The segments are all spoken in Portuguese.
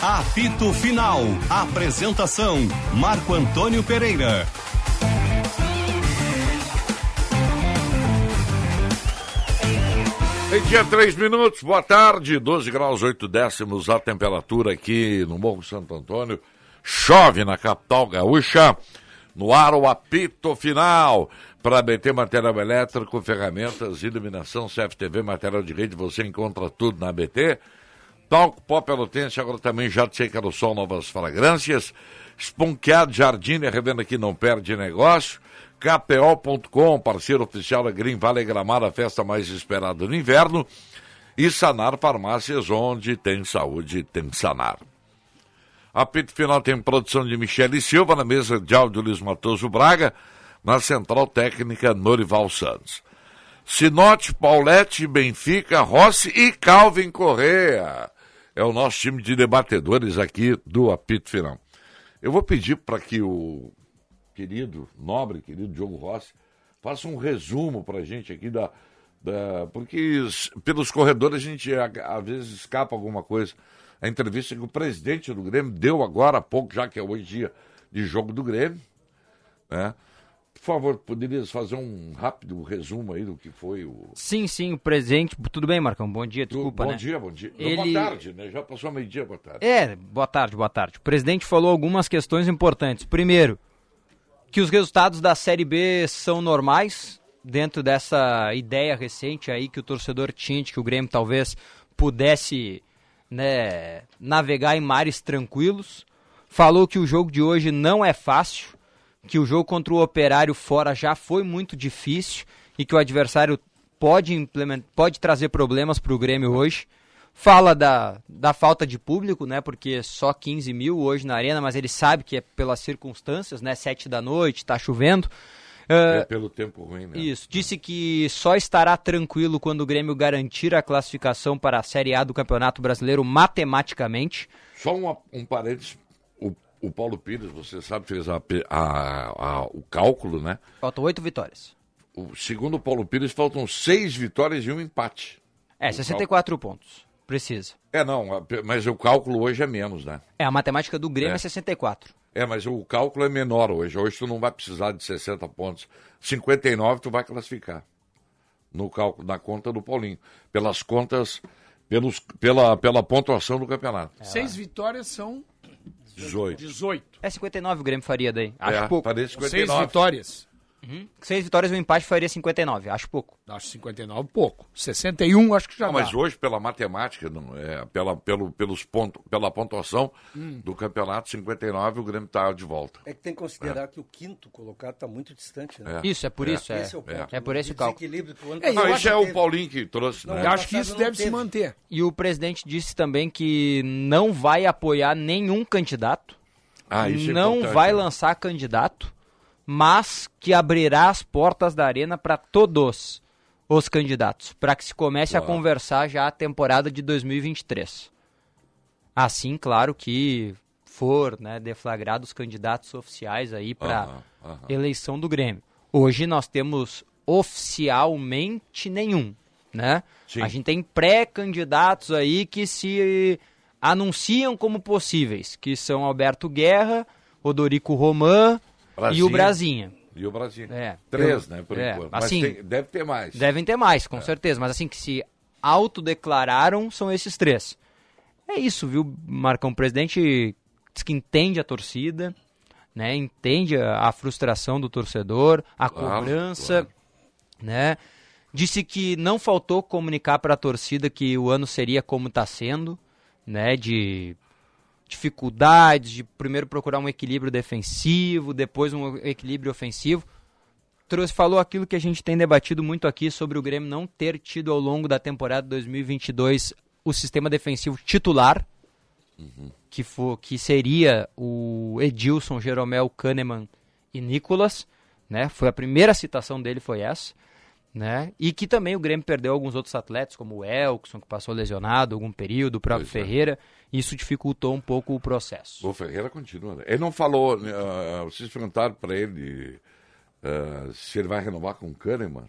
Apito Final. Apresentação: Marco Antônio Pereira. Meio dia, três minutos, boa tarde, 12 graus, 8 décimos a temperatura aqui no Morro Santo Antônio. Chove na capital gaúcha. No ar, o apito final para BT Material Elétrico, ferramentas, iluminação, CFTV, material de rede. Você encontra tudo na BT. Talco, pó pelotense, agora também já seca no sol, novas fragrâncias. Esponqueado Jardim, é revenda que não perde negócio. KTO.com, parceiro oficial da Green Valley Gramado, a festa mais esperada no inverno. E Sanar Farmácias, onde tem saúde, tem Sanar. Apito final tem produção de Michele Silva, na mesa de áudio Luiz Matoso Braga, na central técnica Norival Santos. Sinote, Paulette, Benfica, Rossi e Calvin Correa. É o nosso time de debatedores aqui do apito final. Eu vou pedir para que o querido, nobre, querido Diogo Rossi, faça um resumo para a gente aqui da, da. Porque pelos corredores a gente a- às vezes escapa alguma coisa a entrevista que o presidente do Grêmio deu agora há pouco, já que é hoje dia de jogo do Grêmio. Né? Por favor, poderias fazer um rápido resumo aí do que foi o. Sim, sim, o presidente. Tudo bem, Marcão? Bom dia, desculpa. bom né? dia, bom dia. Não, Ele- Boa tarde, né? Já passou meio-dia, boa tarde. É, boa tarde, boa tarde. O presidente falou algumas questões importantes. Primeiro, que os resultados da Série B são normais, dentro dessa ideia recente aí que o torcedor tinha de que o Grêmio talvez pudesse né, navegar em mares tranquilos. Falou que o jogo de hoje não é fácil, que o jogo contra o Operário fora já foi muito difícil e que o adversário pode, implemen- pode trazer problemas para o Grêmio hoje. Fala da, da falta de público, né? Porque só 15 mil hoje na arena, mas ele sabe que é pelas circunstâncias, né? Sete da noite, tá chovendo. Ah, É pelo tempo ruim, né? isso. Disse que só estará tranquilo quando o Grêmio garantir a classificação para a Série A do Campeonato Brasileiro matematicamente. Só um, um parênteses. O, o Paulo Pires, você sabe, fez a pe- a- a- o cálculo, né? Faltam oito vitórias. O, segundo o Paulo Pires, faltam seis vitórias e um empate. É, 64 pontos. Precisa. É, não, a- mas o cálculo hoje é menos, né? É, a matemática do Grêmio é, É. 64. É, mas o cálculo é menor hoje. Hoje tu não vai precisar de 60 pontos. 59 tu vai classificar. No cálculo, na conta do Paulinho. Pelas contas, pelos, pela, pela pontuação do campeonato. Seis vitórias são 18. 18. É 59 o Grêmio faria daí. Acho É, pouco. parece Seis 59. vitórias. Seis vitórias e um empate faria 59. Acho pouco. Acho 59 pouco. 61 acho que já Não, dá. mas hoje, pela matemática, não, é, pela, pelo, pelos ponto, pela pontuação Hum. do campeonato 59, o Grêmio está de volta. É que tem que considerar que o quinto colocado está muito distante, né? É. Isso, é por isso. É, Esse é o ponto. É por esse O o cálculo. desequilíbrio que o ano É, eu Não, passado isso é o teve. Paulinho que trouxe, Não, né? Eu acho que Passado isso não deve se teve. manter. E o presidente disse também que não vai apoiar nenhum candidato. Ah, isso é não importante, vai né? lançar candidato, mas que abrirá as portas da arena para todos os candidatos, para que se comece a conversar já a temporada de 2023. Assim, claro que for né, deflagrados os candidatos oficiais aí para Aham, aham. eleição do Grêmio. Hoje nós temos oficialmente nenhum, né? Sim. A gente tem pré-candidatos aí que se anunciam como possíveis, que são Alberto Guerra, Odorico Román e Brasinha. o Brasinha. E o Brasil. É, Três, pelo- né, por é, enquanto. Mas assim, tem- deve ter mais. É. Devem ter mais, com certeza, mas assim que se autodeclararam são esses três. É isso, viu, Marcão? O presidente diz que entende a torcida, né? Entende a, a frustração do torcedor, a Claro, cobrança, né? Disse que não faltou comunicar para a torcida que o ano seria como está sendo, né? De dificuldades, de primeiro procurar um equilíbrio defensivo, depois um equilíbrio ofensivo. Trouxe, falou aquilo que a gente tem debatido muito aqui sobre o Grêmio não ter tido ao longo da temporada 2022 o sistema defensivo titular, que, for, que seria o Edilson, Jeromel, Kahneman e Nicolas, né? Foi a primeira citação dele foi essa, né? E que também o Grêmio perdeu alguns outros atletas, como o Elkson, que passou lesionado algum período, o próprio Pois é. Ferreira, isso dificultou um pouco o processo. O Ferreira continua. né? Ele não falou. né, ah, vocês perguntaram para ele ah, se ele vai renovar com o Kahneman.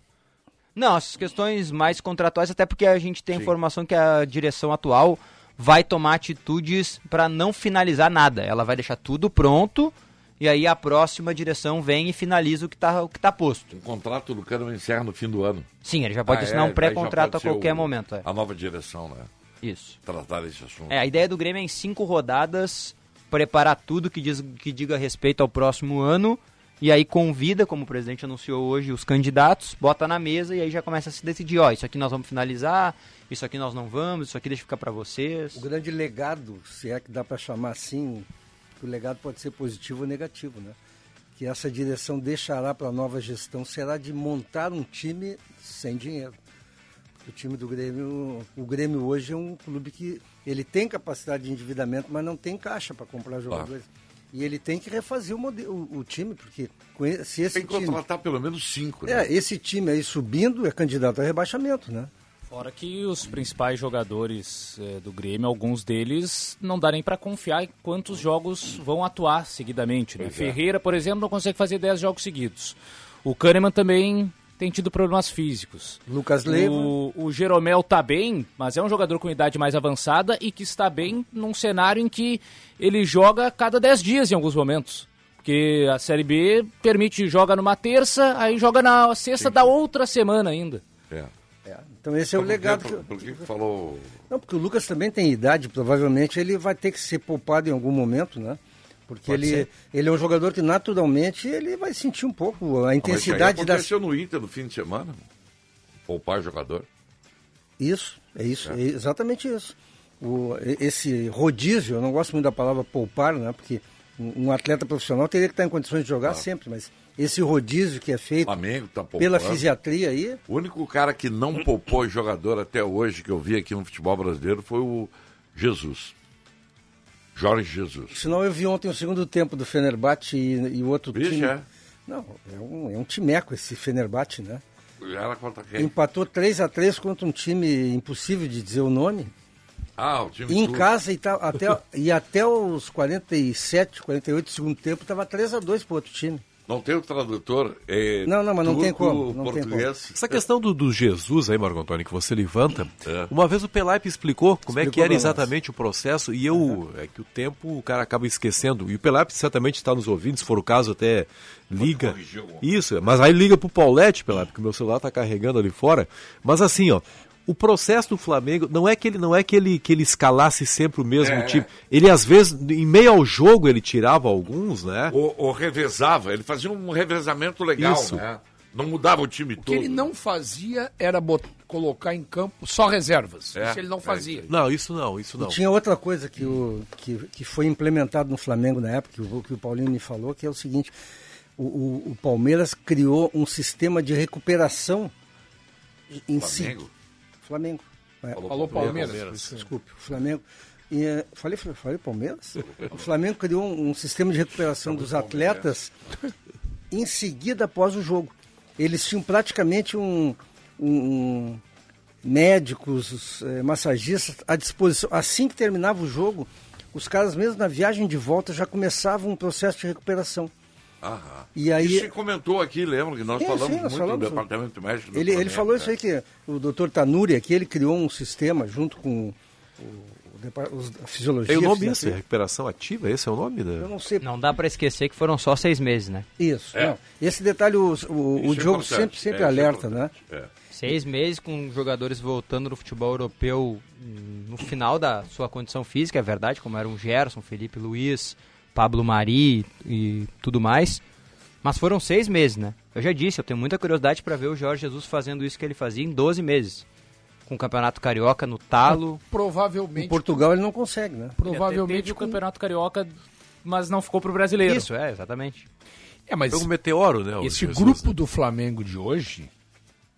Não, essas questões mais contratuais, até porque a gente tem informação que a direção atual vai tomar atitudes para não finalizar nada. Ela vai deixar tudo pronto e aí a próxima direção vem e finaliza o que está tá posto. O Um contrato do Cano encerra no fim do ano. Sim, ele já pode Ah, é, assinar aí um já pré-contrato a pode ser qualquer o- momento. é. A nova direção, né? Isso. Tratar esse assunto. É, a ideia do Grêmio é em cinco rodadas preparar tudo que, diz, que diga respeito ao próximo ano e aí convida, como o presidente anunciou hoje, os candidatos, bota na mesa e aí já começa a se decidir, ó, isso aqui nós vamos finalizar, isso aqui nós não vamos, isso aqui deixa eu ficar para vocês. O grande legado, se é que dá para chamar assim, que o legado pode ser positivo ou negativo, né? Que essa direção deixará para a nova gestão será de montar um time sem dinheiro. Porque o time do Grêmio, o Grêmio hoje é um clube que ele tem capacidade de endividamento, mas não tem caixa para comprar jogadores. E ele tem que refazer o, mode- o- o time, porque com e- se esse Tem que time, contratar pelo menos cinco, né? é, esse time aí subindo é candidato a rebaixamento, né? Fora que os principais jogadores eh, do Grêmio, alguns deles, não dá nem pra confiar em quantos jogos vão atuar seguidamente. Né? Ferreira, por exemplo, não consegue fazer 10 jogos seguidos. O Kahneman também tem tido problemas físicos. Lucas Leiva. O, o Jeromel tá bem, mas é um jogador com idade mais avançada e que está bem num cenário em que ele joga a cada 10 dias em alguns momentos. Porque a Série B permite, joga numa terça, aí joga na sexta da outra semana ainda. É. Então esse é o legado que, Por, por que que falou... Não, porque o Lucas também tem idade, provavelmente ele vai ter que ser poupado em algum momento, né? Porque Pode ele, ser. ele é um jogador que naturalmente ele vai sentir um pouco a Ah, mas isso aí intensidade da. aconteceu no Inter no fim de semana. Poupar jogador. Isso, é isso, é exatamente isso. O, e- esse rodízio, eu não gosto muito da palavra poupar, né? Porque um um atleta profissional teria que estar em condições de jogar sempre, mas esse rodízio que é feito Flamengo tá poupando. pela fisiatria aí, O único cara que não poupou jogador até hoje que eu vi aqui no futebol brasileiro foi o Jesus. Jorge Jesus. Senão eu vi ontem o segundo tempo do Fenerbahçe e, e o outro Vixe, time. é? Não, é um, é um timeco esse Fenerbahçe, né? Era contra quem? Empatou 3 a 3 contra um time impossível de dizer o nome. Ah, o time E em turco. casa e, tal, até, e até os 47, 48 do segundo tempo estava 3 a 2 pro outro time. Não tem o tradutor. É, Não, não, mas não tem turco, como, não tem português. Essa questão do, do Jesus aí, Marco Antônio, que você levanta, É. uma vez o Pelaipe explicou como é que Explicou era pra nós. exatamente o processo e eu, é que o tempo o cara acaba esquecendo. E o Pelaipe certamente está nos ouvindo, se for o caso até liga. corrigir alguma coisa. Isso, mas aí liga pro Paulette, Pelaipe, que o meu celular tá carregando ali fora. Mas assim, ó, o processo do Flamengo não é que ele não é que ele, que ele escalasse sempre o mesmo É. time. Ele às vezes em meio ao jogo ele tirava alguns, né? Ou, ou revezava. Ele fazia um revezamento legal, Isso. né? Não mudava o time O todo. que ele não fazia era bot- colocar em campo só reservas. É, Isso ele não é fazia. isso Não, isso não, isso não. Tinha outra coisa que, o, que, que foi implementado no Flamengo na época, que o, que o Paulinho me falou, que é o seguinte: o, o- o Palmeiras criou um sistema de recuperação em si. Flamengo? Flamengo. É, Falou Palmeiras. Desculpe, o Flamengo. e, eh, falei, falei Palmeiras? O Flamengo criou um, um sistema de recuperação dos atletas em seguida após o jogo. Eles tinham praticamente um, um- um- médicos, os, eh, massagistas à disposição. Assim que terminava o jogo, os caras, mesmo na viagem de volta, já começavam um processo de recuperação. Aham. E aí- Isso se comentou aqui, lembra que nós Sim, falamos sim, nós muito falamos. do Departamento Médico. do Ele, ele Flamengo, falou né? isso aí que o doutor Tanuri aqui, ele criou um sistema junto com o, o, depa- os- a fisiologia. assim. Tem o nome a isso, é recuperação ativa, esse é o nome da... Eu não sei Não dá pra esquecer que foram só seis meses, né? Isso, É. não. Esse detalhe o, o, Isso o é Diogo importante, sempre, sempre é, isso é alerta, né? importante, é. Seis meses com jogadores voltando do futebol europeu hum, no final da sua condição física, é verdade, como eram Gerson, Felipe Luiz, Pablo Mari e tudo mais. Mas foram seis meses, né? Eu já disse, eu tenho muita curiosidade para ver o Jorge Jesus fazendo isso que ele fazia em 12 meses. Com o Campeonato Carioca no talo. Em Provavelmente, Portugal ele não consegue, né? Até teve provavelmente o com... Campeonato Carioca, mas não ficou pro brasileiro. Isso, é, exatamente. É, mas Foi um meteoro, né? o esse Jesus, grupo né? do Flamengo de hoje,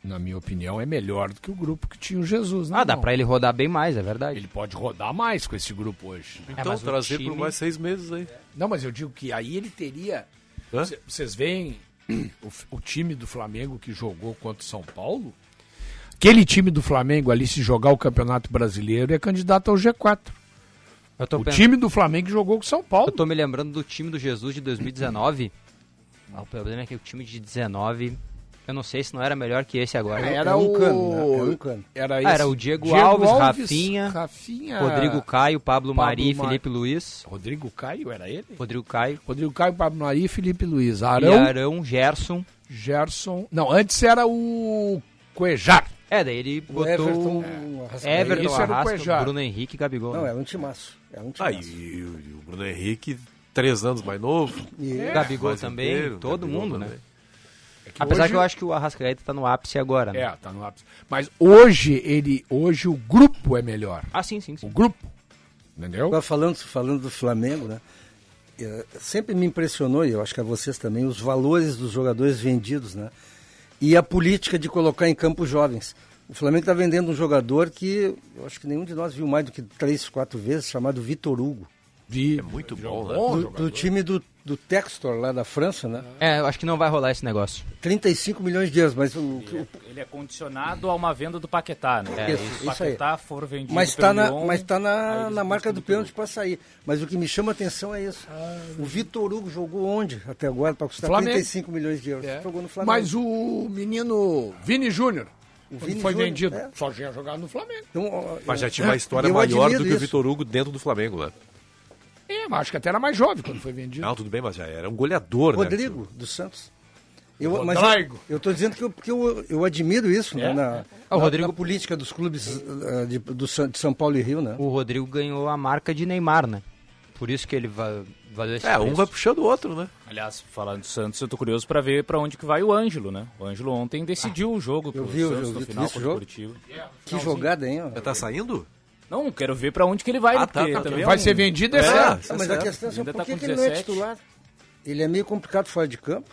na minha opinião, é melhor do que o grupo que tinha o Jesus. né, Ah, dá não? pra ele rodar bem mais, é verdade. É, Ele pode rodar mais com esse grupo hoje. né? Então, mas o trazer time- por mais seis meses aí. Não, mas eu digo que aí ele teria. Hã? Cê- Vocês veem o, f- o time do Flamengo que jogou contra o São Paulo? Aquele time do Flamengo ali, se jogar o Campeonato Brasileiro, é candidato ao G4. Eu tô O pensando- time do Flamengo jogou com o São Paulo. Eu tô me lembrando do time do Jesus de 2019. Ah, o problema é que o time de 19 Eu não sei se não era melhor que esse agora. Era Era um o... cano, né? Era um cano. Era, Ah, era esse. o Diego Alves, Rafinha, Rafinha, Rodrigo Caio, Pablo, Pablo Mari, Mari. Felipe Luiz. Rodrigo Caio, era ele? Rodrigo Caio. Rodrigo Caio, Pablo Mari, Felipe Luiz, Arão. Arão, E Arão, Gerson. Gerson... Não, antes era o Cuejar. É, daí ele O botou Everton, o o Arrascaeta. Everton, Isso era É, o Arrasca, Cuejá. Bruno Henrique e Gabigol. Não, né? era um timaço. Era um Ah, e, timaço. e o- e o Bruno Henrique, três anos mais novo. E- Gabigol mais também, inteiro, todo Gabigol mundo, né? também. Apesar hoje- que eu acho que o Arrascaeta tá no ápice agora, né? É, tá no ápice. Mas hoje ele, hoje o grupo é melhor. Ah, sim, sim, O sim. grupo. Entendeu? Agora falando, falando do Flamengo, né? eh, Sempre me impressionou, e eu acho que a vocês também, os valores dos jogadores vendidos, né? E a política de colocar em campo jovens. O Flamengo está vendendo um jogador que eu acho que nenhum de nós viu mais do que três, quatro vezes, chamado Vitor Hugo. De, Muito bom, né? Do, do time do, do Textor lá da França, né? É, eu acho que não vai rolar esse negócio. 35 milhões de euros, mas o, o- Ele é condicionado a uma venda do Paquetá, né? É, Isso, Se o isso aí. Paquetá for vendido mas pelo está na, Lyon, mas tá aí na, eles na buscam marca do Vitor pênalti para sair. Mas o que me chama a atenção é isso. O Vitor Hugo jogou onde até agora Tá para custar Flamengo. 35 milhões de euros? É. Jogou no Flamengo. Mas o menino Vini Júnior, quando Vini foi Júnior, vendido, é. só tinha jogado no Flamengo. Então, ó, Mas eu- já tinha uma história eu maior do admiro que o isso. Vitor Hugo dentro do Flamengo, né? É, mas acho que até era mais jovem quando foi vendido. Não, tudo bem, mas já era um goleador, né? Rodrigo dos Santos. Eu, mas Rodrigo. eu, eu tô dizendo que eu, porque eu, eu admiro isso, É? né? Na, Ah, o na- Rodrigo- na política dos clubes eh, de, do San- de São Paulo e Rio, né? O Rodrigo ganhou a marca de Neymar, né? Por isso que ele va valeu esse É, um preço. vai puxando o outro, né? Aliás, falando do Santos, eu tô curioso pra ver pra onde que vai o Ângelo, né? O Ângelo ontem decidiu o jogo pro vi o Santos jogo, no tu final viste contra o o jogo? Curitiba. que jogada, hein? ó. Já tá saindo? Não, quero ver pra onde que ele vai, Ah, né? tá, porque tá, também é Vai um- ser vendido, é, certo. Ah, mas a questão é assim, Ainda por tá que, com que ele não é 17. titular? Ele é meio complicado fora de campo.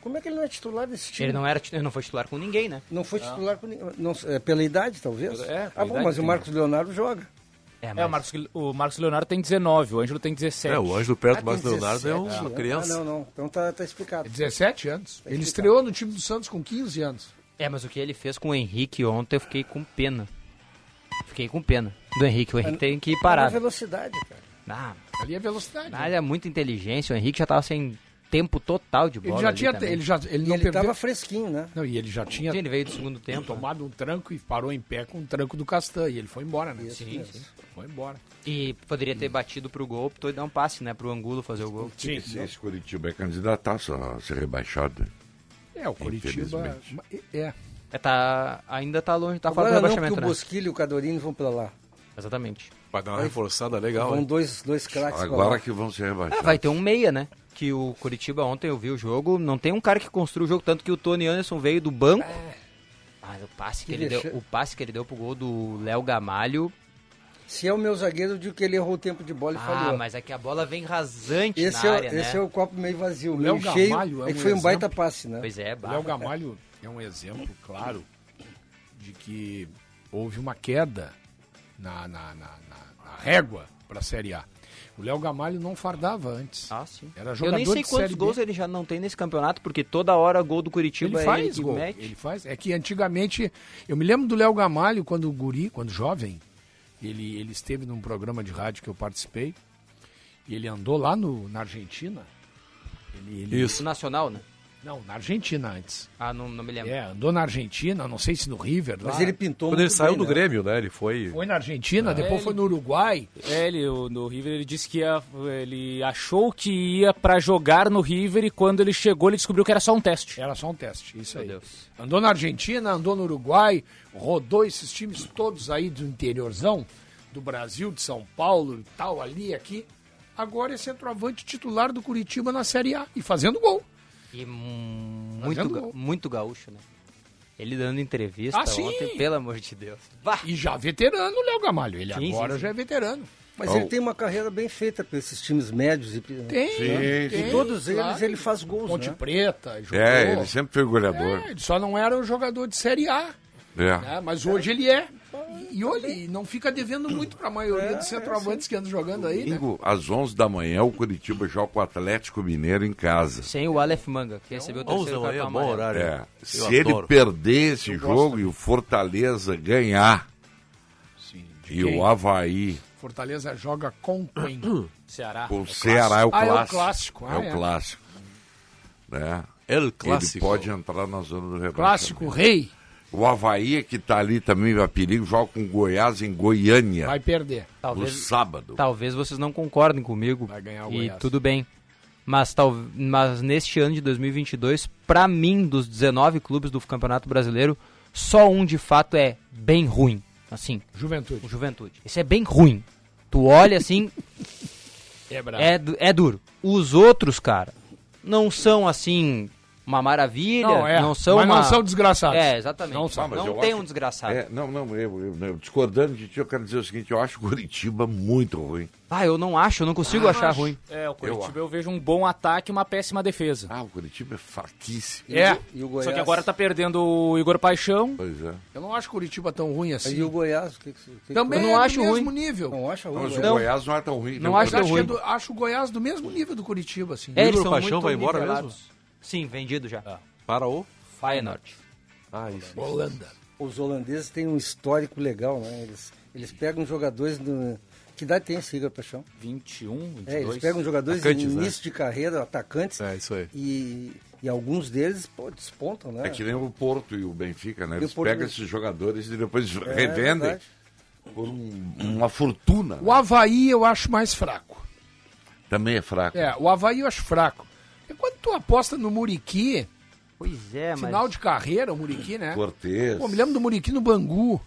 Como é que ele não é titular desse time? Ele não, era, ele não foi titular com ninguém, né? Não foi titular com ninguém. Não, é, pela idade, talvez. É, pela ah, bom, idade mas o tem. Marcos Leonardo joga. É, o Marcos, o Marcos Leonardo tem 19, o Ângelo tem 17. É, o Ângelo perto Ah, do Márcio tem Leonardo é 17, uma né? criança. Ah, não, não. Então tá, tá É explicado. 17 anos. Ele estreou no time do Santos com 15 anos. É, mas o que ele fez com o Henrique ontem, eu fiquei com pena. Fiquei com pena do Henrique. O É, Henrique tem que ir Parar. parar. É velocidade, cara. Ah, Ali é velocidade. né? ah, ele é muita inteligência. O Henrique já tava sem tempo total de bola. Ele já ali tinha. também. Ele já. Ele E não ele perdeu. tava fresquinho, né? Não, e ele já tinha Sim, Ele veio do segundo tempo. né? tomado um tranco e parou em pé com um tranco do Castan. E ele foi embora, né? Sim, sim. Foi embora. E poderia ter batido pro gol, optou e dar um passe, né? Pro Angulo fazer o gol. Sim, Esse, esse Curitiba é candidataço a ser rebaixado. É, o Curitiba. Infelizmente. É. É, tá, ainda tá longe, tá fora do Agora não, porque rebaixamento, o né? Bosquilha e o Cadorini vão pra lá. Exatamente. Vai dar uma reforçada legal, né? Vão hein? dois, dois craques pra Agora lá. que vão ser Ah, rebaixados. vai ter um meia, né? Que o Curitiba ontem eu vi o jogo, não tem um cara que construiu o jogo, tanto que o Tony Anderson veio do banco. Mas o passe que, Que ele deu, vexame. o passe que ele deu pro gol do Léo Gamalho. Se é o meu zagueiro, eu digo que ele errou o tempo de bola e Ah, falhou. mas é que a bola vem rasante Esse, na é, área, né? esse é o copo meio vazio, Léo meio cheio. Gamalho é é um que foi um exemplo. baita passe, né? Pois é, O barra. Léo Gamalho é um exemplo claro de que houve uma queda na, na, na, na- na régua para a Série A. O Léo Gamalho não fardava antes. Ah, sim. Era Eu jogador nem sei de Série quantos B. gols ele já não tem nesse campeonato, porque toda hora gol do Curitiba Ele é ele faz que gol. mete. Ele faz. É que antigamente. Eu me lembro do Léo Gamalho, quando guri, quando jovem, ele, ele esteve num programa de rádio que eu participei. E ele andou lá no, na Argentina. Ele, ele- O Nacional, né? Não, na Argentina antes. Ah, não, não me lembro. É, andou na Argentina, não sei se no River. Ah, Mas lá. ele pintou Quando ele muito saiu bem, do né? Grêmio, né? Ele foi. Foi na Argentina, depois foi no Uruguai. É, ele, o- no River ele disse que ia, ele achou que ia pra jogar no River e quando ele chegou ele descobriu que era só um teste. Era só um teste, isso aí. Deus. Andou na Argentina, andou no Uruguai, rodou esses times todos aí do interiorzão, do Brasil, de São Paulo e tal, ali, aqui. Agora é centroavante titular do Curitiba na Série A e fazendo gol. E hum, muito, Fazendo ga- gol. muito gaúcho, né? Ele dando entrevista Ah, sim. tá ontem, pelo amor de Deus. Bah! E já veterano o Léo Gamalho. Ele Sim, agora sim, sim. já é veterano. Mas ele tem uma carreira bem feita para esses times médios. E, né? Tem, Sim, tem, sim. todos eles, claro. ele faz gols, Ponte né? Preta, jogou. É, ele sempre foi goleador. É, ele só não era um jogador de Série A. É. né? Mas hoje ele é. E, e olha, e não fica devendo muito para a maioria É, dos centroavantes que andam jogando aí, né? Domingo, às 11 da manhã, o Curitiba joga com o Atlético Mineiro em casa. Sem o Aleph Manga, que recebeu o 11 terceiro da manhã, cartão é bom amarelo. horário. É, se Eu ele adoro. perder esse jogo e o Fortaleza ganhar e quem? o Havaí Fortaleza joga com quem? Ceará. com o Ceará é o Ah, é o clássico. clássico, ah, É o é. clássico. Né? El Ele Clássico. pode entrar na zona do rebaixamento. Clássico rei O Havaí que tá ali também vai perigo, joga com o Goiás em Goiânia vai perder. no Talvez, sábado. talvez vocês não concordem comigo. Vai ganhar o e Goiás. tudo bem. Mas, tal, mas neste ano de 2022, pra mim, dos 19 clubes do Campeonato Brasileiro, só um de fato é bem ruim. Assim, o Juventude. Juventude. Esse é bem ruim. Tu olha assim, É bravo. é, du- é duro. Os outros, cara, não são assim uma maravilha, não, Não, é, são mas não uma- são desgraçados. É, exatamente. Não Não, são. Ah, mas eu tem acho- um desgraçado. É, não, não, eu, eu- eu- discordando de ti, eu quero dizer o seguinte, eu acho o Curitiba muito ruim. Ah, eu não acho, eu não consigo achar ruim. É, o Curitiba eu, vejo um bom ataque e uma péssima defesa. Ah, o Curitiba é fraquíssimo. E o- É. E o Goiás, Só que agora tá perdendo o Igor Paixão. Pois é. Eu não acho Curitiba tão ruim E assim. o Goiás, o que, que, o que que- Também Eu não é acho do mesmo ruim. nível. Não acha Não, ruim. mas o Goiás? Goiás não é tão ruim. Não né? acho Mas acho, que ruim. é do- acho o Goiás do mesmo nível do Curitiba, assim. É, eles Igor são Paixão muito vai embora nivelados. Sim, vendido já. Ah. Para o... Feyenoord. Ah, isso. Holanda. Os holandeses têm um histórico legal, né? Eles, eles pegam jogadores... No... Que idade tem esse Igor Paixão? 21, É, eles 22. pegam jogadores de Atacantes, né? início de carreira, atacantes, É, isso aí. e, e alguns deles pô, despontam, né? É que nem o Porto e o Benfica, né? E o Eles Porto- pegam esses jogadores e depois É, revendem verdade. por um- uma fortuna. O Havaí eu acho mais fraco. Também é fraco. É, o Havaí eu acho fraco. E quando tu aposta no Muriqui, Pois é, mas. final de carreira, o Muriqui, né? Cortez. Pô, me lembro do Muriqui no Bangu,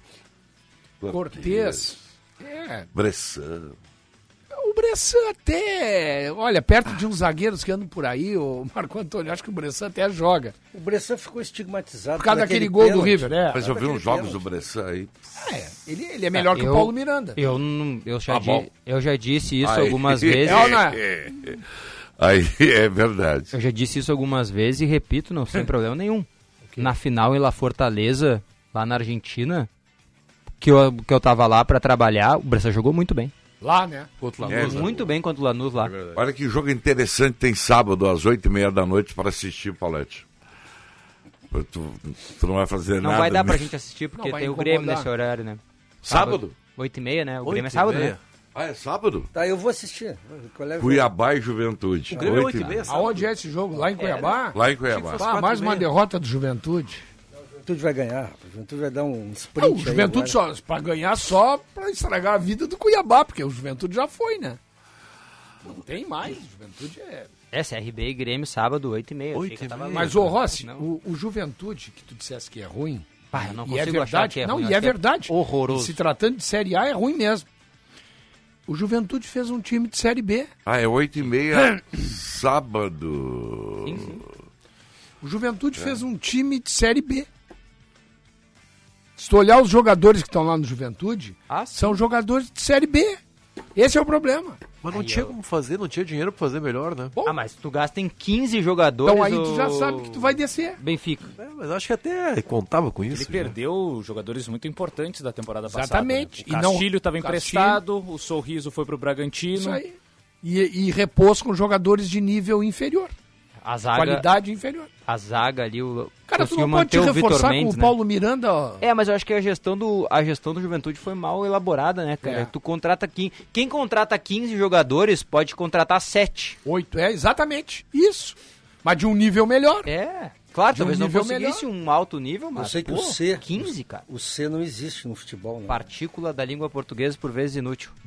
Cortez. É, Bressan. o Bressan até. Olha, perto de uns zagueiros que andam por aí, o Marco Antônio, acho que o Bressan até joga. O Bressan ficou estigmatizado Por causa por daquele aquele Tá gol do pênalti. River, é. Mas eu vi uns aquele jogos pênalti. do Bressan aí. É, ele, ele é melhor que eu- o Paulo Miranda. Eu, não, eu, já Tá bom. di- eu já disse isso Aí- algumas vezes. É ou não é? Aí é verdade. Eu já disse isso algumas vezes e repito, não sem problema nenhum. Na final em La Fortaleza, lá na Argentina, que eu, que eu tava lá pra trabalhar, o Bressan jogou muito bem. Lá, né? É, Muito bem contra o Lanús É lá. Olha que jogo interessante tem sábado às oito e meia da noite para assistir, Paulette. Pô, Tu, tu não vai fazer Não nada. vai dar pra né? gente assistir porque Não, vai tem o incomodar. Grêmio nesse horário, né? Sábado? Oito e meia, né? O Oito Grêmio é e sábado, meia. né? Ah, é sábado? Tá, eu vou assistir. é O colega- Cuiabá e Juventude. O Grêmio é Oito e 8 e meia, sabe? Aonde é esse jogo? Lá em Cuiabá? Lá em Cuiabá. Ah, mais uma derrota do Juventude. O Juventude vai ganhar, rapaz. o Juventude vai dar um sprint. Não, o aí Juventude agora. só para ganhar só para estragar a vida do Cuiabá, porque o Juventude já foi, né? Não tem mais, o Juventude é. É, CRB e Grêmio, sábado, oito e meia. Eu achei Oito que e eu tava meia. louco. Mas o Rossi, Não. o, o Juventude que tu dissesse que é ruim, Pá, eu não e é consigo achar verdade, que é não, ruim, eu e é acho que verdade. horroroso. Se tratando de série A é ruim mesmo. O Juventude fez um time de série B. Ah, é oito e meia, sábado. Sim, sim. O É. Juventude fez um time de série B. Se tu olhar os jogadores que estão lá no Juventude, Ah, sim. são jogadores de série B. Esse é o problema. Mas não tinha como fazer, não tinha dinheiro pra fazer melhor, né? Ah, mas tu gasta em 15 jogadores. Então aí tu o- já sabe que tu vai descer. Benfica. É, mas acho que até contava com isso. Ele já. perdeu jogadores muito importantes da temporada Exatamente. passada. E né? não- O Castilho estava o Castilho- emprestado, o Sorriso foi pro Bragantino. Isso aí. E, e repôs com jogadores de nível inferior, A zaga, qualidade inferior. a zaga ali, o Cara, tu conseguiu não pode te manter o Vitor reforçar Mendes, com o né? Paulo Miranda. ó. É, mas eu acho que a gestão do a gestão do Juventude foi mal elaborada, né, cara? É. Tu contrata quem quem contrata 15 jogadores pode contratar 7. Oito, é exatamente isso. Mas de um nível melhor. É. Claro, De um talvez não nível conseguisse um alto nível, mas Eu sei que pô, o C. 15, cara. O C não existe no futebol, né? Partícula da língua portuguesa por vezes inútil. Mas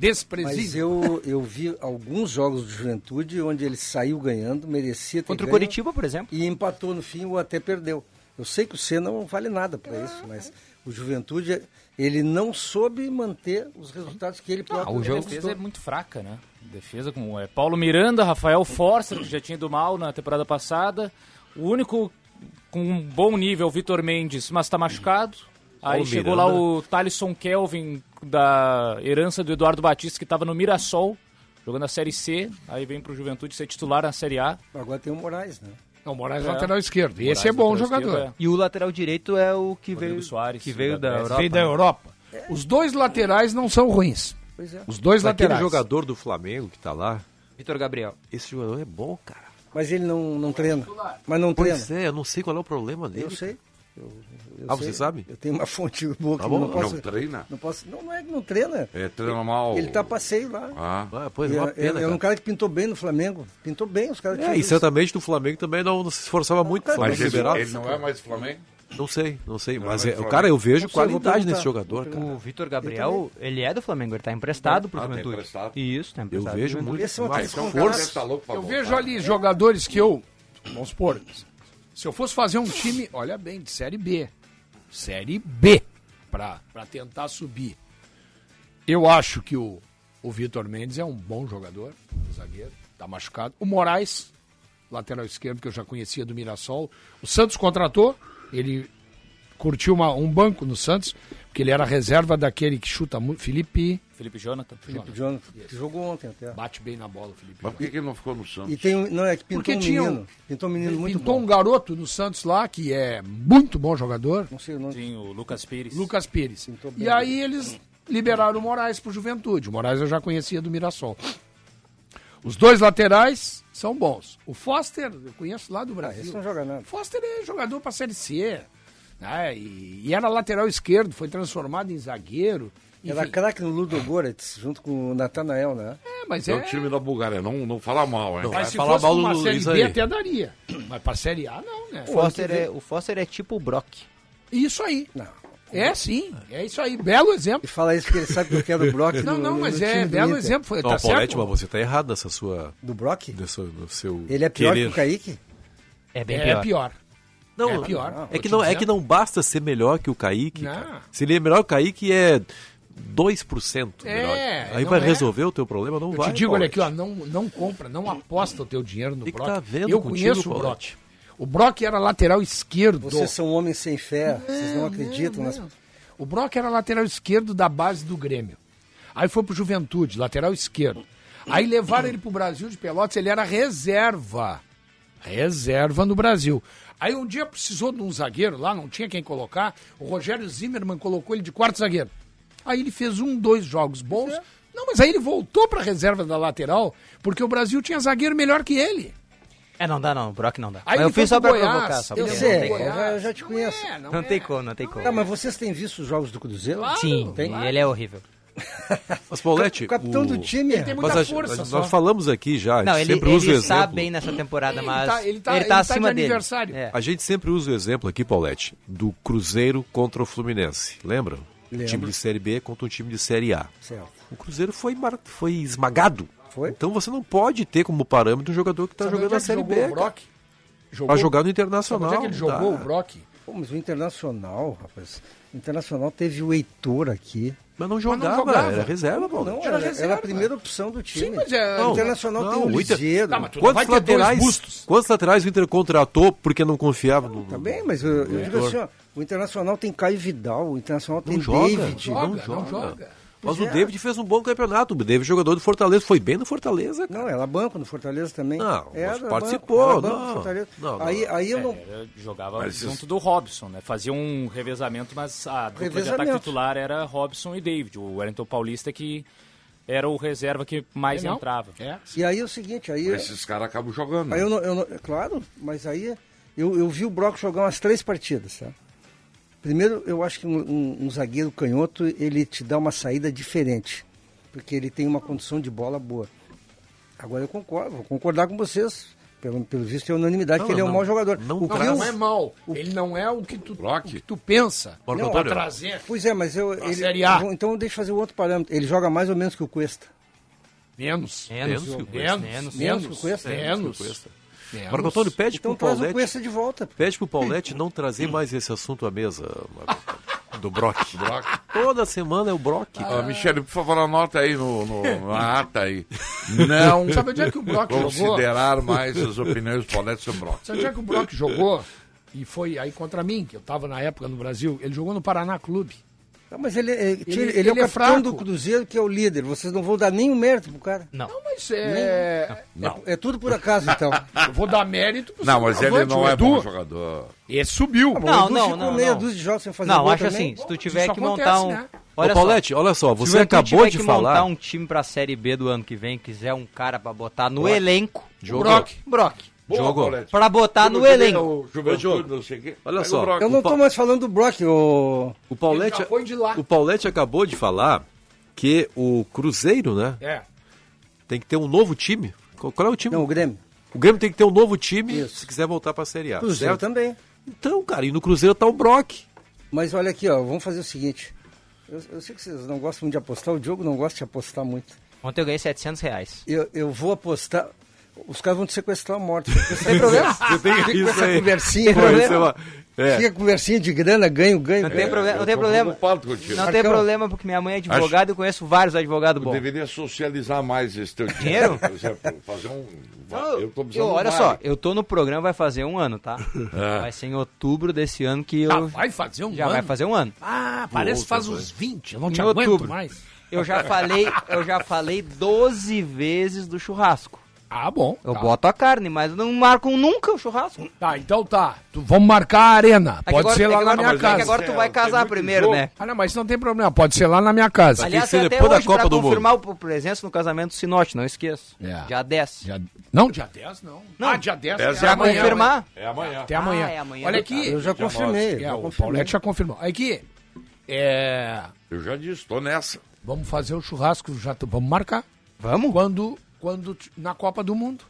eu, Desprezível. eu vi alguns jogos do Juventude onde ele saiu ganhando, merecia ter Contra o ganho, Coritiba, por exemplo. E empatou no fim ou até perdeu. Eu sei que o C não vale nada pra isso, mas o Juventude, ele não soube manter os resultados que ele Ah, próprio o A jogo- defesa é muito fraca, né? Defesa com é, Paulo Miranda, Rafael Forster, que já tinha ido mal na temporada passada. O único com um bom nível, o Vitor Mendes, mas está machucado. Aí Paulo chegou Miranda. lá o Talisson Kelvin, da herança do Eduardo Batista, que estava no Mirassol, jogando a Série C. Aí vem para o Juventude ser titular na Série A. Agora tem o Moraes, né? Não, Moraes É. lateral esquerdo. E esse Moraes, é bom lateral jogador. esquerdo, E o lateral direito é o que Rodrigo veio Soares, que veio da da Grécia. Europa. Veio da né? Europa. Os dois laterais não são ruins. Pois é. Os dois Aquele laterais. jogador do Flamengo que tá lá, Vitor Gabriel. esse jogador é bom, cara. Mas ele não, não treina. Mas não treina. Pois é, eu não sei qual é o é problema dele. Eu sei. Eu, Eu Ah, você sabe? Tá Eu tenho uma fonte boa que bom, não posso... não treina? Não, posso, não, não é que não treina. É treino mal. Ele tá a passeio lá. Ah, Ah, pois E é é, uma pena, é um cara. cara que pintou bem no Flamengo. Pintou bem os caras que É, fazem e isso. tá- certamente do Flamengo também não, não se esforçava muito. cara, Flamengo mas ele, liberal. ele não é mais Flamengo? Não sei, não sei. Mas, mas é, o Flamengo- cara, eu vejo Não sei, eu vou qualidade perguntar. nesse jogador, cara. O Vitor Gabriel, ele é do Flamengo, ele tá emprestado pro Ah, tá Juventude. emprestado. Isso, tá Eu emprestado. pro vejo Juventude. muito. Esse é um uma atleta com força. Tá louco pra Eu voltar. vejo ali jogadores que eu, vamos supor, se eu fosse fazer um time, olha bem, de Série B, Série B, pra pra tentar subir, eu acho que o, o Vitor Mendes é um bom jogador, zagueiro, tá machucado. O Moraes, lateral esquerdo, que eu já conhecia do Mirassol, o Santos contratou, ele curtiu uma- um banco no Santos, porque ele era reserva daquele que chuta muito, Felipe, Felipe Jonathan. O Jonathan, que jogou ontem até. bate bem na bola, Felipe. Mas por que, que ele não ficou no E Santos? tem um, não, é que pintou Porque um tinha um- menino. Pintou um menino muito Pintou bom. um garoto no Santos lá, que é muito bom jogador, Não sei o nome. Sim, o Lucas Pires. Lucas Pires. Pintou bem. né? E aí eles liberaram o Moraes pro Juventude. O Moraes eu já conhecia do Mirassol. Os dois laterais são bons. O Foster, eu conheço lá do Brasil. Ah, esse não joga nada. O Foster é jogador pra Série C. Né? E, e era lateral esquerdo, foi transformado em zagueiro. Era Enfim. craque no Ludo Goretz, junto com o Natanael, né? É, mas É é... o time da Bulgária, não, não fala mal, hein? Mas se falar fosse mal uma do Série Luiz B aí. até daria. Mas pra Série A não, né? O Foster, é, o Foster é tipo o Brock. Isso aí. Não. É sim, é isso aí. Belo exemplo. E fala isso porque ele sabe que eu quero o Brock. Não, no- não, no mas time é do belo Inter. exemplo. Foi, Não, tá Paulette, certo? mas você tá errado nessa sua... Do Brock? Nesse, no seu Ele é pior querer. que o Kaique? É bem É pior. pior. Não, É pior. É Vou que, te não, é dizer. que não basta ser melhor que o Kaique. Não. Cara. Se ele é melhor que o Kaique, é 2% É, melhor. Aí não vai é. resolver o teu problema, não Eu vai. te digo, olha Paulette. aqui, ó, não, não compra, não aposta o teu dinheiro no Tem que Brock. tá vendo Eu contigo, conheço o Brock. Paulette. O Brock era lateral esquerdo. É, Vocês são homens sem fé, vocês não acreditam. nas- O Brock era lateral esquerdo da base do Grêmio. Aí foi pro Juventude, lateral esquerdo. Aí levaram ele pro Brasil de Pelotas, ele era reserva. Reserva no Brasil. Aí um dia precisou de um zagueiro lá, não tinha quem colocar. O Rogério Zimmermann colocou ele de quarto zagueiro. Aí ele fez um, dois jogos bons. é. Não, mas aí ele voltou pra reserva da lateral, porque o Brasil tinha zagueiro melhor que ele. É, não dá não, o Brock não dá. Aí Mas eu ele foi fiz só pro pra Goiás, provocar, só ele Eu porque foi sei, pro não tem Goiás. como. Ah, eu já te conheço. é, não Não é. tem como, não tem como. Não, Ah, mas vocês têm visto os jogos do Cruzeiro? Claro. Sim, Tem? ele é horrível. Mas, Paulette, O capitão do time Tem muita Mas a- força nós só. falamos aqui já, Não, a ele, gente sempre usa o ele exemplo. tá bem nessa temporada, Ele mas tá- ele tá- ele tá acima de dele. aniversário. É. A gente sempre usa o exemplo aqui, Paulette, do Cruzeiro contra o Fluminense. Lembram? Um Lembro. time de Série B contra um time de Série A. Certo. O Cruzeiro foi, mar- foi esmagado. Foi. Então você não pode ter como parâmetro um jogador que está Sabe jogando onde é na que Série jogou B. o cara. Brock? Pra Jogou, jogar no sabe Internacional. tá. onde é que ele não dá. jogou o Brock? Pô, mas o Internacional, rapaz. O Internacional teve o Heitor aqui. Mas não jogava, jogava. era reserva, Paulette. Não, Era era, era reserva. a primeira opção do time. Sim, mas é- O Não, Internacional não, tem o o Inter- Ligeiro. Tá, mas tu não vai Quantos ter dois laterais, bustos. quantos laterais o Inter contratou porque não confiava no. Tá bem, mas eu, eu digo Heitor. assim, ó, o Internacional tem Caio Vidal, o Internacional tem Não joga, David. não Joga, não joga. joga. Mas Pois o é. David fez um bom campeonato. O David, jogador do Fortaleza, foi bem no Fortaleza. cara. Não, ela banco no Fortaleza também. Não, mas Era banco, participou, era banco não. no Fortaleza. Não, não. Aí, aí eu não. Era- É, jogava Mas junto esses- do Robson, né? Fazia um revezamento, mas a dupla de ataque Revezamento. titular era Robson e David. O Wellington Paulista que era o reserva que mais Não. entrava. É. E aí é o seguinte, aí, Esses caras acabam jogando. aí eu, não, eu não- é Claro, mas aí é, eu, eu vi o Brock jogar umas três partidas, tá? Primeiro, eu acho que um, um- um zagueiro canhoto, ele te dá uma saída diferente. Porque ele tem uma condição de bola boa. Agora eu concordo, vou concordar com vocês. Pelo, pelo visto é unanimidade Não, que ele é um não. mau jogador. Não o que Não, eu- não é mal. Ele não é o que tu, Brock? o que tu pensa Marco pra Antônio. trazer. Pois é, mas eu. Ele, Série A. vou- Então deixa eu fazer o outro parâmetro. Ele joga mais ou menos que o Cuesta. Menos. Menos, Menos que o menos, Menos. menos. Menos É. que o Cuesta. Menos. Marco Antônio, pede Então pro traz o Paulette. Cuesta de volta. Pede pro Paulette não trazer mais esse assunto à mesa, Marco Antônio, do Brock. Brock. Toda semana é o Brock. cara. Ah, Michele, por favor, anota aí no, no- na ata aí. Não. Sabe onde é que o Brock jogou? Considerar mais as opiniões do Paulette sobre o Brock. Sabe onde é que o Brock jogou? E foi aí contra mim, que eu tava na época no Brasil. Ele jogou no Paraná Clube. Não, mas ele, é- tira- ele, ele é o é capitão fraco. do Cruzeiro, que é o líder. Vocês não vão dar nenhum mérito pro cara. Não. Não, mas é. É, é tudo por acaso, então. Eu vou dar mérito pro Não, mas ele centroavante, não o é Edu. bom jogador. Esse subiu. Não, Ah, O Edu não, ficou não, meia não. dúzia de jogos sem fazer Não, gol acho também. assim, se tu tiver isso que montar acontece, um... né? Ô, Paulette, olha só, Se o você Juventude acabou tiver de que falar. montar um time pra Série B do ano que vem, quiser um cara pra botar no elenco, Brock. Brock. Boa, Diogo, Paulette. pra botar Tu não no tem elenco. o Juventude, Ô, Diogo, não sei o quê. olha Aí só, o Broca. Eu não tô Opa. mais falando do Brock, ô. O Paulete, Ele já foi de lá. o Paulete acabou de falar que o Cruzeiro, né, É. tem que ter um novo time. Qual qual é o time? Não, o Grêmio. O Grêmio tem que ter um novo time Isso. se quiser voltar pra Série A. Cruzeiro Tá certo? também. Então, cara, e no Cruzeiro tá o Brock. Mas olha aqui, ó, vamos fazer o seguinte. Eu, eu sei que vocês não gostam muito de apostar, o Diogo não gosta de apostar muito. Ontem eu ganhei 700 reais. Eu, eu vou apostar. Os caras vão te sequestrar morto. Sem problema. Eu tenho Fica com isso essa aí. conversinha, Pô, problema. isso é uma- é. Fica com conversinha de grana, ganho, ganho. Não tem problema, não tem tô problema. preocupado contigo. Não tem Marcão. problema, porque minha mãe é advogada e eu conheço vários advogados Tu bons. deveria socializar mais esse teu Dinheiro? dinheiro. Por exemplo, fazer um. Não, eu tô eu- precisando. olha de um só, vale. eu tô no programa vai fazer um ano, tá? Vai ser em outubro desse ano que eu Ah, vai fazer um já ano? vai fazer um ano. Ah, parece que faz uns 20. Eu não te Em aguento outubro. mais. Eu já falei, eu já falei 12 vezes do churrasco. Ah, bom. Eu tá. boto a carne, mas não marcam nunca o churrasco. Tá, então tá. Tu, vamos marcar a arena. É que Pode agora- ser é lá que na agora- minha é que casa. agora tu É, vai tem casar muito primeiro, jogo. né? Ah, não, mas isso não tem problema. Pode ser lá na minha casa. Aliás, ser é até depois da hoje pra Copa do Mundo. confirmar o presença no casamento do Sinote, não esqueça. É. Dia 10. Dia- Não, dia 10 não. Ah, dia 10. Dez é é Pra amanhã, confirmar. É amanhã. Até amanhã. Ah, é amanhã. Olha Eu aqui. já confirmei. É, já o confirmei. Paulette já confirmou. Aqui. É. Eu já disse, tô nessa. Vamos fazer o churrasco, já t- vamos marcar. Vamos? Quando, quando t- na Copa do Mundo.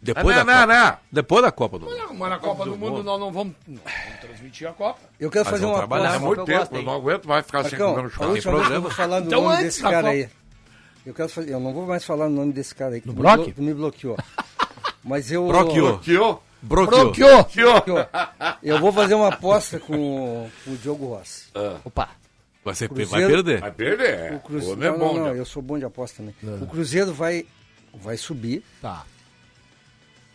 Depois não, da não, Copa. não. Depois da Copa do Mundo. Não, mas na Copa do, Mundo, nós não vamos, não vamos transmitir a Copa. Eu quero Mas fazer vão uma trabalhar Há Nossa, aposta. muito eu tempo, gosto, eu hein? não aguento mais ficar sem comer um Marcão, a churrasco. última vez que eu vou falar no Então, nome antes desse da cara Copa. aí. Eu, quero fazer, eu não vou mais falar o nome desse cara aí. que No tu me bloco? blo- Tu me bloqueou. Mas eu. Bloqueou. Que ô, Broqueou. Proquio! que ô. Eu vou fazer uma aposta com, o- com o Diogo Rossi. Opa. Vai, ser, vai Cruzeiro- perder. Ah. Vai perder. O Cruzeiro. Homem é Não, bom, não, não, né? eu sou bom de aposta também. Ah. O Cruzeiro vai, vai subir Tá.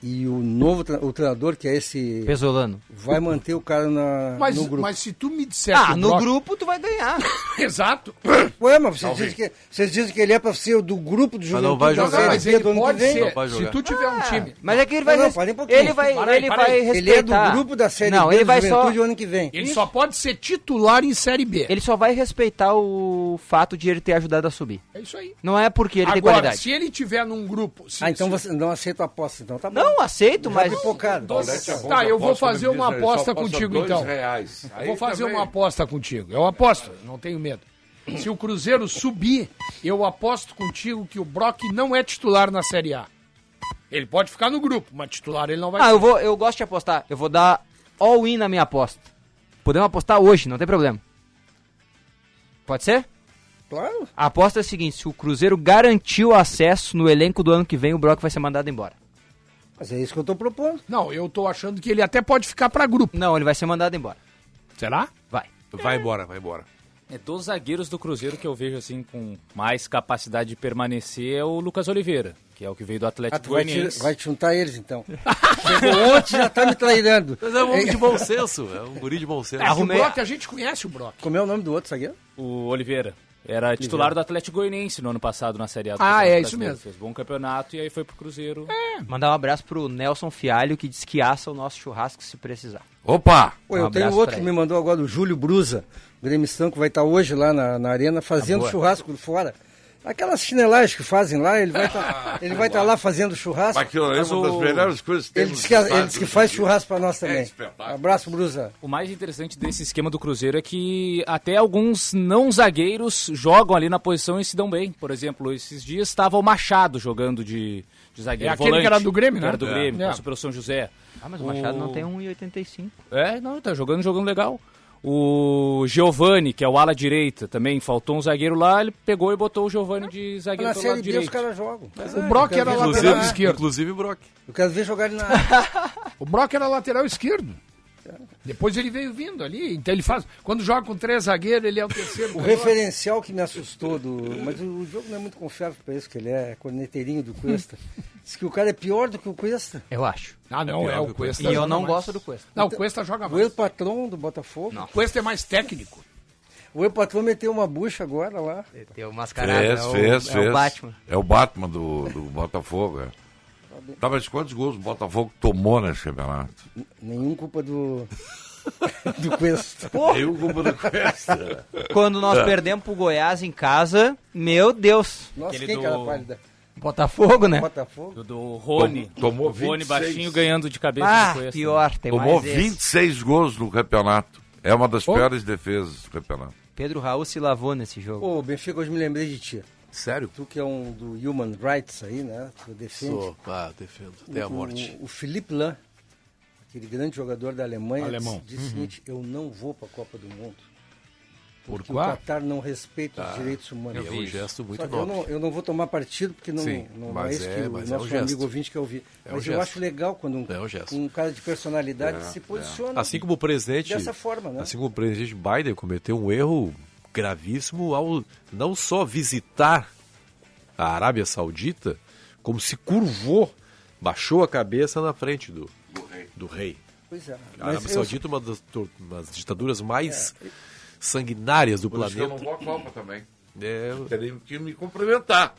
e o novo tre- o treinador, que é esse. Pesolano. Vai manter o cara na, Mas, no grupo. mas se tu me disser que Ah, o no Brock- grupo tu vai ganhar. Exato. Ué, mas vocês dizem, que, vocês dizem que ele é pra ser do grupo do Mas Juventude não vai da jogar. Série Então, mas B ele do ano que pode vem. ser. Não vai Se jogar. tu tiver um time. Mas é que ele Não, vai. não, res- parem um pouquinho. ele vai, Para aí, ele para vai aí. respeitar. Ele é do grupo da Série não, B ele do vai só, Juventude o ano que vem. Ele só pode ser titular em Série B. Ele só vai respeitar o fato de ele ter ajudado a subir. É isso aí. Não é porque ele tem Agora, qualidade. se ele tiver num grupo. se- Ah, então se- você não aceita a aposta, então tá bom. Não, aceito, Já mas. pipocado. Paulette é bom Tá, de eu vou aposta, fazer como uma diz, ele só aposta aposta contigo, dois então. Reais. Eu Aí vou fazer também- uma aposta contigo. Eu aposto, não tenho medo. Se o Cruzeiro subir, eu aposto contigo que o Brock não é titular na Série A. Ele pode ficar no grupo, mas titular ele não vai Ah, ser. eu, vou, eu gosto de apostar. Eu vou dar all-in na minha aposta. Podemos apostar hoje, não tem problema. Pode ser? Claro. A aposta é a seguinte: se o Cruzeiro garantiu acesso no elenco do ano que vem, o Brock vai ser mandado embora. Mas é isso que eu tô propondo. Não, eu tô achando que ele até pode ficar pra grupo. Não, ele vai ser mandado embora. Será? Vai. Vai embora, vai embora. É, dos zagueiros do Cruzeiro que eu vejo assim com mais capacidade de permanecer é o Lucas Oliveira, que é o que veio do Ah, Atlético tu vai te, Goianiense. vai te juntar eles, então. Chegou ontem já tá me trairando. Mas é um homem de bom senso. É um guri de bom senso. É que o Arrumei- Brock, a gente conhece o Brock. Como é o nome do outro zagueiro? O Oliveira era titular do Atlético Goianiense no ano passado na Série A. do Ah, Campeonato é, isso Brasileiro. mesmo. Fez bom campeonato e aí foi pro Cruzeiro. É. Mandar um abraço pro Nelson Fialho, que diz que aça o nosso churrasco se precisar. Opa! Pô, Um eu tenho abraço outro pra que ele. me mandou agora, o Júlio Brusa, o gremistão que vai estar hoje lá na, na Tá arena fazendo churrasco fora. Aquelas chinelagens que fazem lá, ele vai estar ele vai tá lá fazendo churrasco. Ah, Mas aquilo ali é Mas uma das o- melhores coisas que tem Ele nos disse que, ele estádios disse que hoje em faz dia. churrasco pra nós É também. espetáculo. Abraço, Brusa. O mais interessante desse esquema do Cruzeiro é que até alguns não zagueiros jogam ali na posição e se dão bem. Por exemplo, esses dias estava o Machado jogando de, de zagueiro. É aquele volante, que era do Grêmio, né? Era do É. Grêmio, É. passou pelo São José. Ah, mas o Machado não tem 1,85. É, não, tá jogando, jogando legal. O Giovani, que é o ala direita também, faltou um zagueiro lá, ele pegou e botou o Giovani de zagueiro pelo Tá Na lado Série B os direito. caras jogam. O Brock era lateral né, Inclusive, esquerdo. inclusive o Brock. Eu quero ver jogar ele na... O Brock era lateral esquerdo. Depois ele veio vindo ali. Então ele faz. Quando joga com três zagueiros, ele é o terceiro. O referencial que me assustou do. Mas o jogo não é muito confiável pra isso, que ele é corneteirinho do Cuesta. Diz que o cara é pior do que o Cuesta. Eu acho. Ah, não, é o Cuesta. E eu joga não mais. gosto do Cuesta. Não, o Cuesta joga O mais. El Patrão do Botafogo. O Cuesta é mais técnico. O El Patrão meteu uma bucha agora lá. Tem o mascarado, Fez, é o, fez, é fez. o Batman. É o Batman do, do Botafogo. É. Tá, mas quantos gols o Botafogo tomou nesse campeonato? Nenhum culpa do. do Cuesta. Eu como não conheço. Quando nós perdemos pro Goiás em casa, meu Deus. Nossa, Aquele quem do- cara pálida? Botafogo, né? Botafogo. Do, do Rony. Tomou O Rony 26. baixinho ganhando de cabeça. Ah, foi assim. pior, tem Tomou mais esse. 26 gols no campeonato. É uma das piores defesas do campeonato. Pedro Raul se lavou nesse jogo. Ô, Benfica, hoje me lembrei de ti. Sério? Tu que é um do Human Rights aí, né? Tu defende. Sou, ah, defendo. Até a O- morte. O, o Felipe Lan, aquele grande jogador da Alemanha, Alemão. disse disse o seguinte, eu não vou para a Copa do Mundo. Por Que o Qatar não respeita os direitos humanos. É um gesto muito Só que eu, nobre. não, eu não vou tomar partido, porque não, Sim, não, não é mas isso é- que o mas nosso é um amigo gesto. ouvinte quer ouvir. É um mas eu gesto. acho legal quando um, É um gesto. um cara de personalidade É, se posiciona. Assim como o presidente. Dessa forma, né? Assim como o presidente Biden cometeu um erro gravíssimo ao não só visitar a Arábia Saudita, como se curvou, baixou a cabeça na frente do, do rei. Pois é. A Arábia eu- Saudita é uma das, tor- umas ditaduras mais sanguinárias do Por isso que eu não planeta. vou à Copa também. É, Teria que me cumprimentar.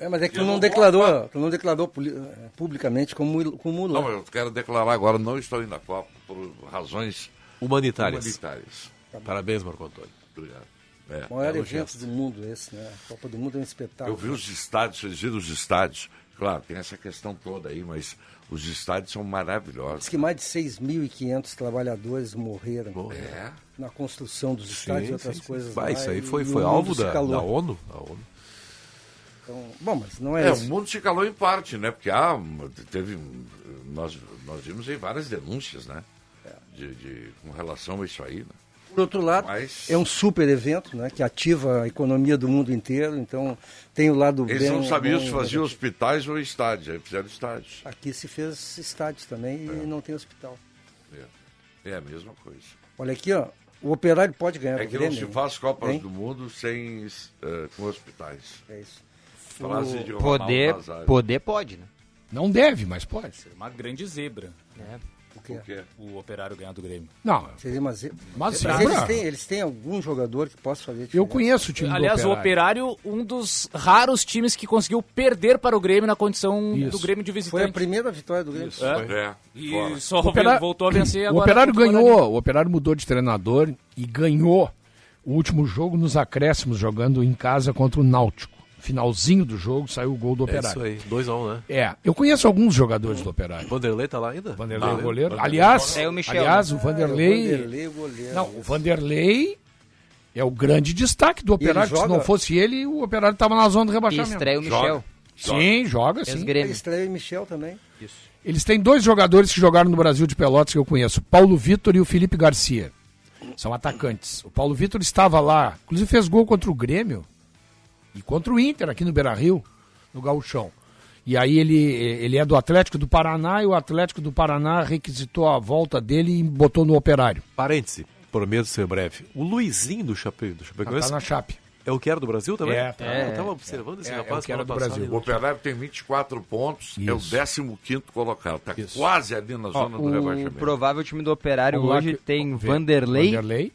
é, mas é que tu eu não, não vou declarou, tu não declarou poli- eh, publicamente como, como o Lan. Não, eu quero declarar agora, não estou indo à Copa por razões humanitárias. humanitárias. Parabéns, Marco Antônio. Obrigado. É. O maior é um evento gesto. do mundo esse, né? A Copa do Mundo é um Tá. espetáculo. Eu vi os estádios, vocês viram os estádios. Claro, tem essa questão toda aí, mas os estádios são Diz maravilhosos. que mais de 6.500 trabalhadores morreram É. na construção dos estádios e outras coisas. Bah, lá, isso aí e- foi, e foi o alvo mundo se da, calou. da ONU. Da ONU. Então, bom, mas não é, É, o isso. mundo se calou em parte, né? Porque ah, teve. Nós, nós vimos aí várias denúncias, né? É. De, de- com relação a isso aí, né? Por outro lado, Mas- é um super evento né, que ativa a economia do mundo inteiro. Então, tem o lado Eles bem... não sabiam se bom- faziam hospitais ou estádios, aí fizeram estádios. Aqui se fez estádio também e não tem hospital. É, É a mesma coisa. Olha aqui, ó. O operário pode ganhar É do que não se Grêmio, né? faz Copas Hein? do Mundo sem eh, com hospitais. É isso. Frase de Ronaldo Poder, Nazário. poder pode, né? Não deve, mas pode. Uma grande zebra É. O quê? Por quê? o operário ganhar do Grêmio. Não, Seria uma ze- Mas Mas zebra- eles têm, eles têm algum jogador que possa fazer eu diferença? conheço o time Aliás, do o Operário, um dos raros times que conseguiu perder para o Grêmio na condição Isso. do Grêmio de Foi a visitante. primeira vitória do Grêmio. É, E fora. só O Operário- voltou a vencer O agora. Operário contra o ganhou, Guarani. o Operário mudou de treinador e ganhou o último jogo nos acréscimos, jogando em casa contra o Náutico. Finalzinho do jogo, saiu o gol do É isso Operário. aí. 2x1, né? É, eu conheço alguns jogadores do Operário. Vanderlei tá lá ainda? Vanderlei, é Não. goleiro. Vanderlei. Aliás, É o Michel, aliás, o Ah, é Vanderlei... o Vanderlei, o goleiro. Não, um o Vanderlei é o grande destaque do Operário. que Se joga? não fosse ele, o Operário estava na zona do E rebaixamento. estreia o Michel. Joga. Sim, joga, Ex sim. Ele Grêmio. estreia e Michel também. Eles têm dois jogadores que jogaram no Brasil de Pelotas que eu conheço, Paulo Vitor e o Felipe Garcia. São atacantes. O Paulo Vitor estava lá, inclusive fez gol contra o Grêmio e contra o Inter aqui no Beira-Rio, no Gauchão. E aí ele, ele é do Atlético do Paraná e o Atlético do Paraná requisitou a volta dele e botou no Operário. Parêntese, prometo ser breve. O Luizinho do, Chape, do Tá Chapecoense na chape. é o que era do Brasil também? É, tá. Eu tava observando esse É, rapaz é o que era semana do passada Brasil. e O não- Operário tem 24 pontos, é Isso. o 15 colocado. Está quase ali na zona do O rebaixamento. um provável time do Operário Vamos lá hoje que- tem vamos ver. Vanderlei, Vanderlei.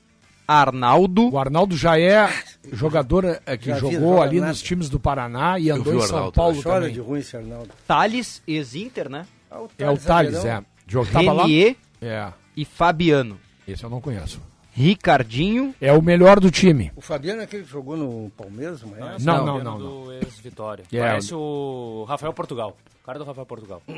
Arnaldo, O Arnaldo já é jogador eh, que Já vi, jogou joga ali nada. nos times do Paraná e andou em vi o São Arnaldo, Paulo Chora também. de ruim esse Arnaldo. Thales, ex-Inter, né? Ah, É o Thales, é. Zagueirão. Jogava lá. Renier É, e Fabiano. esse eu não conheço. Ricardinho, É o melhor do time. O Fabiano é aquele que jogou no Palmeiras, mas é? Não, Esse não, é o não, do ex-Vitória. É. Parece o Rafael Portugal. O cara do Rafael Portugal.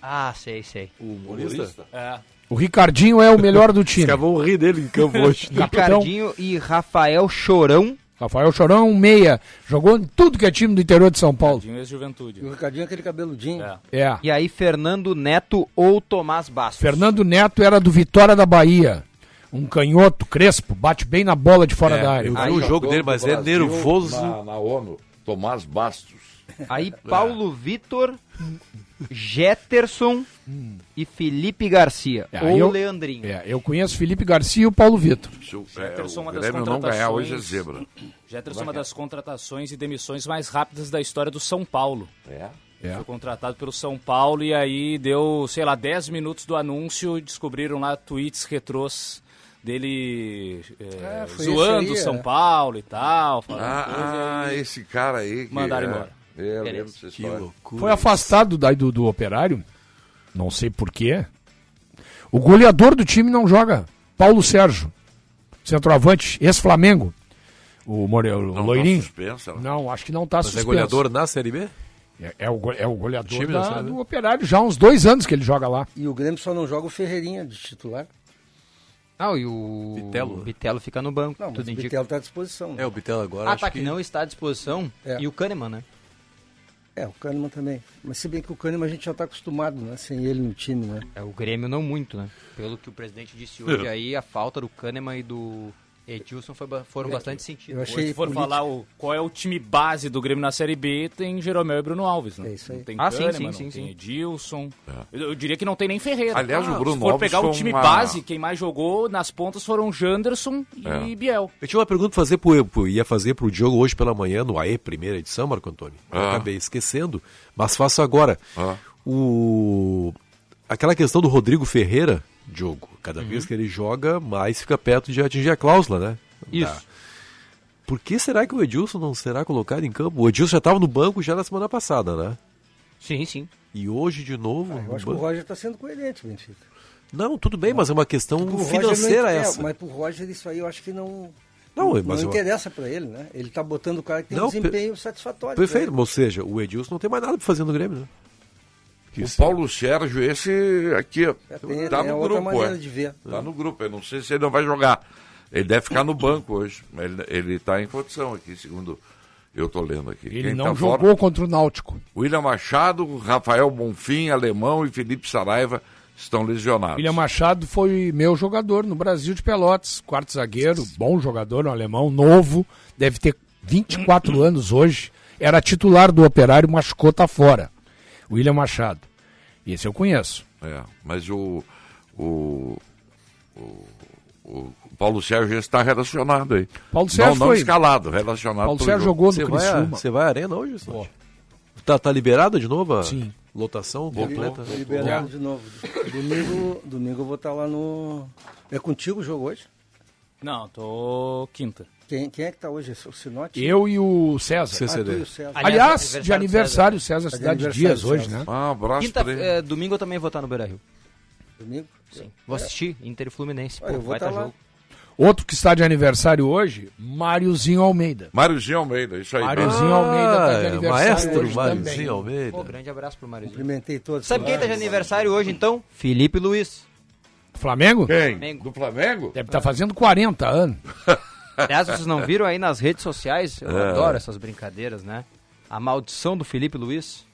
Ah, sei, sei. O humorista? É. O Ricardinho é o melhor do Os time. caras vão rir dele em campo hoje. Capitão. Ricardinho e Rafael Chorão. Rafael Chorão, um meia. Jogou em tudo que é time do interior de São Paulo. Tinha ex-juventude. E o Ricardinho é aquele cabeludinho. É. É. E aí Fernando Neto ou Tomás Bastos. Fernando Neto era do Vitória da Bahia. Um canhoto crespo, bate bem na bola de fora É, da área. eu Aí, vi o ó, jogo dele, mas é nervoso. Na, na ONU, Tomás Bastos. Aí Paulo Vitor, Jetterson e Felipe Garcia. É, ou eu- Leandrinho. É, eu conheço Felipe Garcia e o Paulo Vitor. Se o, é, Peterson, o uma das Grêmio não ganhar contratações- hoje é zebra. Jetterson é uma das contratações e demissões mais rápidas da história do São Paulo. É. É. Foi contratado pelo São Paulo e aí deu, sei lá, 10 minutos do anúncio, descobriram lá tweets retrôs dele eh, Ah, foi esse zoando aí, o São é. Paulo e tal, falando coisa. Ah, ah, esse cara aí. que Mandaram é- embora. É, eu lembro dessa Que história. loucura. Foi afastado daí do, do operário. Não sei porquê. O goleador do time não joga. Paulo Sérgio. Centroavante, ex-Flamengo. É O, More- o Não, tá Loirinho. suspensa, né? não, acho que não está Mas é suspenso. goleador na Série B? É, é o, go- é o goleador Time da- da Série B. do Operário já há uns dois anos que ele joga lá. E o Grêmio só não joga o Ferreirinha de titular. Não, Ah, e o Bitelo. Bitelo fica no banco. Não, mas tudo o indica. Bitelo está à disposição. né? É, o Bitelo agora. Ah, acho tá, que não está à disposição. É. E o Kahneman, né? É, o Kahneman também. Mas se bem que o Kahneman a gente já está acostumado, né? Sem ele no time, né? É, o Grêmio não muito, né? Pelo que o presidente disse hoje aí, a falta do Kahneman e do Edilson foi ba- foram bastante Eu sentidas. achei Se for politi- falar o, qual é o time base do Grêmio na Série B, tem Jeromel e Bruno Alves, né? É isso aí. Não tem Ah, ah, sim, Kahneman, sim, não sim, tem sim. Edilson. Eu, eu diria que não tem nem Ferreira. É. Ah, Aliás, o Bruno Se for Alves pegar o foi time uma- base, quem mais jogou nas pontas foram Janderson e É. Biel. Eu tinha uma pergunta pra fazer pro, pro- ia fazer pro Diogo hoje pela manhã, no AE, primeira edição, Marco Antônio. Eu Ah. Acabei esquecendo, mas faço agora. Ah. O... Aquela questão do Rodrigo Ferreira, Diogo, cada vez Uhum. que ele joga, mais fica perto de atingir a cláusula, né? Isso. Da- Por que será que o Edilson não será colocado em campo? O Edilson já estava no banco já na semana passada, né? Sim, sim. E hoje de novo. Ah, Eu no acho que o banco- Roger está sendo coerente, Benfica. Não, tudo bem, mas é uma questão Pro Roger financeira não inter- é, essa. mas pro Roger isso aí eu acho que não. Não, Não, mas eu- interessa pra ele, né? Ele tá botando o cara que tem Não, um desempenho satisfatório. né? Perfeito, pra ou seja, o Edilson não tem mais nada pra fazer no Grêmio, né? Que O se- Paulo Sérgio, é esse aqui, É, tem- tá é no outra grupo, maneira é. de ver. Tá no grupo, eu não sei se ele não vai jogar. Ele deve ficar no banco hoje. Ele, ele tá em condição aqui, segundo eu tô lendo aqui. Ele Quem não tá jogou fora, contra o Náutico. William Machado, Rafael Bonfim, Alemão e Felipe Saraiva estão lesionados. William Machado foi meu jogador no Brasil de Pelotas, quarto zagueiro, bom jogador, um alemão novo, deve ter 24 anos hoje, era titular do Operário, machucou, tá fora. William Machado. Esse eu conheço. É, mas o, o, o- o Paulo Sérgio está relacionado aí. Paulo Sérgio não, não foi- escalado, relacionado. Paulo pro Sérgio jogo. jogou Você no vai, à- Criciúma. você vai à arena hoje, Sérgio? Tá, tá liberada de novo a Sim. lotação ele. completa? Li- Liberado de novo. Domingo, domingo eu vou estar lá no. É contigo o jogo hoje? Não, tô quinta. Quem, quem é que tá hoje? O Sinote? Eu e o César. Você- Ah, tu CD. e o Celso. Ali- Aliás, de aniversário aniversário, Tá César de Cidade de aniversário, Dias hoje, César. né? Ah, um abraço Quinta, pra ele. é, domingo eu também vou estar no Beira Rio. Domingo? Vou assistir Inter e Fluminense. Ah, eu Pô, vou vai estar estar lá. jogo. Outro que está de aniversário hoje, Máriozinho Almeida. Máriozinho Almeida, isso aí. Máriozinho. né? Almeida tá de é, aniversário maestro hoje também. Máriozinho Pô, Almeida. grande abraço pro Máriozinho. Cumprimentei todos. Sabe quem tá de aniversário hoje, então? Felipe Luiz. Flamengo? Quem? Flamengo. Do Flamengo? Deve estar fazendo 40 anos. Aliás, vocês não viram aí nas redes sociais? Eu É. adoro essas brincadeiras, né? A maldição do Felipe Luiz.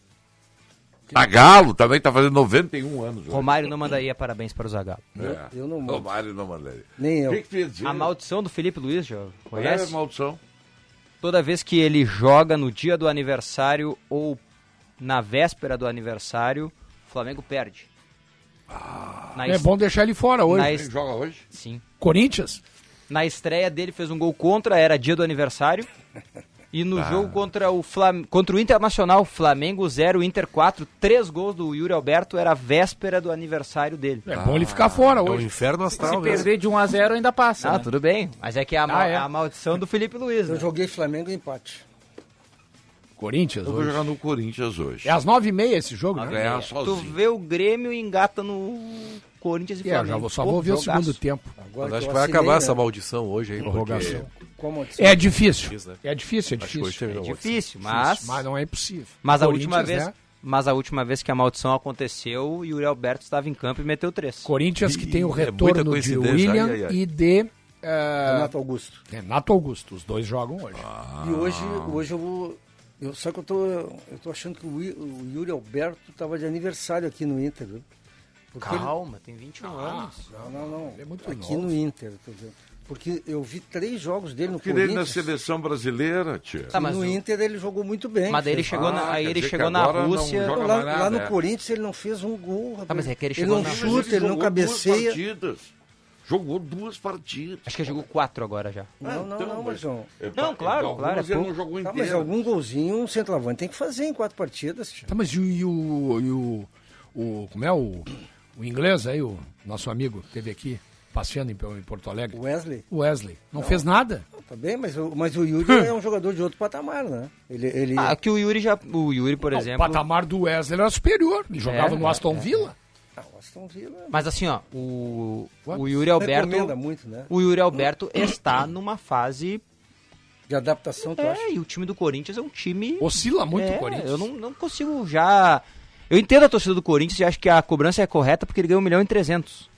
Zagalo Tá também está fazendo 91 anos. hoje. Romário não manda aí é parabéns para o Zagallo. É. Eu não mando. Romário não mandei. Nem eu. que fez? A maldição do Felipe Luiz, já Conhece? É, conhece? maldição. Toda vez que ele joga no dia do aniversário ou na véspera do aniversário, o Flamengo perde. Na É es- bom deixar ele fora hoje. na Quem es- Ah. joga hoje? Sim. Corinthians? Na estreia dele fez um gol contra, era dia do aniversário. E Tá. no jogo contra o, Flam... contra o Internacional, Flamengo 0, Inter 4, três gols do Yuri Alberto, era a véspera do aniversário dele. É bom ele ficar fora É um hoje. inferno Se astral, mesmo. perder de 1 a 0 ainda passa. Ah, né? tudo bem, mas é que é a, ma- é. a maldição do Felipe Luiz. né? Eu joguei Flamengo e empate. Corinthians Eu vou hoje. jogar no Corinthians hoje. É às nove e meia esse jogo, né? É, Ganhar Tu sozinho. vê o Grêmio e engata no Corinthians e É, eu Flamengo. já vou, só Pô, vou ver o jogaço. segundo tempo. Agora Mas acho eu que vai assinei, acabar né? essa maldição hoje aí. Prorrogação. porque- Como adição? É difícil. Difícil, né? É difícil, é Acho que hoje difícil. terminou. Difícil, mas, Mas mas, não é impossível. a última Corinthians, vez, né? mas a última vez que a maldição aconteceu, Yuri Alberto estava em campo e meteu três. Corinthians que tem o Ih, é muita retorno de coincidência. William Ai, ai, ai. e de eh, Renato Augusto. Renato Augusto. Os dois jogam hoje. Ah. E hoje, hoje eu vou. Eu, só que eu tô, eu tô achando que o, I- o Yuri Alberto tava de aniversário aqui no Inter. viu? Porque ele- Calma, tem 21 anos. Ah, não, não, não. é muito aqui no Inter, tô dizendo. Porque eu vi três jogos dele no Que ele na Corinthians. seleção brasileira, tia. Tá, e mas, no o- Inter ele jogou muito bem. mas daí ele fez- chegou na, Ah, aí quer ele dizer que chegou na agora não Rússia. joga lá, mais nada, lá no é. Corinthians ele não fez um gol, rapaz. Tá, mas é que ele ele chegou não na- chuta, ele não jogou um Duas cabeceia. partidas. Jogou duas partidas. Acho que ele jogou quatro agora já. Não, não, Então, não, mas não. é, Não, claro, algumas claro, é Ele não pouco. jogou Tá, mas inteiro. né? algum golzinho um centroavante tem que fazer em quatro partidas. tio. Tá, mas e o, e o, e o- o- Como é o, o inglês aí, o nosso amigo, que teve aqui, passeando em, em Porto Alegre? O Wesley. O Wesley. não fez nada. Tá bem, mas, o- mas o Yuri é um jogador de outro patamar, né? Ele, ele... Ah, que o Yuri já. O Yuri, por Não, exemplo. O patamar do Wesley era superior. Ele jogava É, no Aston Villa. Ah, o Aston Villa Mas assim, ó, o, o Yuri Alberto. recomenda muito, né? O Yuri Alberto está numa fase De adaptação, tu acha? É, e o time do Corinthians é um time. Oscila muito É, o Corinthians. Eu não, não consigo já. Eu entendo a torcida do Corinthians e acho que a cobrança é correta porque ele ganhou 1 milhão e 300.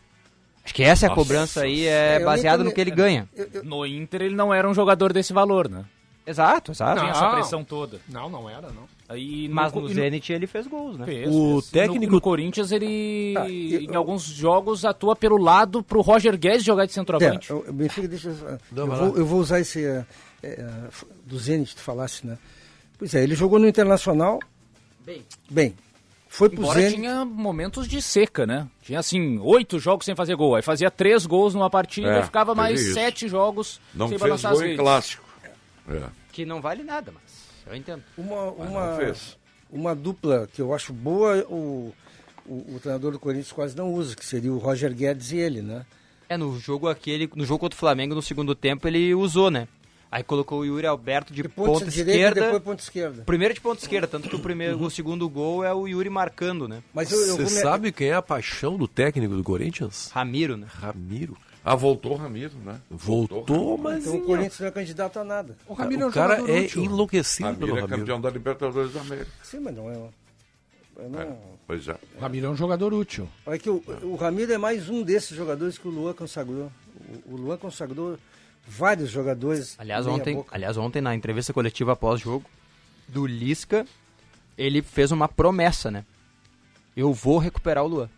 Acho que essa é a Nossa cobrança aí, É, é eu baseada nem no que ele também- ganha. Eu- eu- No Inter ele não era um jogador desse valor, né? Exato, exato. Tinha Não. essa pressão toda. Não, não era, não. Aí, Mas co- no e Zenit ele fez gols, né? Fez, O fez. técnico- No, no Corinthians, ele Tá, Ah, eu- em alguns jogos atua pelo lado pro Roger Guedes jogar de É, centroavante. eu- eu- Benfica, deixa eu falar. Não, eu, vai vou, lá. eu vou usar esse eh, eh, f- do Zenit que tu falasse, né? Pois é, ele jogou no Internacional. Bem. Bem. Foi pro Embora Zenit. tinha momentos de seca, né? Tinha assim, oito jogos sem fazer gol. Aí fazia três gols numa partida É, e ficava teve mais isso. sete jogos Não sem fez balançar as gol em redes. clássico. É. Que não vale nada, mas. Eu entendo. Uma, Ah, não uma, fez. uma dupla que eu acho boa, o, o, o treinador do Corinthians quase não usa, que seria o Roger Guedes e ele, né? É, no jogo aquele, no jogo contra o Flamengo, no segundo tempo, ele usou, né? Aí colocou o Yuri Alberto de, ponta, direita e esquerda. depois ponta esquerda. Primeiro de ponta esquerda, tanto que o, primeiro, o segundo gol é o Yuri marcando, né? Mas eu, eu Você vou me- sabe quem é a paixão do técnico do Corinthians? Ramiro, né? Ramiro. Ah, voltou o Ramiro, né? Voltou, mas Então o Corinthians não é candidato a nada. Ah, O Ramiro é o um cara jogador é útil. enlouquecido Ramiro é pelo Ramiro. campeão da Libertadores da América. Sim, mas não é. eu não- Pois é. O Ramiro é um jogador útil. Olha que o, o Ramiro é mais um desses jogadores que o Luan consagrou. O, o Luan consagrou vários jogadores. Aliás, meia ontem, boca. aliás, ontem na entrevista coletiva após jogo do Lisca, ele fez uma promessa, né? Eu vou recuperar o Luan.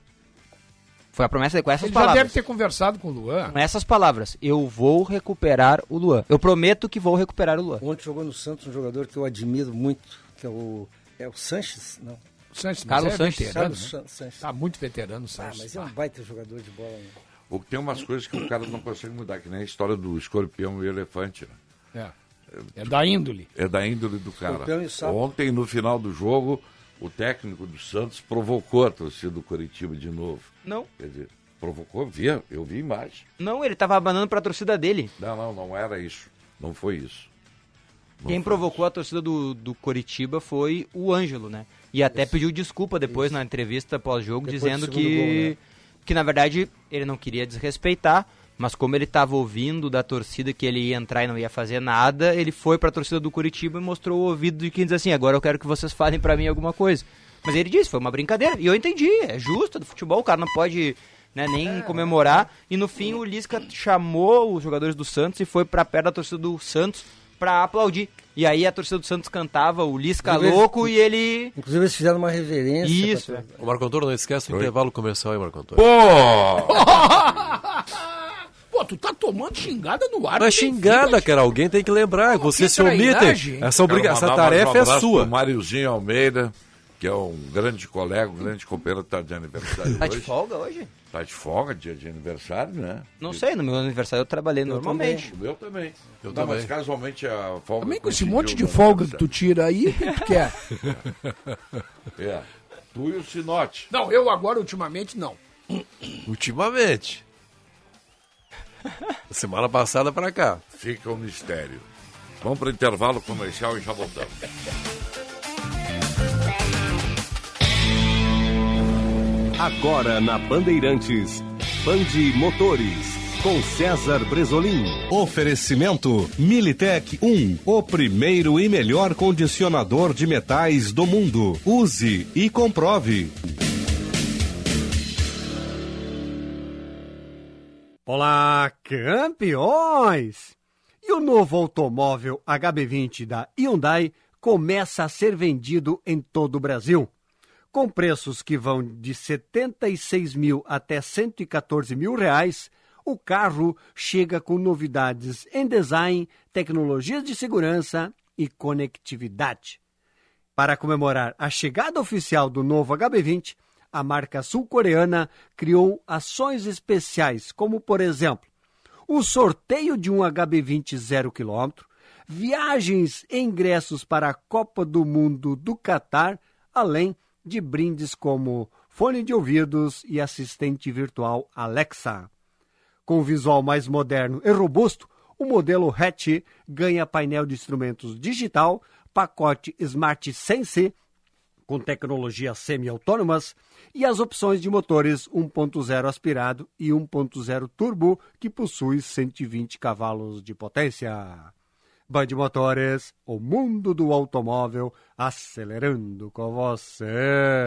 Foi a promessa com essas Ele já palavras. é? deve ter conversado com o Luan. Com essas palavras, eu vou recuperar o Luan. Eu prometo que vou recuperar o Luan. Ontem jogou no Santos um jogador que eu admiro muito, que é o. É o Sanches? Não. O Sanches, mas Carlos é Sanches. veterano, Carlos né? San- Sanches. Tá muito veterano o Ah, Sanches. tá. mas é um baita jogador de bola. Né? O que tem umas coisas que o cara não consegue mudar, que nem a história do escorpião e o elefante, né? É. É da índole. É da índole do cara. Escorpião e sapo. Ontem, no final do jogo, o técnico do Santos provocou a torcida do Curitiba de novo. Não, Quer dizer, provocou, via, eu vi imagem. não, ele tava abanando pra torcida dele. Não, não, não era isso. Não foi isso. Não Quem foi provocou a torcida do, do Coritiba foi o Ângelo, né? E até pediu desculpa depois na entrevista pós-jogo, Depois dizendo do segundo que, gol, né? que, na verdade, ele não queria desrespeitar, mas como ele estava ouvindo da torcida que ele ia entrar e não ia fazer nada, ele foi pra torcida do Curitiba e mostrou o ouvido de quem diz assim: agora eu quero que vocês falem pra mim alguma coisa. Mas ele disse, foi uma brincadeira. E eu entendi, é justo, é do futebol, o cara não pode né, nem comemorar. E no fim o Lisca chamou os jogadores do Santos e foi pra perto da torcida do Santos pra aplaudir. E aí a torcida do Santos cantava o Lisca Inclusive, louco e ele. Inclusive, eles fizeram uma reverência. Isso, pra- é. O Marco Antônio, não esquece o Oi. intervalo comercial aí, Marco Antônio. Pô! Pô, tu tá tomando xingada no ar. Não é do Benfica, xingada, cara. Alguém tem que lembrar. Você que é se omite. trairagem. Essa, obriga... Quero Essa mandar mais um tarefa é abraço sua. pro Máriozinho Almeida, que é um grande colega, um grande companheiro, tá de aniversário Tá de hoje. folga hoje? Tá de folga, dia de aniversário, né? Não sei, no meu aniversário eu trabalhei normalmente. O meu também. Eu também. Mas casualmente a folga. Também com esse coincidiu monte de no folga que tu aniversário. tira aí, o que tu quer? É. Tu e o Sinote. Não, eu agora, ultimamente, não. Ultimamente. Semana passada pra cá. Fica um mistério. Vamos para intervalo comercial e já voltamos. Agora na Bandeirantes, Bande Motores, com César Bresolim. Oferecimento Militec 1, o primeiro e melhor condicionador de metais do mundo. Use e comprove. Olá, campeões! E o novo automóvel HB20 da Hyundai começa a ser vendido em todo o Brasil. Com preços que vão de 76 mil até 114 mil reais, o carro chega com novidades em design, tecnologias de segurança e conectividade. Para comemorar a chegada oficial do novo HB20, a marca sul-coreana criou ações especiais, como, por exemplo, o sorteio de um HB20 zero quilômetro, viagens e ingressos para a Copa do Mundo do Catar, além de brindes como fone de ouvidos e assistente virtual Alexa. Com um visual mais moderno e robusto, o modelo hatch ganha painel de instrumentos digital, pacote Smart Sense com tecnologias semi-autônomas e as opções de motores 1.0 aspirado e 1.0 turbo que possui 120 cavalos de potência. Band Motores, o mundo do automóvel acelerando com você.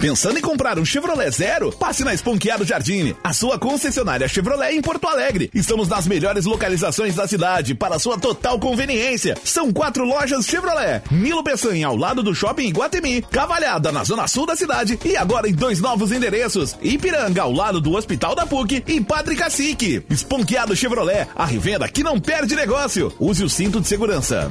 Pensando em comprar um Chevrolet Zero? Passe na Esponqueado Jardine, a sua concessionária Chevrolet em Porto Alegre. Estamos nas melhores localizações da cidade, para sua total conveniência. São quatro lojas Chevrolet. Nilo Peçanha, ao lado do Shopping Iguatemi. Cavalhada, na zona sul da cidade. E agora em dois novos endereços. Ipiranga, ao lado do Hospital da PUC. E Padre Cacique. Esponqueado Chevrolet, a revenda que não perde negócio. Use o cinto de segurança.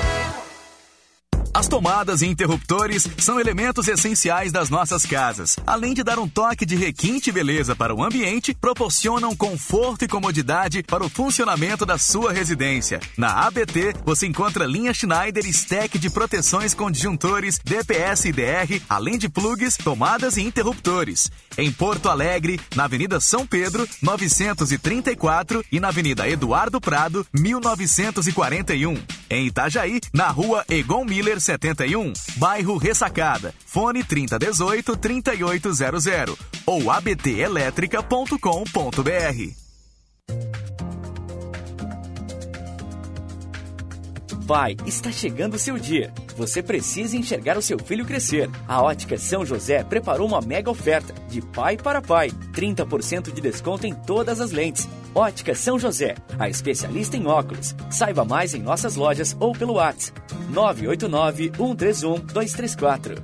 As tomadas e interruptores são elementos essenciais das nossas casas. Além de dar um toque de requinte e beleza para o ambiente, proporcionam conforto e comodidade para o funcionamento da sua residência. Na ABT, você encontra linha Schneider e stack de proteções com disjuntores, DPS e DR, além de plugs, tomadas e interruptores. Em Porto Alegre, na Avenida São Pedro, 934 e na Avenida Eduardo Prado, 1941. Em Itajaí, na Rua Egon Miller 71, bairro Ressacada. Fone 3018 3800 ou abtelétrica.com.br. Pai, está chegando o seu dia. Você precisa enxergar o seu filho crescer. A Ótica São José preparou uma mega oferta de pai para pai. 30% de desconto em todas as lentes. Ótica São José, a especialista em óculos. Saiba mais em nossas lojas ou pelo WhatsApp 989 131 234.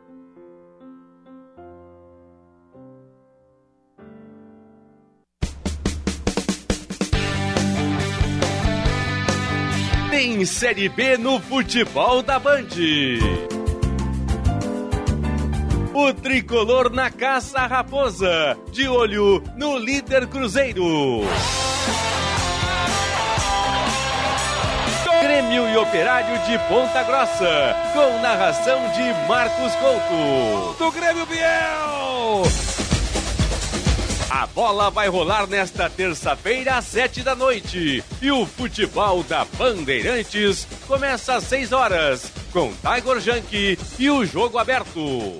Tem Série B no futebol da Band. O tricolor na caça à raposa, de olho no líder Cruzeiro. Grêmio e Operário de Ponta Grossa, com narração de Marcos Couto. Do Grêmio Biel. A bola vai rolar nesta terça-feira às sete da noite. E o futebol da Bandeirantes começa às seis horas, com Tiger Junk e o jogo aberto.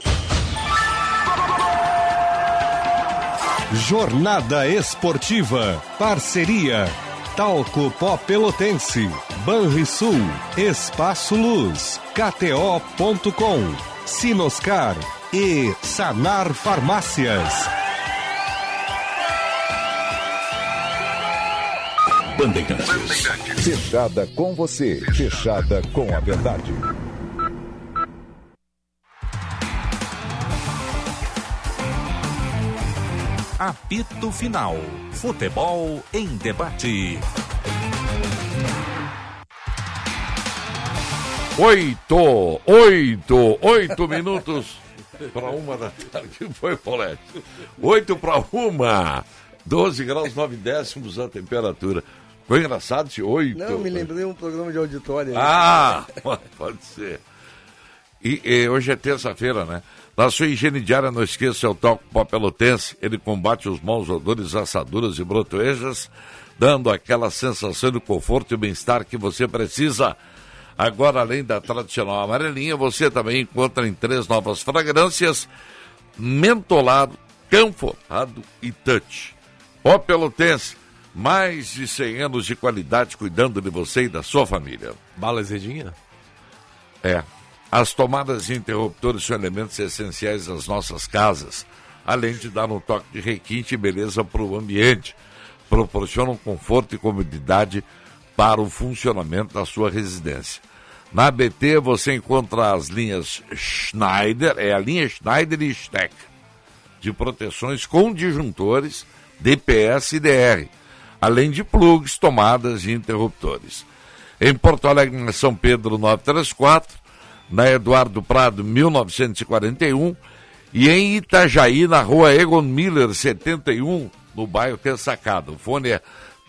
Jornada Esportiva. Parceria. Talco Pó Pelotense. Banrisul. Espaço Luz. KTO.com. Sinoscar. E Sanar Farmácias. Bandeirantes. Fechada com você. Fechada com a verdade. Apito Final. Futebol em debate. 8, 8, 8 minutos para uma da tarde. Que foi, Paulete? 8 para uma. 12 graus, 9 décimos a temperatura. Foi engraçado esse 8. Não, me lembrei um programa de auditório. aí. Ah, pode ser. E, e hoje é terça-feira, né? Na sua higiene diária, não esqueça o talco pó pelotense. Ele combate os maus odores, assaduras e brotoejas, dando aquela sensação de conforto e bem-estar que você precisa. Agora, além da tradicional amarelinha, você também encontra em três novas fragrâncias: mentolado, camfortado e touch. Pó Pelotense, mais de 100 anos de qualidade cuidando de você e da sua família. Bala Zedinha? É. As tomadas e interruptores são elementos essenciais das nossas casas, além de dar um toque de requinte e beleza para o ambiente. Proporcionam conforto e comodidade para o funcionamento da sua residência. Na BT você encontra as linhas Schneider, é a linha Schneider e Steck, de proteções com disjuntores, DPS e DR, além de plugs, tomadas e interruptores. Em Porto Alegre, na São Pedro 934, na Eduardo Prado 1941 e em Itajaí, na rua Egon Miller 71, no bairro Ressacado. O fone é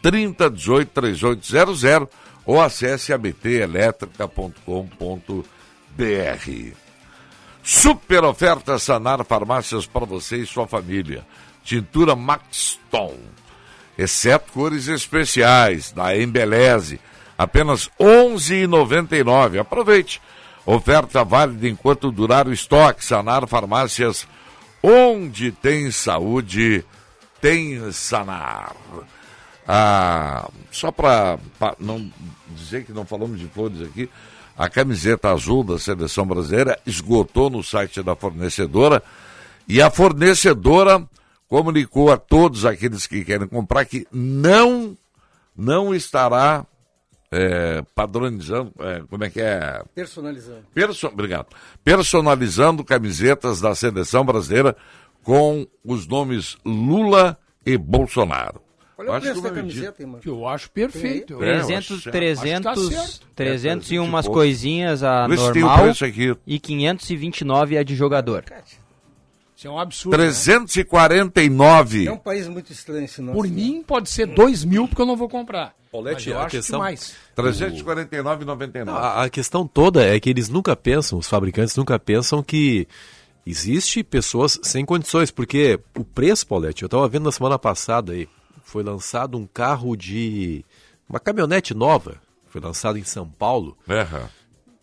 3018-3800 ou acesse abtelétrica.com.br. Super oferta Sanar Farmácias para você e sua família. Tintura Maxton, exceto cores especiais, da Embeleze, apenas R$ 11,99. Aproveite. Oferta válida enquanto durar o estoque. Sanar Farmácias, onde tem saúde, tem Sanar. Ah, só para não dizer que não falamos de flores aqui, a camiseta azul da seleção brasileira esgotou no site da fornecedora e a fornecedora comunicou a todos aqueles que querem comprar que não não estará é, padronizando, é, como é que é? Personalizando. Perso- Obrigado. Personalizando camisetas da seleção brasileira com os nomes Lula e Bolsonaro. Olha o preço da camiseta, hein, mano? Que eu acho perfeito. tá tá 300, 300, 300 e um É, umas boa. coisinhas a Vê se tem o normal preço aqui. e 529 a de jogador. Isso é um absurdo. 349. É um país muito estranho esse nosso. né? Por mim, pode ser 2 mil, porque eu não vou comprar. Mas Paulete, eu a acho questão- que mais. 349,99. A, a questão toda é que eles nunca pensam, os fabricantes nunca pensam que existe pessoas sem condições, porque o preço, Paulette, eu estava vendo na semana passada aí, foi lançado um carro de. uma caminhonete nova, foi lançado em São Paulo, Erra.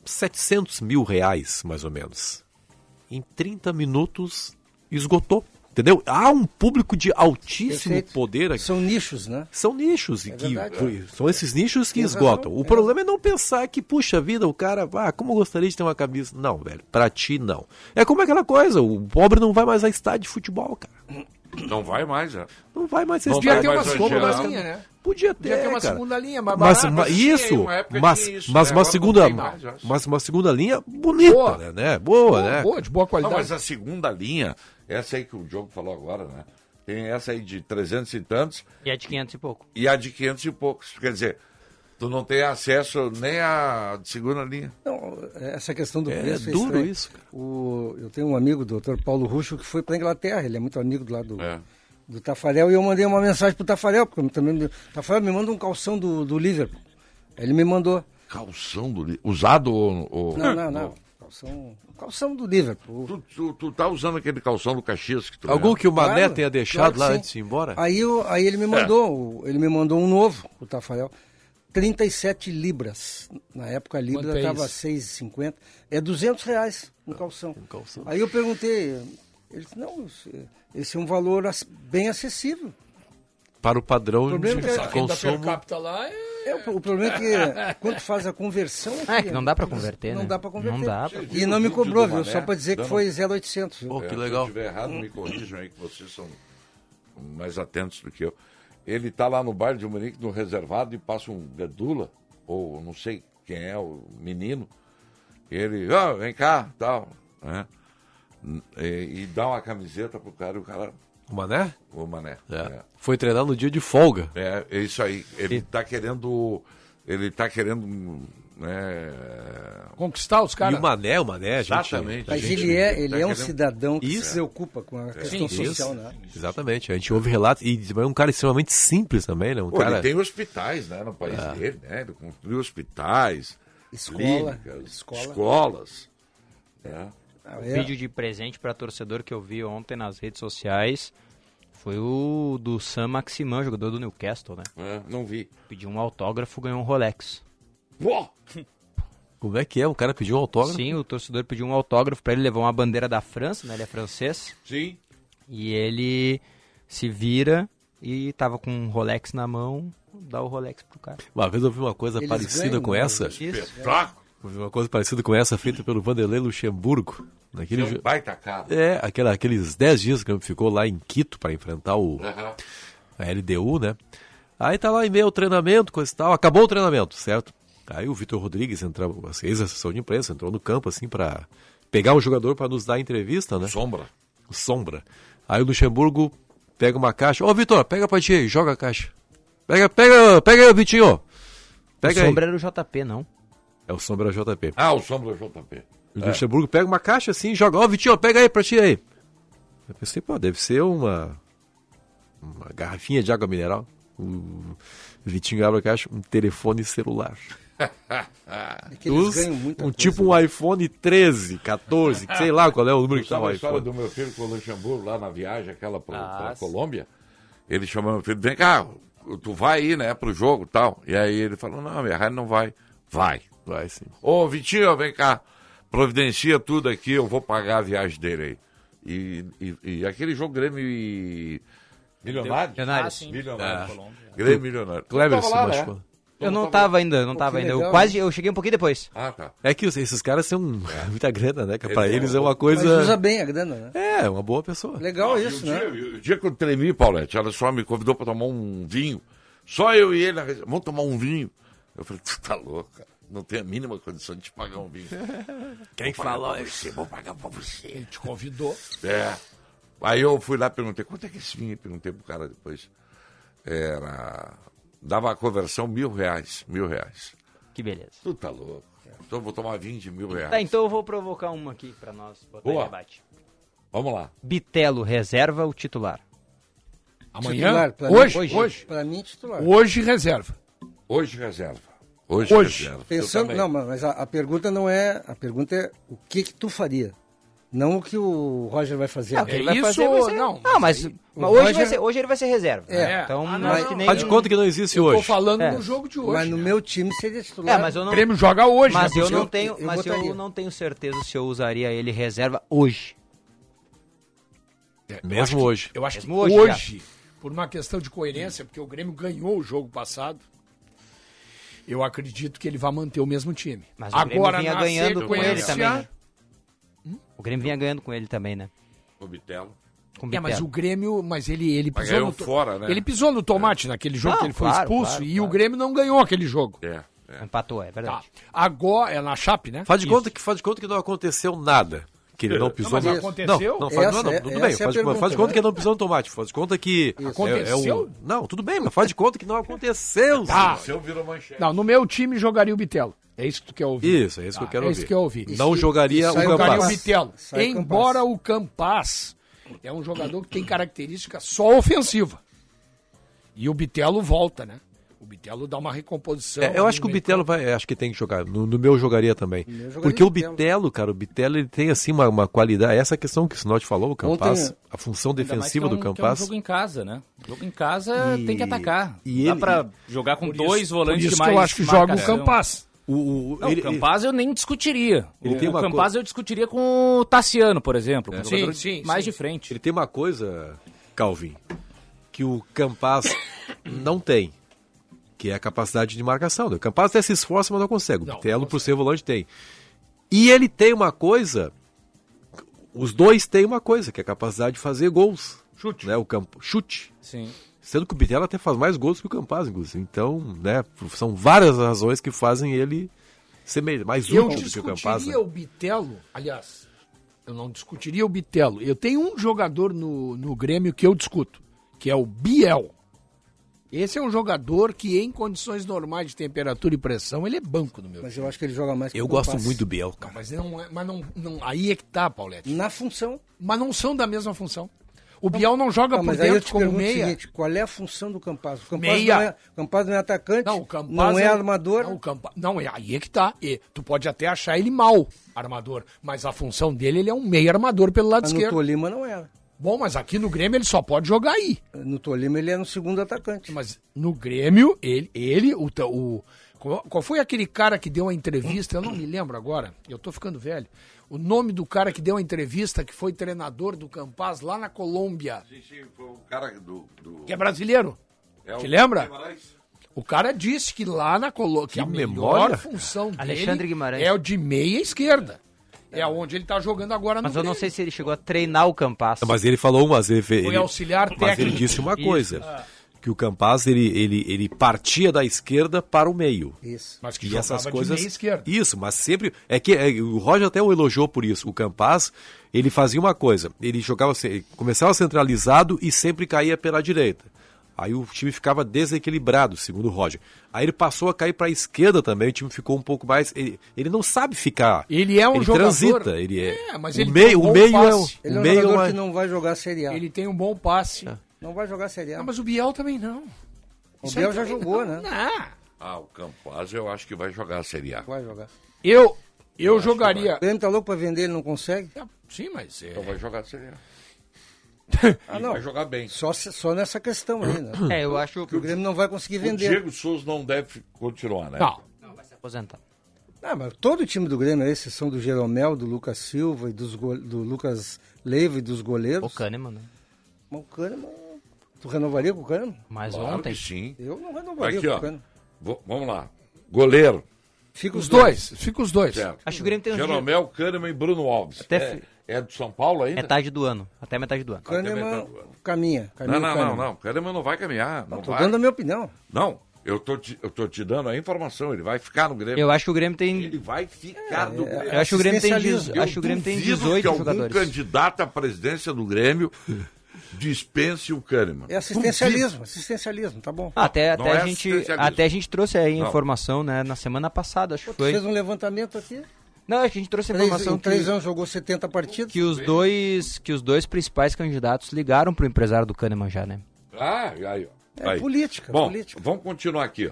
700 mil reais, mais ou menos. Em 30 minutos esgotou. Entendeu? Há um público de altíssimo Perfeito. poder aqui. São nichos, né? São nichos. e que, verdade. foi- são esses nichos que Tem razão, esgotam. O problema é não pensar que, puxa vida, o cara, ah, como eu gostaria de ter uma camisa. Não, velho, pra ti não. É como aquela coisa, o pobre não vai mais a estádio de futebol, cara. Não vai mais, é. Não vai mais a Não estádio. vai mais de hoje, futebol. não. Mas, cara, Linha, né? Podia ter, ter uma É, cara. segunda linha, mais mas, barata. mas Tinha isso, uma época mas, que isso, mas né? uma Agora não segunda, tem mais, eu acho. mas uma segunda linha bonita, Boa. né, né? Boa, Boa, né? boa, de boa qualidade. Não, mas a segunda linha, essa aí que o Diogo falou agora, né? Tem essa aí de 300 e tantos E é de 500 e pouco. e a de 500 e poucos. Quer dizer, tu não tem acesso nem à segunda linha. Não, essa questão do É preço duro estranho. isso, O, eu tenho um amigo, o doutor Paulo Ruxo, que foi para Inglaterra, ele é muito amigo do lado do, do Tafarel, e eu mandei uma mensagem pro Tafarel, porque eu também. me- Tafarel me manda um calção do, do Liverpool. Aí Ele me mandou. Calção do Liverpool. Usado ou. ou- Não, não, não. ou- Calção, calção do Liverpool. Tu, tu, tu tá usando aquele calção do Caxias que tu Algum ganhou? que o Mané Claro, tenha deixado claro lá que antes de ir embora? Aí, eu- aí ele me mandou, o- ele me mandou um novo, o Tafarel, 37 libras. Na época a libra Quanto é estava isso? 6,50. É 200 reais um calção. Aí eu perguntei, ele disse, não, esse- esse é um valor ac- bem acessível. Para o O padrão de problema é que consumo. É, o pro- o problema é que quando faz a conversão... É, que não dá pra converter, Não né? dá para converter. Não dá pra- E não me Vídeo do cobrou, viu? Mané Só para dizer que dando- foi 0,800. viu? É, Se eu estiver errado, me corrijam aí, que vocês são mais atentos do que eu. Ele tá lá no bairro de Munique, no reservado, e passa um Bedula, ou não sei quem é, o menino. Ele, ó, vem cá, tal, né? E, e dá uma camiseta pro cara, e o cara, O Mané? o mané. é. Foi treinar no dia de folga. É, é isso aí. Ele tá querendo. Ele tá querendo. Né, Conquistar os caras. E o Mané, o Mané, a gente... Exatamente. a Mas gente- ele é, ele tá é um querendo- cidadão que Isso. se preocupa com a questão Sim, social, isso. né? Exatamente. A gente ouve relatos. E é um cara extremamente simples também, né? Um Pô, cara... Ele tem hospitais né, no país É. dele, né? Ele construiu hospitais, Escola, clínicas, escola. escolas. né? O é? Um vídeo de presente para torcedor que eu vi ontem nas redes sociais foi o do Sam Maximan, jogador do Newcastle, né? É, não vi. Pediu um autógrafo, ganhou um Rolex. Como é que é? O cara pediu um autógrafo? Sim, o torcedor pediu um autógrafo para ele levar uma bandeira da França, né? Ele é francês. Sim. E ele se vira e tava com um Rolex na mão, dá o Rolex pro cara. Uma vez eu vi uma coisa Eles parecida ganham, com né? essa. Isso. Espetáculo. Eu vi Uma coisa parecida com essa feita pelo Vanderlei Luxemburgo. Naquele Seu jo- um baita cara. É, aquela, aqueles 10 dias que ele ficou lá em Quito para enfrentar o, Aham. a LDU, né? Aí tá lá em meio ao treinamento, coisa e tal. Acabou o treinamento, certo? Aí o Vitor Rodrigues entrou, assim, ex-assessor de imprensa, entrou no campo, assim, para pegar o jogador para nos dar entrevista, né? Sombra. Sombra. Aí o Luxemburgo pega uma caixa. Ô, Vitor, pega pra ti aí, joga a caixa. Pega, pega, pega aí, Vitinho. Pega o aí. Sombra era o JP, não. É o Sombra JP. Ah, o Sombra JP. O É. Luxemburgo pega uma caixa assim e joga. Ó, Vitinho, pega aí pra ti aí. Eu pensei, pô, deve ser uma, uma garrafinha de água mineral. O Vitinho abre a caixa, um telefone celular. É que eles Os- ganham um muita né? tipo um iPhone 13, 14, sei lá qual é o número que tá Sabe o a história iPhone. do meu filho com o Luxemburgo lá na viagem, aquela pra, pra Colômbia? Ele chamou meu filho, vem cá, tu vai aí, né, pro jogo e tal. E aí ele falou, não, minha rádio não vai. Vai. Vai sim. Ô, Vitinho, vem cá, providencia tudo aqui, eu vou pagar a viagem dele aí. E, e- e aquele jogo Grêmio e... Milionário? Milionários. Ah, sim. Milionário. É. Ah. Grêmio Milionário. Kleber Tu se tava lá, né? machucou. Eu não tava ainda, não tava ainda. Eu quase, eu cheguei um pouquinho depois. Ah, tá. É que os- esses caras são muita grana, né? cara? Pra Eles- eles é uma Mas usa coisa. bem a grana, né? É, uma boa pessoa. Legal Ah, e isso, o né? dia- e O dia que eu tremi, Paulette, ela só me convidou para tomar um vinho. Só eu e ele, na rece- vamos tomar um vinho. Eu falei, tu tá louco, cara. Não tenho a mínima condição de te pagar um vinho. Quem Vou pagar falou pra isso? é Você, vou pagar pra você. Ele te convidou. É. Aí eu fui lá e perguntei, quanto é que é esse vinho? Perguntei pro cara depois. Era... Dava a conversão mil reais, mil reais. Que beleza. Tu tá louco. Então eu vou tomar vinho de mil reais. Tá, então eu vou provocar uma aqui pra nós botar Boa. em debate. Vamos lá. Bitelo reserva o titular. Amanhã? Titular, pra mim. Hoje? Hoje? Pra mim, titular. Hoje reserva. Hoje reserva. Hoje, Hoje. reserva. Pensando, Eu também. não, mas a, a pergunta não é. A pergunta é o que que tu faria? Não o que o Roger vai fazer. é. Ah, o que ele vai fazer vai ser- Ah, mas, mas O hoje, vai Roger- ser- hoje ele vai ser reserva. É. Então, Ah, não, não, acho que não. nem... Faz de conta que não existe Eu tô hoje. falando É. no jogo de hoje. né? Mas no meu time seria titular. É, mas eu não... O Grêmio joga hoje, Mas né? eu não Eu- tenho, eu mas eu botaria. não tenho certeza se eu usaria ele reserva hoje. Mesmo hoje. É, Eu acho que Mesmo É hoje, hoje, já. por uma questão de coerência, porque o Grêmio ganhou o jogo passado, eu acredito que ele vai manter o mesmo time. Mas o Grêmio vinha na ganhando com ele sequência- também, né? O Grêmio vinha ganhando com ele também, né? O Bitelo. Com É, mas Bitelo. o Grêmio, mas ele, ele Mas pisou ganhou no to- fora, né? Ele pisou no tomate naquele jogo Não, que ele foi claro, expulso claro, e o Grêmio não ganhou aquele jogo. É. Empatou, é verdade. Agora é na Chape, né? Tá. Faz de, Isso. conta que, faz de conta que não aconteceu nada. Que ele não pisou mas no- aconteceu? Não, não, faz, Essa não, não, é- tudo essa bem. é a faz, de- pergunta, faz de conta né? que ele não pisou no tomate. Faz de conta que. é- É, Aconteceu? um... Não, tudo bem, mas faz de conta que não aconteceu. Tá. senhor. virou manchete. Não, no meu time jogaria o Bitelo. É isso que tu quer ouvir. Isso, é isso que eu quero É ouvir. isso que eu ouvi. Não jogaria o jogaria o Gambás. Bitelo. Sai o Campas. Embora o Campas é um jogador que tem característica só ofensiva. E o Bitelo volta, né? O Bitelo dá uma recomposição. É, eu acho que o Bitelo vai, é, acho que tem que jogar. No, no meu eu jogaria também. Porque o Bitelo, cara, o Bitelo ele tem assim uma, uma qualidade. Essa questão que o Sinote falou, o Campas, Ontem- a função Ainda mais defensiva que é um- do que É um Campas. jogo em casa, né? Jogo em casa E- tem que atacar. e Dá ele- pra jogar com Por isso- dois por volantes isso de que eu mais acho que joga o marcação. Campas. O, Não, ele- o Campas eu nem discutiria. Ele o tem o uma Campas eu discutiria com o Tassiano, por exemplo. com um É. jogador mais de frente. Ele tem uma coisa, Calvin, que o Campas não tem, que é a capacidade de marcação. né? O Campas até se esforça, mas não consegue. O Bitelo, por ser volante, tem. E ele tem uma coisa, os dois têm uma coisa, que é a capacidade de fazer gols. Chute. Né? O campo, chute. Sim. Sendo que o Bitelo até faz mais gols que o Campas, inclusive. Então, né, são várias razões que fazem ele ser me- mais Eu útil do que o Campas. né? discutiria o Bitelo, aliás, eu não discutiria o Bitelo. Eu tenho um jogador no, no Grêmio que eu discuto, que é o Biel. Esse é um jogador que, em condições normais de temperatura e pressão, ele é banco no meu Mas eu acho que ele joga mais que Eu o gosto Campas. muito do Biel, cara. Mas, não, é- mas não, não- aí é que tá, Paulette. Na função. Mas não são da mesma função. O Biel não Não, joga por mas aí eu dentro te como pergunto o meia. seguinte, qual é a função do Campaz? O Campaz, Meia. Não, é, o Campaz não é atacante, não, Mas é armador. Não, o Campa- não, é aí é que tá. E tu pode até achar ele mal, armador. Mas a função dele, ele é um meio armador pelo lado Mas Ah, no esquerdo. Tolima não era. Bom, mas aqui no Grêmio ele só pode jogar aí. No Tolima ele era um segundo atacante. Mas no Grêmio, ele, ele o, ta- o- qual qual foi aquele cara que deu a entrevista? Eu não me lembro agora. Eu tô ficando velho. O nome do cara que deu a entrevista, que foi treinador do Campaz lá na Colômbia, O um cara do. do- que é brasileiro. é o- Te lembra? O cara disse que lá na Colômbia, que, a memória, melhor função dele Alexandre Guimarães. é o de meia esquerda. É onde ele tá jogando agora Mas no eu não sei se ele chegou a treinar o Campas. Não, Mas ele falou uma vez. Ele, Foi auxiliar Mas ele técnico. disse uma Isso. coisa: Ah. que o Campaz ele, ele, ele partia da esquerda para o meio. Isso. Mas e essas coisas. de meia esquerda. Isso, mas sempre. É que é, o Roger até o elogiou por isso. O Campaz, ele fazia uma coisa: ele jogava, ce- ele começava centralizado e sempre caía pela direita. Aí o time ficava desequilibrado, segundo o Roger. Aí ele passou a cair para a esquerda também, o time ficou um pouco mais. Ele, ele não sabe ficar. Ele é um ele jogador- transita, ele é. É, mas o ele tem meio, um bom o meio é um, passe. o meio é- que não vai jogar Série A. Ele tem um bom passe. Não vai jogar Série A. Não, mas o Biel também não. O Isso Biel aí já também jogou, não. né? Não. Ah, o Campaz eu acho que vai jogar a Série A. Vai jogar. Eu, eu, jogaria. O Grêmio tá louco pra vender, ele não consegue? Sim, mas. É... Então vai jogar a Série A. Ah, E não. Vai jogar bem. Só, se- só nessa questão aí, né? É, eu acho que o Grêmio não vai conseguir O vender. Diego Souza não deve continuar, né? Não. Vai se aposentar. Ah, mas todo o time do Grêmio, à exceção do Jeromel, do Lucas Silva e dos go- do Lucas Leiva e dos goleiros. O Kahneman, né? Mas o Kahneman. Tu renovaria com o Kahneman? Mas Claro ontem. que sim. Eu não renovaria Tá Aqui, com ó. o Kahneman. Vo- vamos lá. Goleiro. Fica Os dois, fica os dois. Certo. Acho que o Grêmio tem um Jeromel, Kahneman e Bruno Alves. Até é, fi- é do São Paulo ainda? Metade do ano. Até metade do ano. Kahneman caminha. caminha Não, o não, não, Kahneman. não. Kahneman não vai caminhar. Não, Tô vai. Tá dando a minha opinião. não eu, tô te, eu tô te dando a informação. Ele vai ficar no Grêmio. Eu acho que o Grêmio tem. Ele vai É, ficar no Grêmio. Eu acho que o Grêmio tem, dezo- Assistencialismo. acho que o Grêmio tem Duvido 18 que algum jogadores. candidato à presidência do Grêmio dispense o Kahneman. É assistencialismo, assistencialismo, tá bom. Ah, até, Não até, é a gente, assistencialismo. até a gente trouxe aí a Não. informação, né? Na semana passada, acho que Tu fez foi. um levantamento aqui. Não, acho que a gente trouxe a Três, informação em três que, anos jogou 70 partidos. que os dois, que os dois principais candidatos ligaram pro empresário do Kahneman já, né? Ah, e aí, ó. É Aí. política, Bom, política. vamos continuar aqui. ó.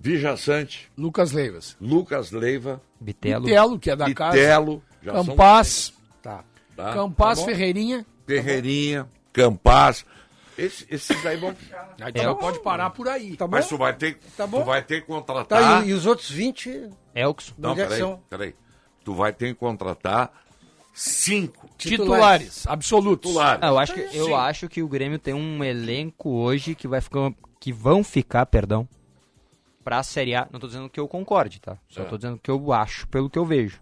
Vija Sante, Lucas Leivas. Lucas Leiva, Bitelo. Telo, que é da casa. Itelo, já são- Campaz. Tá. Ah, Tá, Campaz, tá bom? Ferreirinha. Ferreirinha, Campaz. Esse- esses aí vão ficar. Aí tá tu já pode parar por aí. É Tá bom? Mas tu vai ter, bom. tu vai ter que contratar. Tá, e, e os outros 20, Elkson. Não, onde é que peraí, são? peraí. Tu vai ter que contratar cinco Titulares, absolutos. titulares. Ah, eu acho que, eu acho que o Grêmio tem um elenco hoje que vai ficar, que vão ficar, perdão, pra Série A. Não tô dizendo que eu concorde, tá? Só tô dizendo que eu acho, pelo que eu vejo.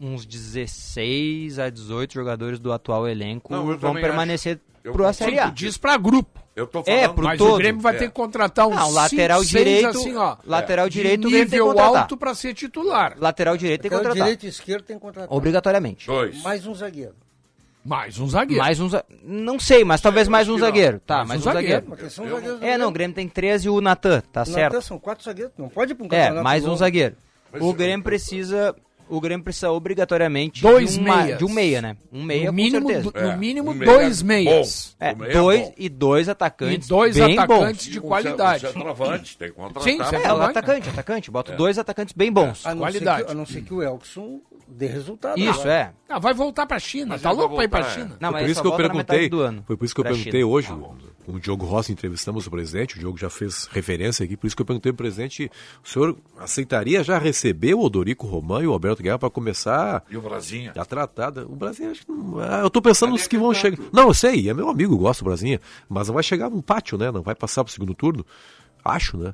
Uns 16 a 18 jogadores do atual elenco Não, eu vão também permanecer Eu pro a concordo Série A. Tu diz pra grupo. Eu tô falando É, pro Mas todo. o Grêmio vai É. ter que contratar uns Não, cinco, lateral seis, direito- assim, ó. lateral de direito, o Grêmio tem que nível contratar. alto pra ser titular. Lateral direito tem que Até o contratar. direito e esquerdo tem que contratar. Obrigatoriamente. Dois. Mais um zagueiro. Mais um zagueiro. É, Mais um. za- Não sei, mas talvez mais um que não. zagueiro. Tá, mais Mais um um zagueiro. Mas que são zagueiros. É, não, o Grêmio tem 13 e o Natan, tá Natan certo. são quatro zagueiros. Não pode ir pra um É, campeonato mais um longo. zagueiro. Mas O eu- Grêmio precisa. O Grêmio precisa obrigatoriamente Dois de, uma- meias. de um meia, né? Um meia, no com mínimo, certeza. do- no mínimo um meia dois bom. meias. É, Um meia dois bom. e dois atacantes. E dois bem atacantes. de E um qualidade. ce- Um centroavante, tem que contratar. É. Sim, Bons. centroavante. Ah, É, o atacante, atacante. Bota dois atacantes bem bons. A não Qualidade. Ser que, a não ser que o Elkson dê resultado. Isso, agora. é. Ah, vai voltar pra China. tá ele vai louco pra ir pra voltar, é. China? Não, mas Por ele isso só que eu volta na perguntei, metade do ano. foi por isso que eu pra perguntei China. Tá hoje, o Diogo Rossi entrevistamos o presidente, o Diogo já fez referência aqui, por isso que eu perguntei pro presidente, o senhor aceitaria já receber o Odorico Romão e o Alberto Guerra para começar E o Brasinha. a tratada? O Brasil acho que não, ah, eu tô pensando é nos que vão chegar. Não, eu sei, é meu amigo, eu gosto do Brasinha, mas não vai chegar no pátio, né? Não vai passar pro segundo turno. Acho, né?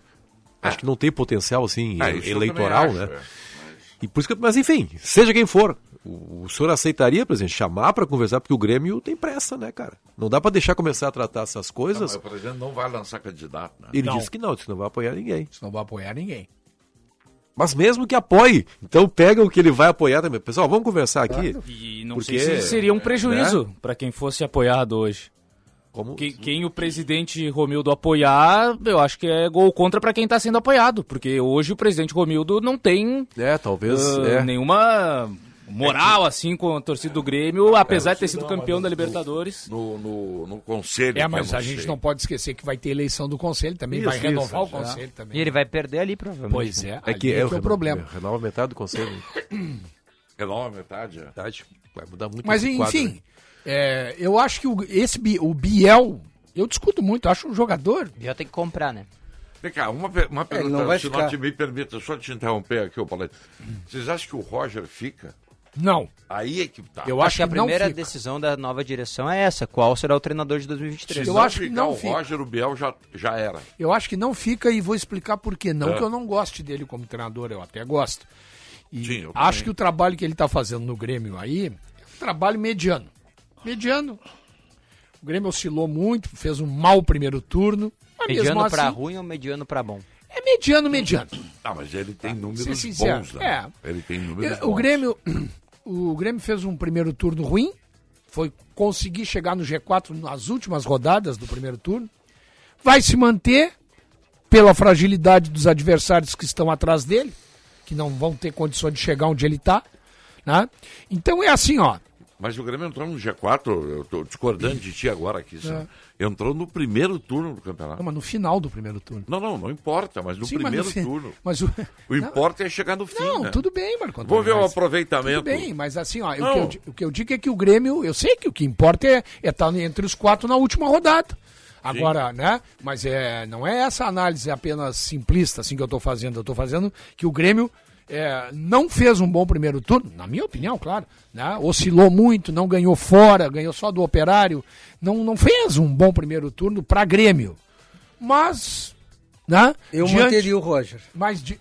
Acho que não tem potencial assim É, isso eu eleitoral, também acho, né? é. E por isso que, mas enfim, seja quem for, o, o senhor aceitaria, presidente, chamar para conversar, porque o Grêmio tem pressa, né, cara? Não dá para deixar começar a tratar essas Não, mas coisas. o presidente não vai lançar candidato, né? Ele Não. disse que não, disse que não vai apoiar ninguém. Isso não vai apoiar ninguém. Mas mesmo que apoie, então pega o que ele vai apoiar também. Pessoal, vamos conversar aqui. E não Porque- é, Né? sei se seria um prejuízo pra quem fosse apoiado hoje. Como... Que- quem o presidente Romildo apoiar, eu acho que é gol contra pra quem tá sendo apoiado. Porque hoje o presidente Romildo não tem É, talvez. ah, é. nenhuma É moral, assim, com a torcida do Grêmio, apesar de ter sido campeão da Libertadores. No, no, no conselho. É, que mas eu a gente sei. não pode esquecer que vai ter eleição do conselho também, vai renovar o Tá. conselho também. E ele vai perder ali, provavelmente. Pois é, né? É que ali é, que é o reno- problema. Renova metade do conselho. Renova metade? é? Metade. Vai mudar muito Mas esse enfim, quadro, né? é, eu acho que o, esse, Bi- o Biel, eu discuto muito, acho um jogador. Biel tem que comprar, né? Vem cá, uma, pe- É, uma ele pergunta, não vai se ficar. não te me permita, só te interromper aqui, ô Paulete. Vocês acham que o Roger fica? Não. Aí é que tá. Eu acho que a primeira decisão da nova direção é essa. Qual será o treinador de 2023? Se não ficar o Roger, o Biel já, já era. Eu acho que não fica e vou explicar por que não, É. que eu não gosto dele como treinador, eu até gosto. E eu acho também. que o trabalho que ele está fazendo no Grêmio aí é um trabalho mediano. Mediano. O Grêmio oscilou muito, fez um mau primeiro turno. Mas Mediano mesmo assim, pra ruim ou mediano pra bom? É mediano, mediano. Ah, mas ele tem ser números sincero, É, bons, né? Ele tem números O bons. Grêmio, o Grêmio fez um primeiro turno ruim, foi conseguir chegar no G4 nas últimas rodadas do primeiro turno. Vai se manter pela fragilidade dos adversários que estão atrás dele, que não vão ter condição de chegar onde ele está. Né? Então é assim, ó. Mas o Grêmio entrou no G4, eu tô discordando de ti agora aqui, senhor. entrou no primeiro turno do campeonato. É. Não, mas no final do primeiro turno. Não, não, não importa, mas no Sim, mas primeiro no fi- turno. Mas o... O importa é chegar no fim, Não, né? tudo bem, Marco Antônio, Vou ver o mas- aproveitamento. Tudo bem, mas assim, ó, o, que Não. eu, di- o que eu digo é que o Grêmio, eu sei que o que importa é estar entre os quatro na última rodada. Agora, né? Mas é, não é essa análise apenas simplista assim que eu estou fazendo. Eu estou fazendo que o Grêmio é, não fez um bom primeiro turno, na minha opinião, claro. Né? Oscilou muito, não ganhou fora, ganhou só do operário. Não, não fez um bom primeiro turno para Grêmio. Mas, né? Eu manteria o Roger. Mas de-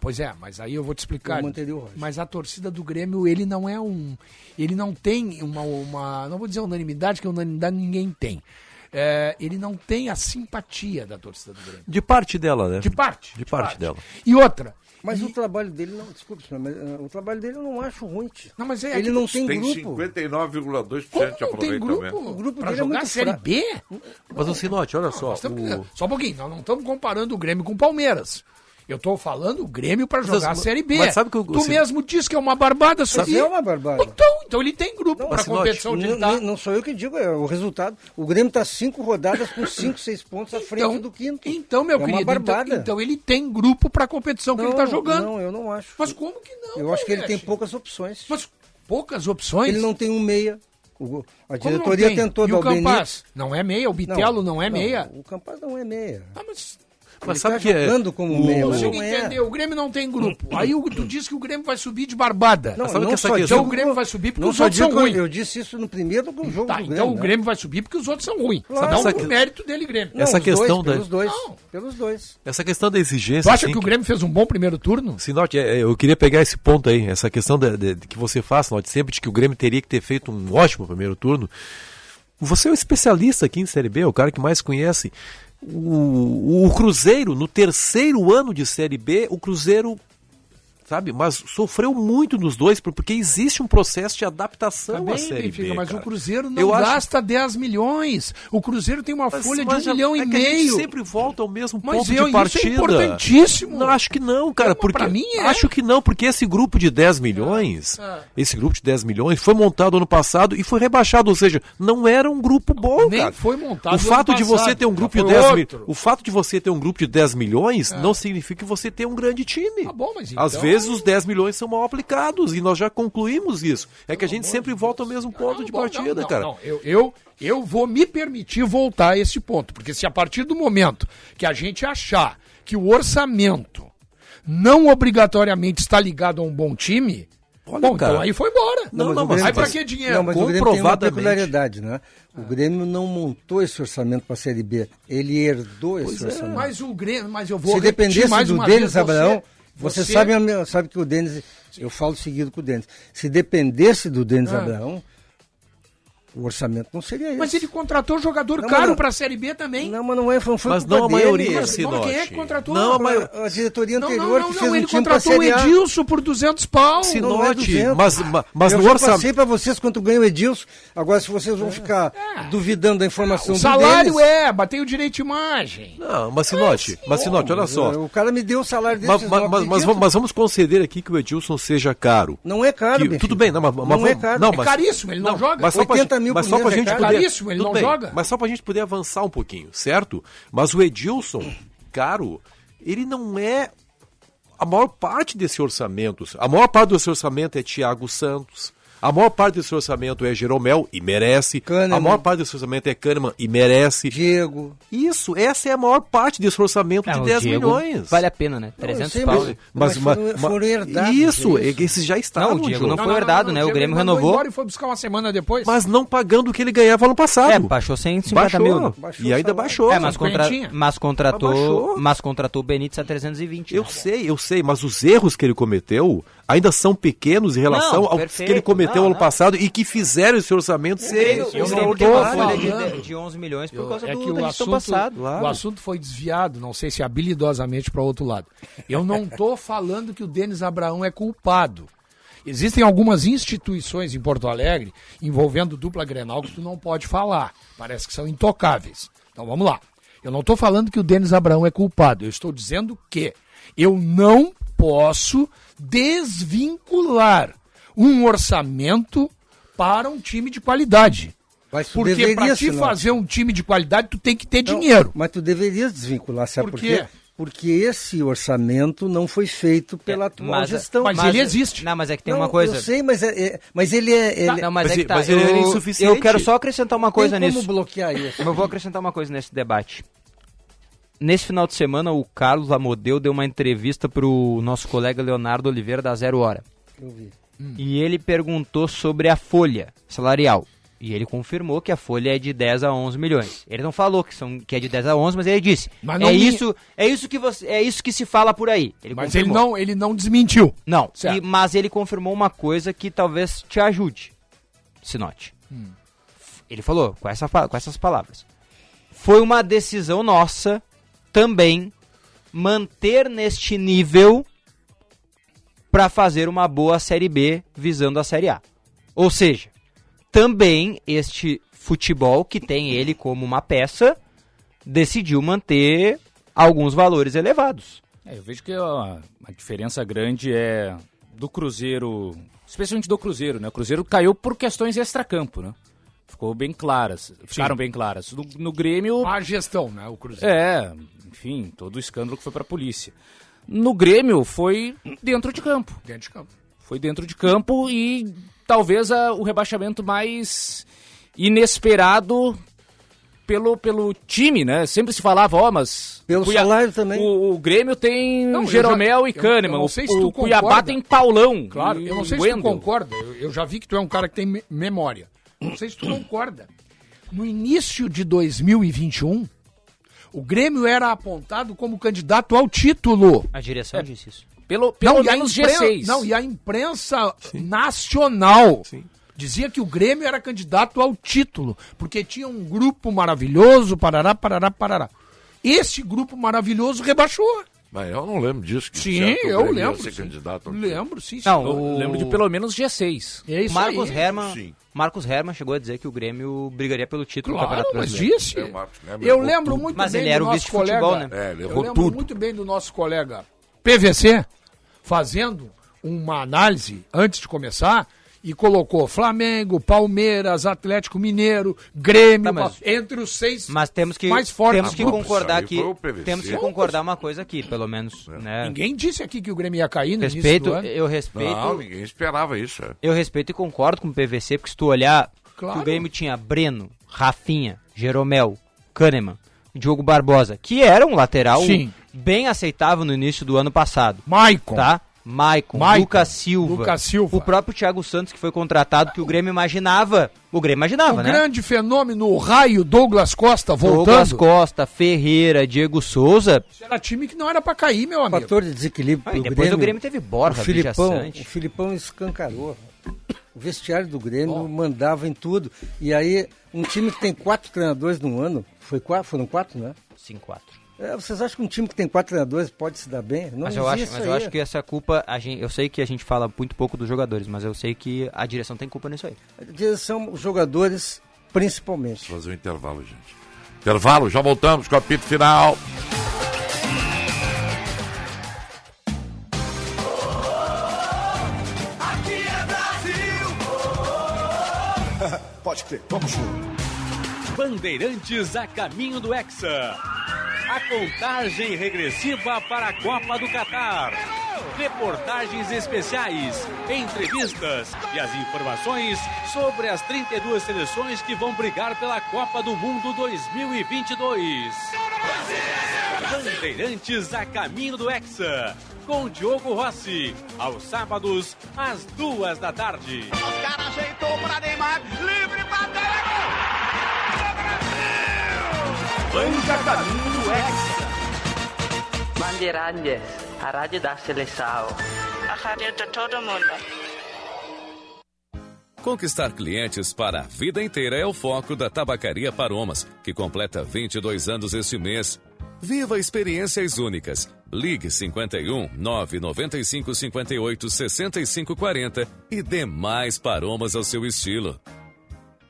Pois é, mas aí eu vou te explicar. Eu manteria o Roger. Mas a torcida do Grêmio, ele não é um. Ele não tem uma. uma não vou dizer unanimidade, que unanimidade ninguém tem. É, ele não tem a simpatia da torcida do Grêmio. De parte dela, né? De parte. De parte dela. E outra. Mas o trabalho dele não, desculpe, senhor, mas, eh, o trabalho dele eu não acho ruim. tio. Não, mas ele não tem, grupo. 59,2% de aproveitamento. O grupo Pra dele jogar é muito Série fraco. B? Mas o Sinote, olha só. Nós tamo- o- Só um pouquinho, nós não estamos comparando o Grêmio com o Palmeiras. Eu estou falando o Grêmio para Mas jogar as- a Série B. mas sabe que eu- tu assim- mesmo diz que é uma barbada, Sabe- Suzy. É uma barbada. Então, então ele tem grupo para Marcinotti, competição onde ele não, tá. não- não sou eu que digo, é o resultado. O Grêmio está cinco rodadas com cinco, seis pontos à frente do quinto. Então, meu é querido, uma barbada. Então, então ele tem grupo pra competição que Não, ele tá jogando. Não, eu não acho. Mas como que não? eu acho que ele tem Paulete? poucas opções. Mas poucas opções? Ele não tem um meia. O- a Como não diretoria tem? tentou E dar o o Benítez. Campas? Não é meia, o Bitelo não, é meia. O Campas não é meia. Ah, mas Mas Ele sabe tá que é- jogando como o- meia, eu mas consigo não é. entender, o Grêmio não tem grupo. Aí o- tu diz que o Grêmio vai subir de barbada. Não, sabe não que essa só questão- digo- o Grêmio vai subir porque não os só outros digo- são ruins. Eu disse isso no primeiro do jogo Tá, do Grêmio. então o né? Grêmio vai subir porque os outros são ruins. Claro. Não Essa por que- mérito dele, Grêmio. Não, Essa os questão dois, da- pelos dois, Não. pelos dois. Essa questão da Tu exigência. acha assim, que o Grêmio fez um bom primeiro turno? Sinote, é, eu queria pegar esse ponto aí, essa questão da- de- de que você faz, Sinote, sempre de que o Grêmio teria que ter feito um ótimo primeiro turno. Você é o especialista aqui em Série B, é o cara que mais conhece. O, o Cruzeiro, no terceiro ano de Série B, o Cruzeiro, sabe, mas sofreu muito nos dois, porque existe um processo de adaptação à Também, Série Tá Benfica, B. mas cara. o Cruzeiro não Eu acho- gasta 10 milhões. O Cruzeiro tem uma Mas- folha mas de um a- milhão é e que a gente meio. sempre volta ao mesmo Mas ponto eu- de isso é partida. importantíssimo. Não, acho que não, cara. Não, mas porque pra mim é. Acho que não, porque esse grupo de 10 milhões, Ah. esse grupo de 10 milhões foi montado ano passado e foi rebaixado, ou seja, não era um grupo bom, Nem cara. foi montado O fato ano de passado, você ter um já grupo de foi 10 mi- outro. Ah. o fato de você ter um grupo de 10 milhões não significa que você tem um grande time. Tá bom, mas Às então- vezes os 10 milhões são mal aplicados e nós já concluímos isso. É que a gente sempre volta ao mesmo ponto de Ah, Não, não, partida, não, cara. não. Eu, eu, eu vou me permitir voltar a esse ponto, porque se a partir do momento que a gente achar que o orçamento não obrigatoriamente está ligado a um bom time, Olha, bom, cara. então aí foi embora. Não, não, o Grêmio aí mas- pra mas- que Ah. dinheiro? Não, mas o Grêmio tem uma Comprovadamente. peculiaridade, né? O Grêmio não montou esse orçamento para a Série B. Ele herdou esse orçamento. é, Mas o Grêmio, mas eu vou é. Se repetir dependesse mais do uma Denis vez, você- Abraão, você, você- sabe, a minha- sabe que o Ah. Denis, eu falo seguido com o Denis, se dependesse do Denis Abraão, O orçamento não seria esse. Mas ele contratou jogador Não, mas caro não- pra Série B também. Não, mas não é, foi Mas culpa não a dele. maioria, Sinote. Quem é que contratou? Não, a maio- a diretoria Não, anterior não, não, que não, fez um ele time pra contratou o Série A. Edilson por 200 pau. Não é 200. mas- ma- mas eu no já orçam- passei para vocês quanto ganha o Edilson. Agora, se vocês vão ficar duvidando da informação O do salário Denis- é, mas tem o direito de imagem. Não, Ah, mas É, Sinote, mas Sinote, olha só. O cara me deu o salário dele. Mas, vocês mas- não mas- mas acreditam? vamos- mas vamos conceder aqui que o Edilson seja caro. Não é caro, Que- Benfica. tudo bem, não, mas, mas Não é vamos- caro. não, É mas- caríssimo, ele não joga. Mas só 80 pra, mil mas por só mês pra é gente caro. poder, Caríssimo, ele tudo não bem, joga. Mas só pra gente poder avançar um pouquinho, certo? Mas o Edilson, caro, ele não é a maior parte desse orçamento. A maior parte desse orçamento é Thiago Santos. A maior parte desse orçamento é Jeromel e merece. A maior parte desse orçamento é Kahneman e merece. Diego. Isso, essa é a maior parte desse É, orçamento de 10 milhões. Vale a pena, né? 300 pau. É, Mas, mas, mas- Isso, é que esses já Não, estavam. o Diego Diogo. não foi herdado, né? O Grêmio renovou. Ele foi buscar uma semana depois. Mas não pagando o que ele ganhava ano passado. É, baixou 150 Baixou, mil. né? baixou E o ainda salário. baixou. É, mas, contra- Cinquentinha. mas contratou, Mas mas baixou. contratou o Benítez a 320. Eu sei, eu sei, mas os erros que ele cometeu ainda são pequenos em relação Não, aos perfeito. que ele cometeu Não, ano não. passado e que fizeram esse orçamento ser Eu não tô extraordinário. falando de, de 11 milhões por causa é do, que da o gestão assunto, passada. o assunto foi desviado, não sei se habilidosamente para outro lado. Eu não estou falando que o Denis Abraão é culpado. Existem algumas instituições em Porto Alegre envolvendo dupla Grenal que tu não pode falar. Parece que são intocáveis. Então vamos lá. Eu não estou falando que o Denis Abraão é culpado. Eu estou dizendo que eu não posso desvincular um orçamento para um time de qualidade. tu Porque para deveria, te senão- fazer um time de qualidade, tu tem que ter Não, é dinheiro. Mas tu deverias desvincular, sabe por Por quê? quê? Porque esse orçamento não foi feito pela atual É, mas- gestão. mas ele existe. Não, mas é que tem uma coisa- Eu sei, mas, é, é- mas ele é. Tá, ele- não, mas, é que tá. eu, Eu quero só acrescentar uma coisa Tem nisso. Como bloquear isso? Eu vou acrescentar uma coisa nesse debate. Nesse final de semana, o Carlos Amodeu deu uma entrevista pro nosso colega Leonardo Oliveira da Zero Hora. Eu vi. E ele perguntou sobre a folha salarial. E ele confirmou que a folha é de 10 a 11 milhões. Ele não falou que, são, que é de 10 a 11, mas ele disse. Mas não é, me- isso, é, isso que você, é isso que se fala por aí. Ele Mas ele confirmou. não, ele não desmentiu. Não, Certo. e- mas ele confirmou uma coisa que talvez te ajude, Sinote. Hum. Ele falou com, essa, fa- com essas palavras. Foi uma decisão nossa também manter neste nível para fazer uma boa Série B visando a Série A. Ou seja, também este futebol que tem ele como uma peça decidiu manter alguns valores elevados. É, eu vejo que ó, a diferença grande é do Cruzeiro, especialmente do Cruzeiro, né? O Cruzeiro caiu por questões extracampo, né? Ficou bem claras, ficaram bem claras. No, no Grêmio... A gestão, né? O Cruzeiro. É, enfim, todo o escândalo que foi pra polícia. No Grêmio foi dentro de campo. Dentro de campo. Foi dentro de campo e talvez a- o rebaixamento mais inesperado pelo, pelo time, né? Sempre se falava, ó, mas. Pelo Cuiabá- salário também. O, o Grêmio tem Não, eu Jeromel já- e eu- Kahneman. eu não sei se tu o o Cuiabá concorda. tem Paulão. Claro, e eu não sei se tu Wendel. concorda. Eu, eu já vi que tu é um cara que tem me- memória. Não sei se tu concorda. No início de 2021, o Grêmio era apontado como candidato ao título. A direção disse isso. Pelo, pelo e a menos impren- G6. Não, e a imprensa nacional dizia que o Grêmio era candidato ao título, porque tinha um grupo maravilhoso, parará, parará, parará. Esse grupo maravilhoso rebaixou. Mas eu não lembro disso. Que Sim, disseram que o eu Grêmio ia lembro, ser sim. candidato ao título. Lembro, sim, sim. Não, Eu o- Lembro de pelo menos G6. É isso Marcos aí. Herman, Marcos Herman chegou a dizer que o Grêmio brigaria pelo título do Claro, Campeonato mas Brasileiro. disse. É, o Marcos Herman Eu errou lembro tudo. muito Mas bem ele era do o nosso vice-futebol, colega. né? É, ele eu errou lembro tudo. muito bem do nosso colega PVC fazendo uma análise antes de começar e colocou Flamengo, Palmeiras, Atlético Mineiro, Grêmio, Tá, mas- pa- entre os seis Mas temos que, mais fortes. temos que grupos. concordar Ah, Isso aí aqui. foi o PVC. Temos que concordar uma coisa aqui, pelo menos. É. né? Ninguém disse aqui que o Grêmio ia cair no Respeito, início do ano. eu respeito. Não, ninguém esperava isso. é. Eu respeito e concordo com o PVC, porque se tu olhar Claro. que o Grêmio tinha Breno, Rafinha, Jeromel, Kahneman, Diogo Barbosa, que era um lateral Sim. bem aceitável no início do ano passado. Maicon. Tá? Maicon, Maicon, Lucas Silva, Lucas Silva. o próprio Thiago Santos que foi contratado, que o Grêmio imaginava. O Grêmio imaginava, O né? Um grande fenômeno, o raio Douglas Costa voltando. Douglas Costa, Ferreira, Diego Souza. Era time que não era pra cair, meu amigo. fator de desequilíbrio. Ah, pro e depois o Grêmio teve Borja, o Filipão, Vidia Sante. o Filipão escancarou. O vestiário do Grêmio mandava em tudo. E aí, um time que tem quatro treinadores num ano, foi qua- foram quatro, né? 5-4. É, vocês acham que um time que tem quatro treinadores pode se dar bem? Não Mas, eu acho, existe mas isso eu aí. acho que essa culpa. A gente, eu sei que a gente fala muito pouco dos jogadores, mas eu sei que a direção tem culpa nisso aí. Direção, os jogadores, principalmente. Fazer um intervalo, gente. Intervalo, já voltamos com o apito final. Pode crer, vamos junto. Bandeirantes a caminho do Hexa. A contagem regressiva para a Copa do Catar. Reportagens especiais, entrevistas e as informações sobre as 32 seleções que vão brigar pela Copa do Mundo 2022. Bandeirantes a caminho do Hexa. Com Diogo Rossi. Aos sábados, às duas da tarde. cara ajeitou pra Neymar, livre Banca caminho Bandeirantes, a rádio da seleção. A rádio de todo mundo. Conquistar clientes para a vida inteira é o foco da Tabacaria Paromas, que completa 22 anos este mês. Viva experiências únicas. Ligue 51 995 58 65 40 e dê mais paromas ao seu estilo.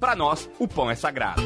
pra nós o pão é sagrado.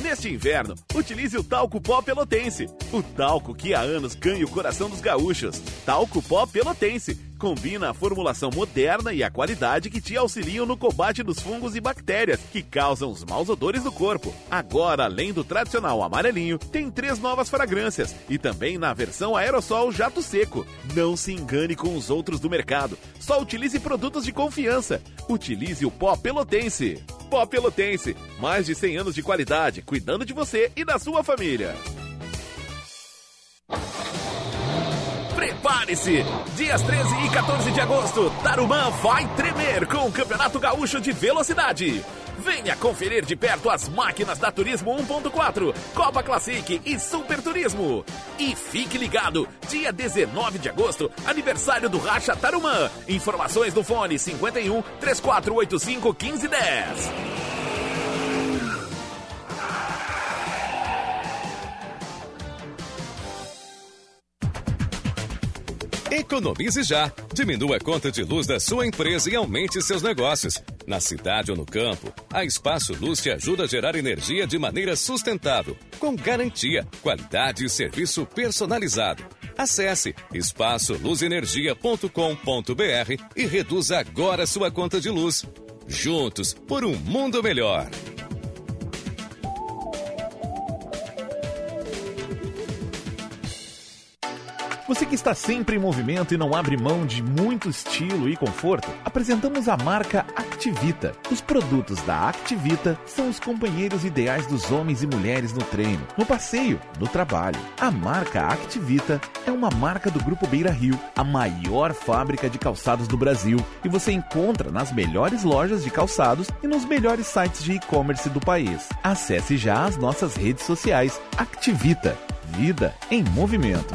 Neste inverno, utilize o talco pó pelotense. O talco que há anos ganha o coração dos gaúchos. Talco pó pelotense. Combina a formulação moderna e a qualidade que te auxiliam no combate dos fungos e bactérias que causam os maus odores do corpo. Agora, além do tradicional amarelinho, tem três novas fragrâncias e também na versão aerossol jato seco. Não se engane com os outros do mercado. Só utilize produtos de confiança. Utilize o pó pelotense. Pó Pelotense. Mais de 100 anos de qualidade, cuidando de você e da sua família. Prepare-se! Dias 13 e 14 de agosto, Tarumã vai tremer com o Campeonato Gaúcho de Velocidade. Venha conferir de perto as máquinas da Turismo 1.4, Copa Classic e Super Turismo. E fique ligado, dia 19 de agosto, aniversário do Racha Tarumã. Informações no fone 51 3485 1510. Economize já. Diminua a conta de luz da sua empresa e aumente seus negócios. Na cidade ou no campo, a Espaço Luz te ajuda a gerar energia de maneira sustentável, com garantia, qualidade e serviço personalizado. Acesse espaçoluzenergia.com.br e reduza agora sua conta de luz. Juntos por um mundo melhor. Você que está sempre em movimento e não abre mão de muito estilo e conforto, apresentamos a marca Activita. Os produtos da Activita são os companheiros ideais dos homens e mulheres no treino, no passeio, no trabalho. A marca Activita é uma marca do Grupo Beira Rio, a maior fábrica de calçados do Brasil, e você encontra nas melhores lojas de calçados e nos melhores sites de e-commerce do país. Acesse já as nossas redes sociais Activita, vida em movimento.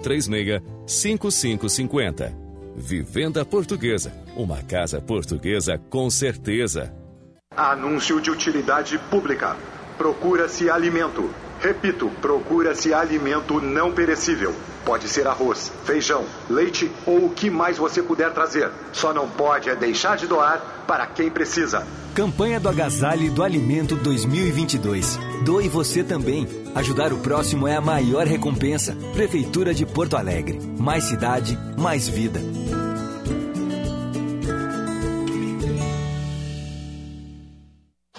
3136 5550. Vivenda Portuguesa, uma casa portuguesa com certeza. Anúncio de utilidade pública. Procura-se alimento. Repito, procura-se alimento não perecível. Pode ser arroz, feijão, leite ou o que mais você puder trazer. Só não pode é deixar de doar para quem precisa. Campanha do Agasalho e do Alimento 2022. Doe você também. Ajudar o próximo é a maior recompensa. Prefeitura de Porto Alegre. Mais cidade, mais vida.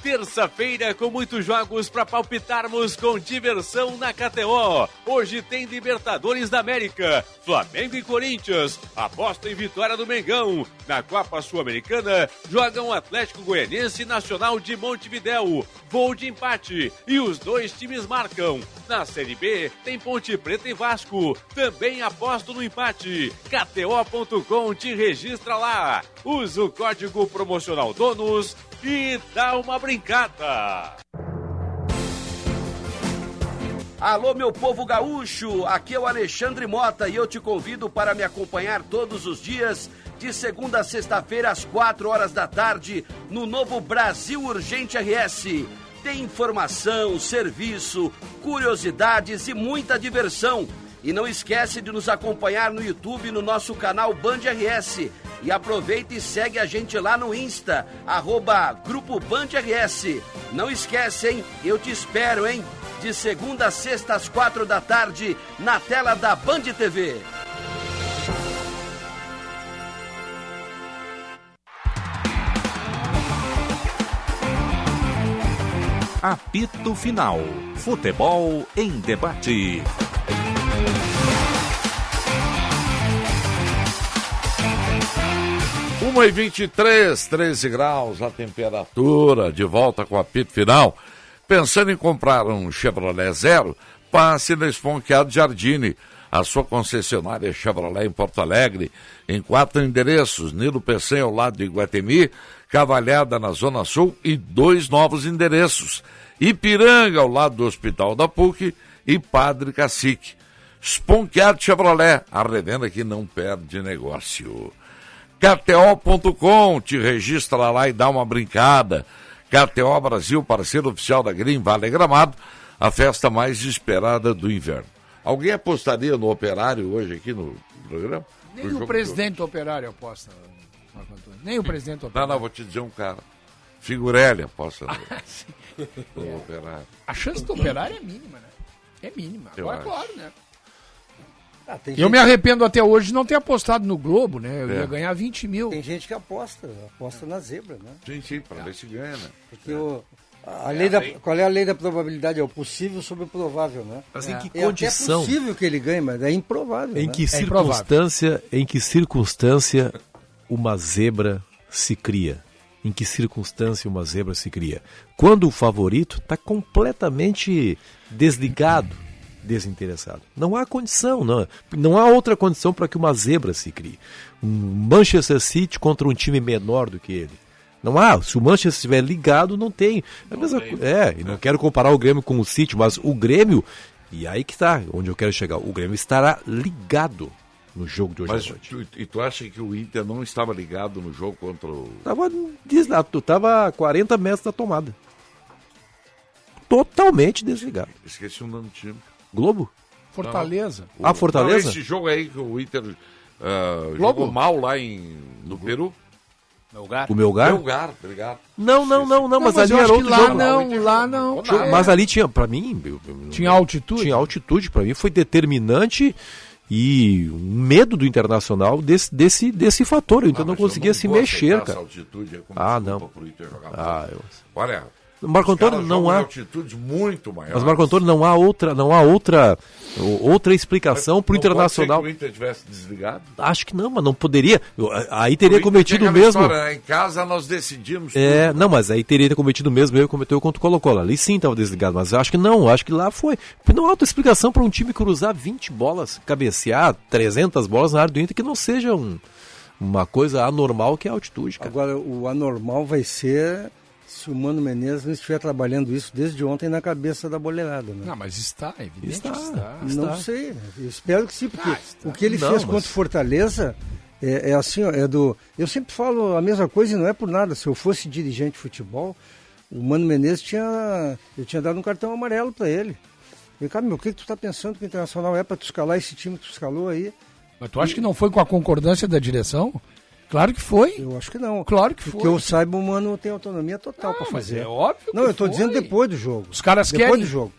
Terça-feira com muitos jogos para palpitarmos com diversão na KTO. Hoje tem Libertadores da América, Flamengo e Corinthians. Aposta em vitória do Mengão. Na Copa Sul-Americana jogam Atlético Goianiense e Nacional de Montevidéu. Voo de empate e os dois times marcam. Na Série B tem Ponte Preta e Vasco. Também aposto no empate. KTO.com te registra lá. Usa o código promocional DONOS e dá uma brincada. Alô, meu povo gaúcho! Aqui é o Alexandre Mota e eu te convido para me acompanhar todos os dias, de segunda a sexta-feira, às quatro horas da tarde, no novo Brasil Urgente RS. Tem informação, serviço, curiosidades e muita diversão. E não esquece de nos acompanhar no YouTube no nosso canal Band RS. E aproveita e segue a gente lá no Insta, arroba Grupo Band RS. Não esquece, hein? Eu te espero, hein? De segunda a sexta às quatro da tarde, na tela da Band TV. Apito Final. Futebol em debate. Uma e 23, 13 graus a temperatura, de volta com o apito final. Pensando em comprar um Chevrolet Zero, passe na Esponqueado Jardine, a sua concessionária Chevrolet em Porto Alegre, em quatro endereços, Nilo Peçanha ao lado de Iguatemi, Cavalhada na Zona Sul e dois novos endereços, Ipiranga ao lado do Hospital da PUC e Padre Cacique. Esponqueado Chevrolet, a revenda que não perde negócio. KTO.com, te registra lá e dá uma brincada. KTO Brasil, parceiro oficial da Green Vale Gramado, a festa mais esperada do inverno. Alguém apostaria no operário hoje aqui no programa? No Nem jogo o presidente do operário aposta, Marco Antônio. Nem o presidente do de hoje. Não, operário. não, vou te dizer um cara. Figurelli aposta no, no Ah, É. operário. A chance do operário é mínima, né? É mínima. Eu Agora, acho. claro, né? Ah, tem Eu gente- me arrependo até hoje de não ter apostado no Globo, né? Eu É. ia ganhar 20 mil. Tem gente que aposta, aposta na zebra, né? Sim, sim, pra ver se ganha, né? Porque o- a a lei da, qual é a lei da probabilidade? É o possível sobre o provável, né? Mas Assim, em é. Assim, que É até condição? possível que ele ganhe, mas é improvável. Em né? que É improvável. circunstância, em que circunstância uma zebra se cria? Em que circunstância uma zebra se cria? Quando o favorito está completamente desligado, desinteressado. Não há condição, não, não há outra condição para que uma zebra se crie. Um Manchester City contra um time menor do que ele. Não há, se o Manchester estiver ligado, não tem. É, a mesma co- é, e não quero comparar o Grêmio com o City, mas o Grêmio, e aí que está, onde eu quero chegar, o Grêmio estará ligado no jogo é de hoje à Mas noite. tu, e tu acha que o Inter não estava ligado no jogo contra o. Tava, deslado, tava a 40 metros da tomada. Totalmente desligado. Esqueci o nome do time. Globo? Fortaleza. Não, Ah, Fortaleza? Não, esse jogo aí que o Inter ah, Globo? jogou mal lá em, no Peru. Melgar. O Melgar? Melgar, obrigado. Não, não, não, não, mas, mas eu ali acho era que outro lá jogo. não, lá não. Jogo- Mas ali tinha, pra mim, eu- eu- Tinha altitude? Tinha altitude, pra mim foi determinante e um medo do internacional desse, desse, desse fator. Ah, Então não conseguia se Vou aceitar mexer, essa cara. altitude aí como Ah, desculpa não. pro Inter jogar Ah, bola. eu- Olha. Marco os caras Antônio, não jogam em há- altitudes muito maiores. Mas Marco Antônio não há outra, não há outra, outra explicação pro Não pode ser internacional. Que o Inter tivesse desligado. Acho que não, mas não poderia. Eu- a- Aí teria O Inter cometido tem o aquela mesmo. história, né? Em casa nós decidimos. É, tudo. não, mas aí teria cometido o mesmo erro que cometeu contra o Colo-Colo. Ali sim estava desligado, mas eu acho que não, eu acho que lá foi. Porque Não há outra explicação para um time cruzar 20 bolas, cabecear 300 bolas na área do Inter que não seja um- uma coisa anormal que é a altitude, cara. Agora, o anormal vai ser se o Mano Menezes não estiver trabalhando isso desde ontem na cabeça da boleirada, né? Não, mas está, é evidente Está, que está. Não Está. sei. Eu espero que sim, porque o que ele Não, fez mas- contra o Fortaleza é, é assim, ó, é do. Eu sempre falo a mesma coisa e não é por nada. Se eu fosse dirigente de futebol, o Mano Menezes tinha. Eu tinha dado um cartão amarelo para ele. Ricardo, meu, o que, que tu tá pensando que o Internacional é para tu escalar esse time que tu escalou aí? Mas tu acha que não foi com a concordância da direção? Claro que foi. Eu acho que não. Claro que Que foi. eu saiba, o Mano tem autonomia total para mas fazer. é óbvio Não, que eu tô foi. dizendo depois do jogo. Os caras depois querem. do jogo.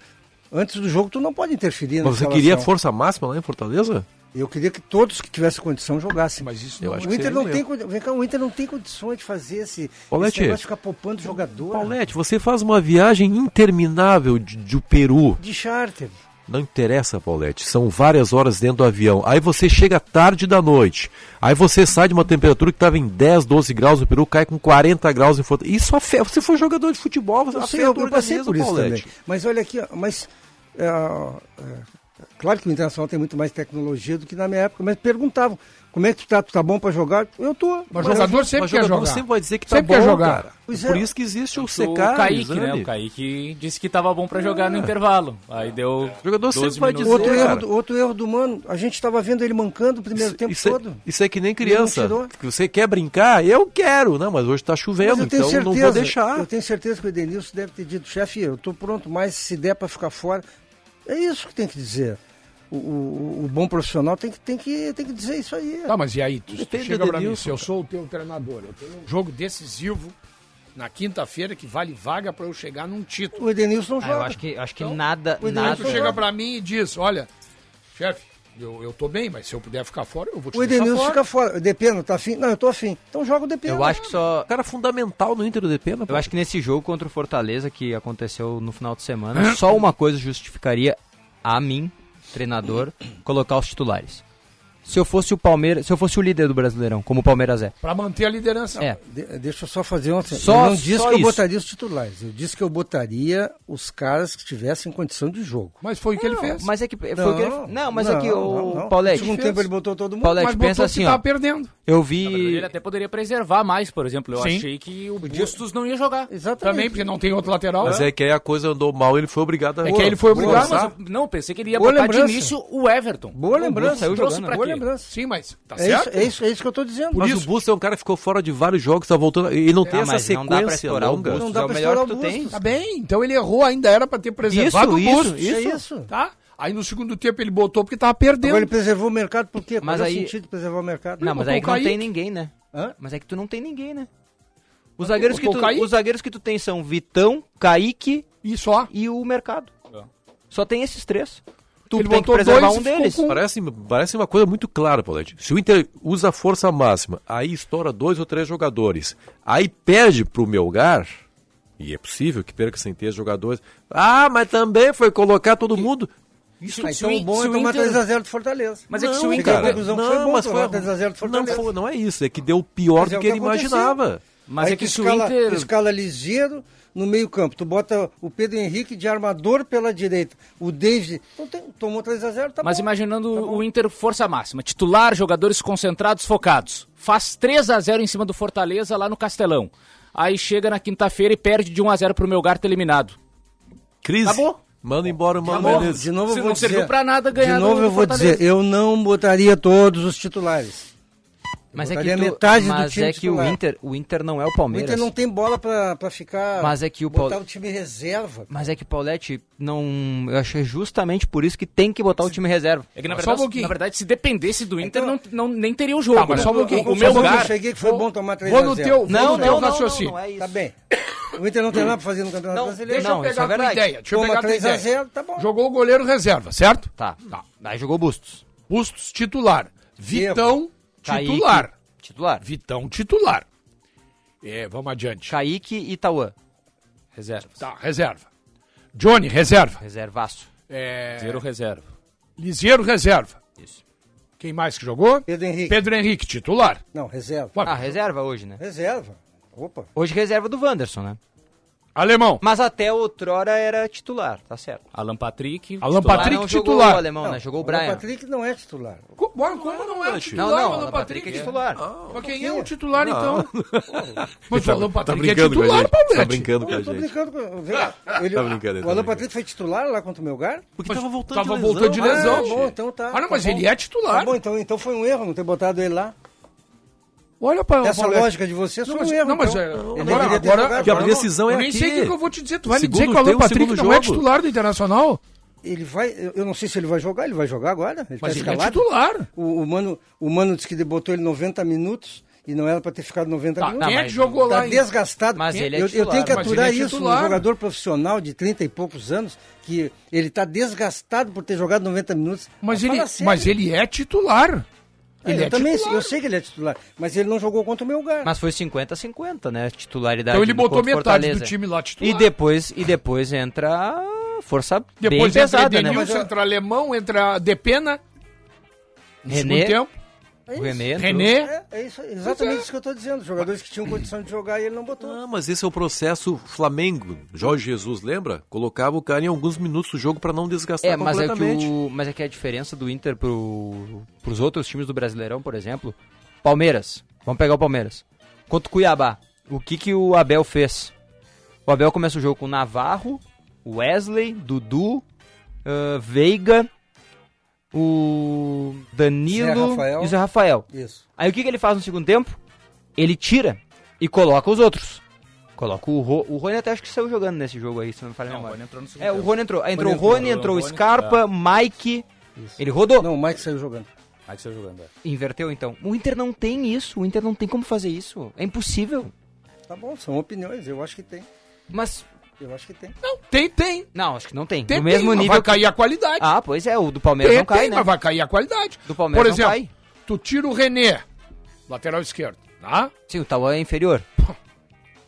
Antes do jogo, tu não pode interferir na Mas você queria escalação. força máxima né? lá em Fortaleza? Eu queria que todos que tivessem condição jogassem. Mas isso Eu não- acho o que Inter seria não meu. tem, condi- vem cá, o Inter não tem condições de fazer esse, Paulete. esse negócio de ficar poupando jogador. Paulete, você faz uma viagem interminável de, de Peru. De charter. Não interessa, Paulette. São várias horas dentro do avião. Aí você chega tarde da noite. Aí você sai de uma temperatura que estava em 10, 12 graus no Peru, cai com 40 graus em Fortaleza. Isso afeta. Você foi jogador de futebol, você Eu sei, afeta eu, o eu passei organismo, por isso Paulete. também. Mas olha aqui, ó, mas é, é, claro que o Internacional tem muito mais tecnologia do que na minha época, mas perguntavam como é que tu tá, tu tá bom para jogar? Eu tô. Mas jogador sempre quer jogar. sempre vai dizer que tá Sempre quer bom, jogar. cara. Pois Por é. isso que existe o O secar, Kaique, o né? exame. O Kaique disse que tava bom pra jogar no intervalo. Aí deu. O É. jogador sempre vai dizer, outro, erro, cara. do- outro erro do Mano, a gente estava vendo ele mancando o primeiro tempo Isso é, todo. isso é que nem não criança. tirou. Que Você quer brincar? Eu quero, não, mas hoje tá Mas chovendo, eu tenho então certeza, não vou deixar. Eu tenho certeza que o Edenilson deve ter dito, chefe, eu tô pronto, mas se der para ficar fora, é isso que tem que dizer. O, o- o bom profissional tem que, tem, que, tem que dizer isso aí. Tá, mas e aí? Tu, tu Depende chega do pra mim, Edenilson, se eu sou o teu treinador, eu tenho um jogo decisivo na quinta-feira que vale vaga pra eu chegar num título. Então, O Edenilson Ah, eu acho que, acho que nada, O Edenilson nada. chega pra mim e diz, olha, chefe, eu, eu tô bem, mas se eu puder ficar fora, eu vou te O deixar Edenilson fora. fica fora. Depena, tá afim? Não, eu tô afim. Então joga o Depena. Eu acho que só. cara fundamental no Inter do Depena. Eu acho que nesse jogo contra o Fortaleza, que aconteceu no final de semana, só uma coisa justificaria a mim, treinador, colocar os titulares. Se eu fosse o Palmeiras, se eu fosse o líder do Brasileirão, como o Palmeiras é. Pra manter a liderança. É. De- deixa eu só fazer uma. Só- eu não disse só que eu isso. botaria os titulares. Eu disse que eu botaria os caras que tivessem condição de jogo. Mas foi o que ele fez. Mas é que foi o que ele- não, mas é que o Paulete. Paulete- No segundo tempo ele botou todo mundo. Paulete, mas botou pensa que assim, tá tava ó. perdendo. Eu Na vi. verdade, Ele até poderia preservar mais, por exemplo. Eu Sim. achei que o Bustos não ia jogar. Exatamente. Também, porque não tem outro lateral. Mas é que aí a coisa andou mal, ele foi obrigado a. É que aí ele foi Boa, obrigado, sabe? mas Não, pensei que ele ia Boa botar lembrança. de início o Everton. Boa O lembrança, Bustos saiu trouxe jogando. pra Boa quê? lembrança. Sim, mas tá é, certo? isso, é, isso, é isso que eu tô dizendo. Mas o Busto é um cara que ficou fora de vários jogos, tá voltando. E não tem Ah, essa mas não dá pra sequência estourar o longa. Bustos, Não dá é o pra melhor estourar que tu o tem. Tá bem, então ele errou, ainda era pra ter Isso, preservado o isso, Bustos. isso. É isso. Tá? Aí no segundo tempo ele botou porque tava perdendo. Agora ele preservou o mercado, por quê? Mas Qual é aí- o sentido de preservar o mercado? Não, mas aí que Botou o não tem Kaique. ninguém, né? Hã? Mas é que tu não tem ninguém, né? Os zagueiros, que botou tu, o Kaique? os zagueiros que tu tem são Vitão, Kaique E só. e o Mercado. Só tem esses três. Tu Ele tem que botou preservar dois e um ficou deles. com- Parece, parece uma coisa muito clara, Paulete. Se o Inter usa a força máxima, aí estoura dois ou três jogadores, aí perde pro Melgar, e é possível que perca sem ter jogadores. Ah, mas também foi colocar todo mundo. Isso Ah, se o então o In- bom se é o tomar Inter- 3x0 do Fortaleza. Mas é que se o Não, Inter. Chega à cara, conclusão que foi não, bom mas foi tomar né? 3x0 do não, Fortaleza. foi, não é isso, é que deu pior Mas é do o que ele aconteceu. imaginava. Mas Aí é que tu se o escala, Inter- tu escala ligeiro no meio-campo. Tu bota o Pedro Henrique de armador pela direita. O David. Então tem- tomou 3x0, tá Mas bom. imaginando o Inter força máxima, titular, jogadores concentrados, focados. Faz 3 a 0 em cima do Fortaleza lá no Castelão. Aí chega na quinta-feira e perde de 1 a 0 pro Melgar tá eliminado. Crise. Acabou. Manda embora o Mano Acabou. Menezes. De novo Se eu vou não serviu dizer, pra nada ganhar De do- novo do eu vou Fortaleza. dizer, eu não botaria todos os titulares. Mas é Botaria que, tu- metade do mas time é que o, titular. Inter, o Inter não é o O Palmeiras. Inter não tem bola pra, pra ficar. Mas é que o botar Paulo- o time reserva. Mas é que Paulette não. Eu achei justamente por isso que tem que botar o time reserva. É que na Só um verdade, pouquinho. na verdade, se dependesse do Inter, não, não- nem teria o jogo. Tá, mas né? só um pouquinho. o Só um meu pouquinho, Então- Eu lugar. cheguei que foi É bom tomar 3 Vou no teu, vou Não, no teu não, não, raciocínio. não, é isso. Tá bem. O Inter não tem nada pra fazer no Campeonato Brasileiro. Deixa eu isso pegar é a tua verdade. ideia. Deixa eu Toma pegar a tua 3 a ideia. 0, tá bom. Jogou o goleiro reserva, certo? Tá. tá. Aí jogou Bustos. Bustos, titular. Vitão, Kaique. titular. Titular. Vitão, titular. É, vamos adiante. Kaique e Tauan. Reserva. Tá, reserva. Johnny, reserva. Reservaço. É, Zero reserva. Liseiro, reserva. Isso. Quem mais que jogou? Pedro Henrique. Pedro Henrique, titular. Não, reserva. Ué, Ah, reserva hoje, né? Reserva. Opa. Hoje reserva do Wanderson, né? Alemão. Mas até outrora era titular, tá certo. Alan Patrick. Alan titular. Patrick, não titular. Jogou o alemão, né? Jogou o Brian. Patrick não é titular. Co- Bora, como não é o titular? Não, não, o Alan Patrick é titular. Mas quem é o titular, então? Mas o Alan Tá Patrick é brincando com a titular, gente. Tá Paulete. brincando com a Eu tô gente. brincando com. vem cá, Ele, Tá brincando, ele o tá Alan brincando. Patrick foi titular lá contra o Melgar? Porque tava voltando Tava de lesão. voltando de Ah, lesão. Ah, bom, então tá. Ah, tá não, mas bom. ele é titular. Tá bom, então, então foi um erro não ter botado ele lá. Olha pra Essa Paulete. lógica de vocês Não, foi mas, um erro. não, mas então. é, Ele agora- deveria ter agora- jogado. Que a Não, decisão eu é nem aqui. sei o que que eu vou te dizer. Tu vai me dizer Segundo que o Alan tempo, Patrick segundo não é jogo. titular do Internacional? Ele vai, eu eu não sei se ele vai jogar, ele vai jogar agora. Ele Mas tá ele é escalado. titular. O, o mano, o mano disse que ele botou ele 90 minutos e não era pra ter ficado 90 Tá, minutos. quem é que jogou tá lá, hein? desgastado. Mas ele é eu, eu titular. tenho que Mas ele aturar é isso no titular. jogador profissional de 30 e poucos anos que ele tá desgastado por ter jogado 90 minutos. Mas, Ah, ele, fala sério. mas ele é titular. É, Ele eu é também, titular. eu sei que ele é titular, mas ele não jogou contra o meu lugar. Mas foi 50-50, né? Titularidade. Então ele do botou contra o metade do Fortaleza. time lá titular. E depois, e depois entra a força Depois bem entra pesada, né? Edenilson, é- entra Alemão, entra Depena. No René. segundo tempo. O René. entrou. René. É, é isso, exatamente isso que eu tô dizendo. Jogadores que tinham condição de jogar e ele não botou. Ah, mas esse é o processo Flamengo. Jorge Jesus, lembra? Colocava o cara em alguns minutos do jogo para não desgastar É, mas é, que completamente. o- mas é que a diferença do Inter pro, pros outros times do Brasileirão, por exemplo, Palmeiras, vamos pegar o Palmeiras, contra o Cuiabá, o que que o Abel fez? O Abel começa o jogo com Navarro, Wesley, Dudu, ah, Veiga, o Zé Danilo Rafael. e o Zé Rafael. Isso. Aí o que que ele faz no segundo tempo? Ele tira e coloca os outros. Coloca o, Ro, o Rony até acho que saiu jogando nesse jogo aí, se não me falha a memória. É, o Rony entrou. Aí Entrou o Rony, entrou o é. Scarpa, Mike. Ele rodou. Não, o Mike saiu jogando. Mike saiu jogando, é. Inverteu então. O Inter não tem isso, o Inter não tem como fazer isso. É impossível. Tá bom, são opiniões, eu acho que tem. Mas. Eu acho que tem. Não, tem, tem. Não, acho que não tem. Tem, no mesmo tem, mas nível. vai que- cair a qualidade. Ah, pois é, o do Palmeiras tem, não cai, tem, né? mas vai cair a qualidade. Do Palmeiras Por não exemplo, cai. tu tira o René, lateral esquerdo, tá? Sim, o Tauan é inferior.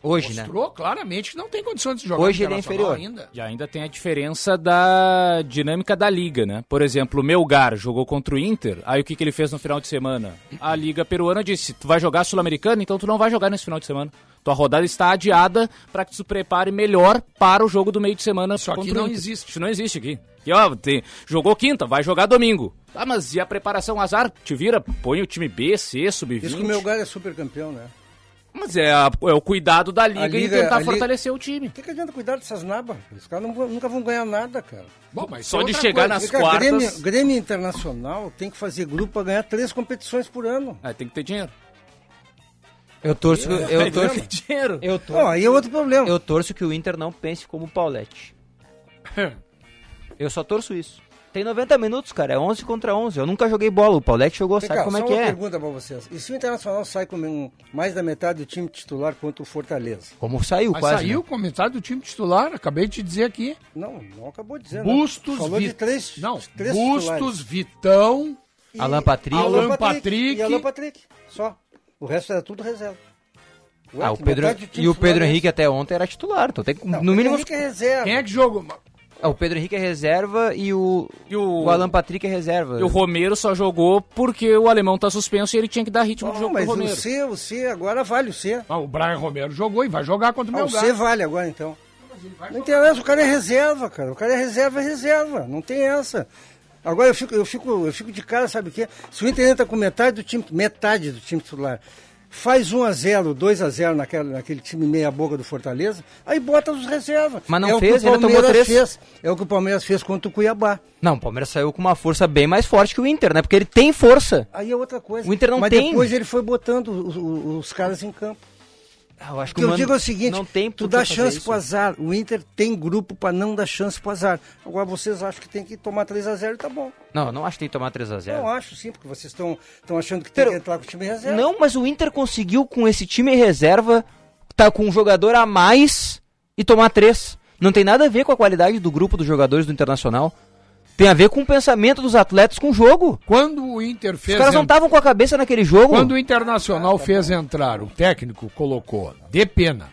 Hoje, né? Mostrou claramente que não tem condições de jogar no é Internacional ainda. E ainda tem a diferença da dinâmica da liga, né? Por exemplo, o Melgar jogou contra o Inter, aí o que, que ele fez no final de semana? A liga peruana disse, tu vai jogar Sul-Americana, então tu não vai jogar nesse final de semana. Tua rodada está adiada para que tu se prepare melhor para o jogo do meio de semana. Isso aqui não existe. Isso não existe aqui. E, ó, tem- jogou quinta, vai jogar domingo. Ah, mas e a preparação azar? Te vira, põe o time B, C, sub-20. Isso que o meu lugar é super campeão, né? Mas é, a- é o cuidado da liga, A e liga- a tentar liga- fortalecer o time. O que, que adianta cuidar dessas nabas? Os caras não vão- nunca vão ganhar nada, cara. Bom, mas Só isso é de outra chegar coisa. nas Fica, quartas- Grêmio, Grêmio Internacional tem que fazer grupo pra ganhar três competições por ano. Ah, tem que ter dinheiro. Eu torço. Eu Tem torço. dinheiro. Eu torço. Não, aí é outro problema. Eu torço que o Inter não pense como o Paulette. eu só torço isso. Tem 90 minutos, cara. É 11 contra 11. Eu nunca joguei bola. O Paulette jogou, Vem sabe cá, como é só que uma é. pergunta pra vocês. E se o Internacional sai com um- mais da metade do time titular contra o Fortaleza? Como saiu Mas quase. saiu né? o comentário do time titular, acabei de dizer aqui. Não, não acabou de dizer. né? Bustos, Falou de Vi- três- não, três Bustos, titulares. Vitão, E- Alan Patrick. Alan Patrick. E Alan Patrick, só. O resto era tudo reserva. Ué, Ah, o que Pedro, metade do time e o Pedro titular é Henrique até ontem era titular. Então tem, que- Não, no o mínimo. Henrique é reserva. Quem é que jogou? Ah, o Pedro Henrique é reserva e o, e o, Alan Patrick é reserva. E o Romero só jogou porque o alemão tá suspenso e ele tinha que dar ritmo de Não, jogo mas pro Romero. o C, o C agora vale o C. Ah, o Brian Romero jogou e vai jogar contra o Ah, o Melgar. C vale agora então. Não interessa, o cara é reserva, cara. O cara é reserva, é reserva. Não tem essa. Agora eu fico, eu fico, eu fico de cara, sabe o quê? Se o Inter entra com metade do time, metade do time titular, faz 1 a 0 2 a 0 naquela, naquele time meia boca do Fortaleza, aí bota os reservas. Mas não é o que fez, o ele tomou Palmeiras três. fez. É o que o Palmeiras fez contra o Cuiabá. Não, o Palmeiras saiu com uma força bem mais forte que o Inter, né? Porque ele tem força. Aí é outra coisa. O Inter não Mas tem. depois ele foi botando os, os- os caras em campo. Ah, eu acho O que que o eu Mano digo é o seguinte, não tem tu por dá que fazer chance isso. pro azar. O Inter tem grupo pra não dar chance pro azar. Agora vocês acham que tem que tomar 3x0 e tá bom. Não, eu não acho que tem que tomar 3x0. Eu acho sim, porque vocês estão achando que tem que entrar com o time em reserva. Não, mas o Inter conseguiu com esse time em reserva, tá com um jogador a mais e tomar três. Não tem nada a ver com a qualidade do grupo dos jogadores do Internacional. Tem a ver com o pensamento dos atletas com o jogo. Quando o Inter Os fez caras não entrar- estavam com a cabeça naquele jogo. Quando o Ah, Internacional tá fez entrar, o técnico colocou Depena,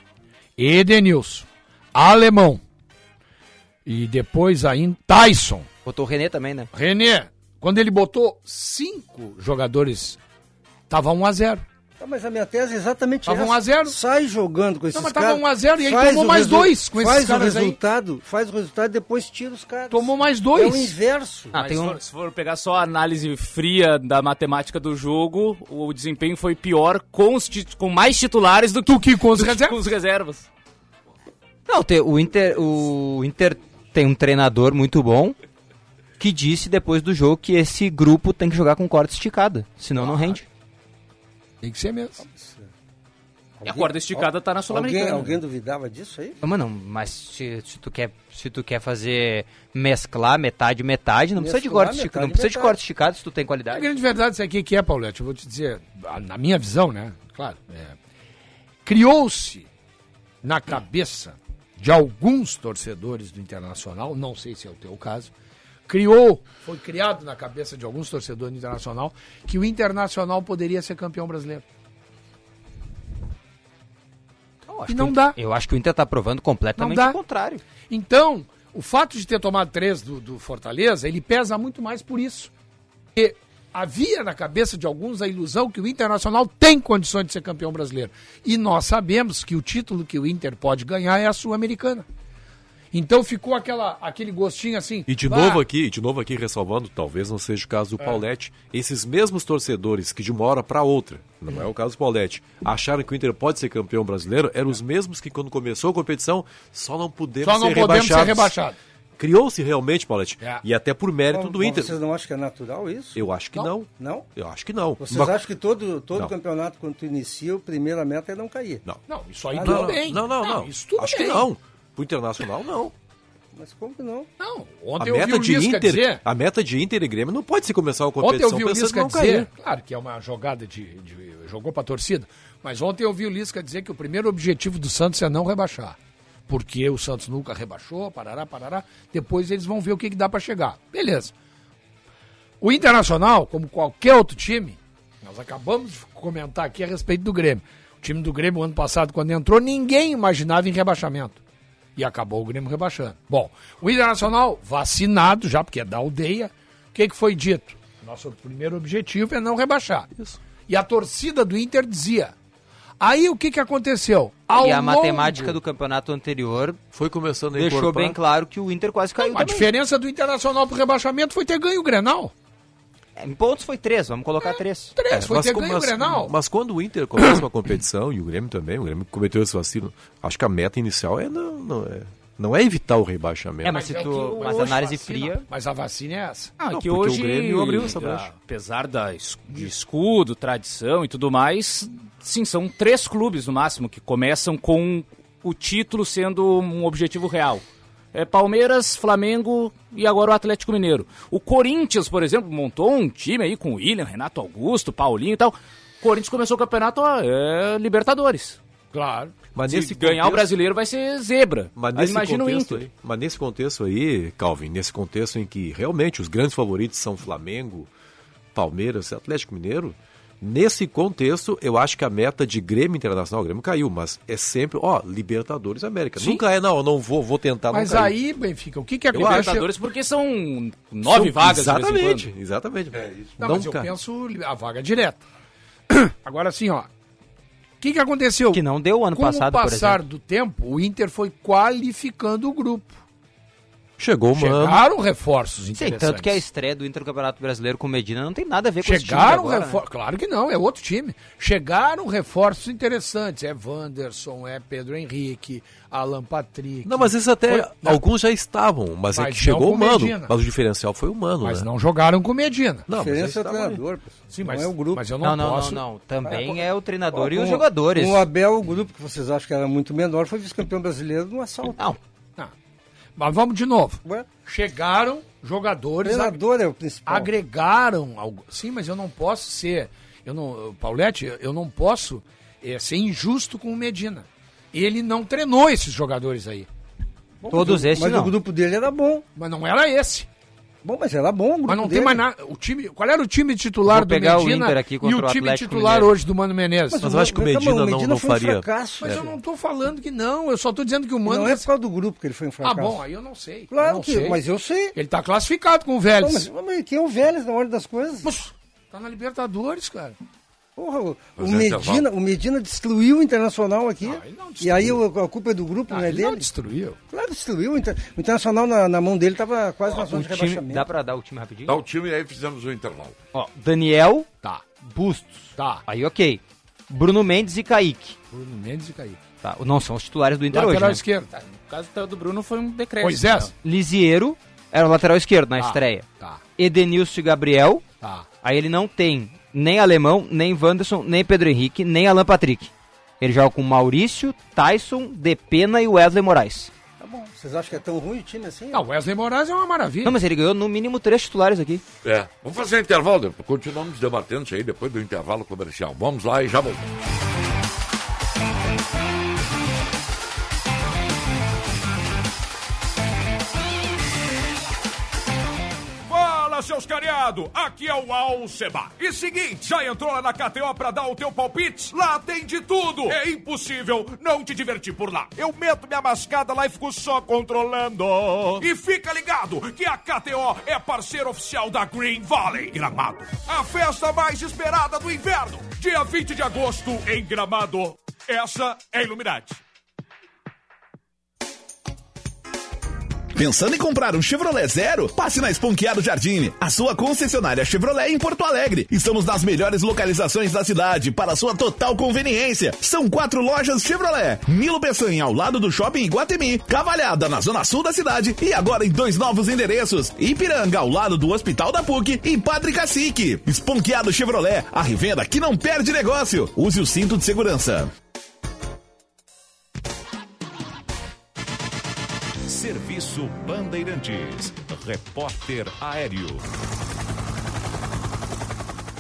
Edenilson, Alemão e depois ainda Tyson. Botou o René também, né? René, quando ele botou cinco jogadores, tava 1 a 0 Tá, mas a minha tese é exatamente Tava essa. 1 a 0. Sai jogando com esses mas tava caras. 1 a 0 e aí faz tomou o mais resu- dois com esses faz caras o aí. resultado, Faz o resultado e depois tira os caras. Tomou mais É o inverso. Ah, Ah, Mas um- se, for, se for pegar só a análise fria da matemática do jogo, o desempenho foi pior com, os tit- com mais titulares do que, com, os reservas. reservas. Não, tem- o, Inter, o Inter tem um treinador muito bom que disse depois do jogo que esse grupo Ah. tem que jogar com corda esticada, senão não rende. Tem que ser mesmo. E a corda esticada tá está na Sul-Americana. Alguém, alguém né? duvidava disso aí? Não, Mano, mas se, se tu quer, se tu quer fazer mesclar metade, metade, não precisa de Mesclar corte esticado. metade, Não precisa de metade. corte esticado se tu tem A qualidade. grande verdade isso aqui que é, Paulete, eu vou te dizer, a- na minha visão, né? Claro. é, Criou-se na cabeça de alguns torcedores do Internacional, não sei se é o teu caso, criou, foi criado na cabeça de alguns torcedores do Internacional, que o Internacional poderia ser campeão brasileiro. E não dá. Eu Então, acho que o Inter tá provando completamente Não dá. o contrário. Então, o fato de ter tomado três do, do Fortaleza, ele pesa muito mais por isso. Porque havia na cabeça de alguns a ilusão que o Internacional tem condições de ser campeão brasileiro. E nós sabemos que o título que o Inter pode ganhar é a Sul-Americana. Então ficou aquela, aquele gostinho assim. E de "Bah, Ah! novo aqui, de novo aqui ressalvando, talvez não seja o caso do É. Paulette, esses mesmos torcedores que de uma hora para outra, não é o caso do Paulette, acharam que o Inter pode ser campeão brasileiro, eram os mesmos que quando começou a competição só não podemos Só não ser podemos ser rebaixados. rebaixados. Criou-se realmente, Paulette, É. e até por mérito Bom, do bom, Inter. Vocês não acham que é natural isso? Eu acho que não. Não? Eu acho que não. Vocês Mas- acham que todo, todo Não. campeonato, quando tu inicia, a primeira meta é não cair? Não. Não, isso aí Ah, tudo não, bem. não, não, não. Isso tudo Acho bem. que não. Pro Internacional, não. Mas como que não? Não. A Ontem eu ouvi meta, o de Lisca Inter, dizer. a meta de Inter e Grêmio não pode se começar a Ontem competição eu vi o pensando em Lisca não dizer, cair. claro que é uma jogada de, de- jogou pra torcida, mas ontem eu vi o Lisca dizer que o primeiro objetivo do Santos é não rebaixar. Porque o Santos nunca rebaixou, parará, parará. Depois eles vão ver o que, que dá pra chegar. Beleza. O Internacional, como qualquer outro time, nós acabamos de comentar aqui a respeito do Grêmio. O time do Grêmio, ano passado, quando entrou, ninguém imaginava em rebaixamento. E acabou o Grêmio rebaixando. Bom, o Internacional, vacinado já, porque é da aldeia, o que, que foi dito? Nosso primeiro objetivo é não rebaixar. E a torcida do Inter dizia. Aí o que, que aconteceu? Ao e a longo- matemática do campeonato anterior foi começando a Deixou incorporar. bem claro que o Inter quase caiu. A diferença do Internacional pro rebaixamento foi ter ganho o Grenal. É, em pontos foi três, vamos colocar três. É, É, Três, foi É, mas ter como- ganho o mas- Grenal. Mas quando o Inter começa uma competição, e o Grêmio também, o Grêmio cometeu esse vacilo, acho que a meta inicial é não, não, é, não é evitar o rebaixamento. é que mas hoje análise vacina- fria- Mas a vacina é essa. Ah, que porque o hoje, Grêmio abriu essa ah, brecha. apesar da es- de escudo, tradição e tudo mais, sim, são três clubes no máximo que começam com o título sendo um objetivo real. É Palmeiras, Flamengo e agora o Atlético Mineiro. O Corinthians, por exemplo, montou um time aí com o William, Renato Augusto, Paulinho e tal. O Corinthians começou o campeonato, ó, é Libertadores. Claro. Mas Se nesse ganhar o contexto- brasileiro vai ser zebra. Mas Aí nesse, imagina o contexto Inter. aí, mas nesse contexto aí, Calvin, nesse contexto em que realmente os grandes favoritos são Flamengo, Palmeiras, Atlético Mineiro, nesse contexto eu acho que a meta de Grêmio Internacional, o Grêmio caiu, mas é sempre, ó, Libertadores América. Sim. Nunca é, não, não vou, vou Tá tentar, é. Mas não caiu. aí, Benfica, o que que aconteceu? Libertadores porque são nove São- vagas. de vez em quando. Exatamente, exatamente. Não, Não mas eu cai. penso a vaga direta. Agora assim, ó. O que, que aconteceu? Que não deu ano Com passado, o por passar exemplo. do tempo, o Inter foi qualificando o grupo. Chegou, mano. Chegaram reforços Sim, interessantes. tanto que a estreia do Inter no Campeonato Brasileiro com o Medina não tem nada a ver com esse time de Chegaram agora, né? reforços. Claro que não, é outro time. Chegaram reforços interessantes. É Wanderson, é Pedro Henrique, Alan Patrick. Não, mas esses até Foi- alguns já estavam, mas, é Mas que não chegou com o Mano, Medina. mas o diferencial foi o Mano, Mas né? não jogaram com o Medina. Não, mas Diferença eles Esse é o treinador, pessoal. Sim, Não mas- é o grupo. mas eu não Não, não, posso- não, não. Também é o treinador com- e os jogadores. Com o um Abel, o grupo que vocês acham que era muito menor, foi vice-campeão brasileiro no assalto. Não. Ah, Mas vamos de novo. Chegaram jogadores. né? Treinador é o principal. Agregaram algo. Sim, mas eu não posso ser. Eu não, Paulette, eu não posso eh, ser injusto com o Medina. Ele não treinou esses jogadores aí. Todos esses Mas não. o grupo dele era bom. Mas não era esse. Bom, mas era bom o grupo Mas não dele. tem mais nada. O time, qual era o time titular Vou do pegar o Medina Inter aqui e contra o o time Atlético titular Mineiro. hoje do Mano Menezes? Mas Mas eu acho que o Medina não- não faria. Mas É. eu não tô falando que não, eu só tô dizendo que o Mano... Não é por causa do grupo que ele foi um Ah, fracasso. bom, aí eu não sei. Claro não que- sei. mas eu sei. Ele tá classificado com o Vélez. Não, mas- mas, quem é o Vélez na ordem das coisas? Tá na Libertadores, cara. Porra, o, Mas o é Medina, intervalo. o Medina destruiu o Internacional aqui. Ah, e aí o- a culpa é do grupo, não é ele dele? não destruiu. Claro, destruiu. O Inter- o Internacional na, na mão dele estava quase na O zona de time, rebaixamento. dá pra dar o time rapidinho? Dá o time e aí fizemos o intervalo. Ó, Daniel. Tá. Bustos. Tá. Aí, ok. Bruno Mendes e Kaique. Bruno Mendes e Kaique. Tá. Não são os titulares do Inter Lateral hoje, né? esquerdo. Tá, No caso do Bruno foi um decreto. Lisieiro era o lateral esquerdo na Tá, estreia. é então. tá. Edenilson e Gabriel. Tá. Aí ele não tem nem Alemão, nem Wanderson, nem Pedro Henrique, nem Alan Patrick. Ele joga com Maurício, Tyson, Depena e Wesley Moraes. Tá bom. Vocês acham que é tão ruim o time assim? Não, Wesley Moraes é uma maravilha. Não, mas ele ganhou no mínimo três titulares aqui. É. Vamos fazer um intervalo, depois continuamos debatendo isso aí depois do intervalo comercial. Vamos lá e já voltamos. Fala, seus cariado! Aqui é o Alceba. E seguinte, já entrou lá na KTO pra dar o teu palpite? Lá tem de tudo! É impossível não te divertir por lá. Eu meto minha mascada lá e fico só controlando. E fica ligado que a KTO é parceira oficial da Green Valley, Gramado. A festa mais esperada do inverno. Dia 20 de agosto, em Gramado. Essa é Iluminati. Pensando em comprar um Chevrolet Zero? Passe na Esponquiado Jardine, a sua concessionária Chevrolet em Porto Alegre. Estamos nas melhores localizações da cidade para sua total conveniência. São quatro lojas Chevrolet: Nilo Peçanha ao lado do shopping Iguatemi, Cavalhada na zona sul da cidade e agora em dois novos endereços: Ipiranga ao lado do Hospital da PUC e Padre Cacique. Esponquiado Chevrolet, a revenda que não perde negócio. Use o cinto de segurança. Serviço Bandeirantes. Repórter Aéreo.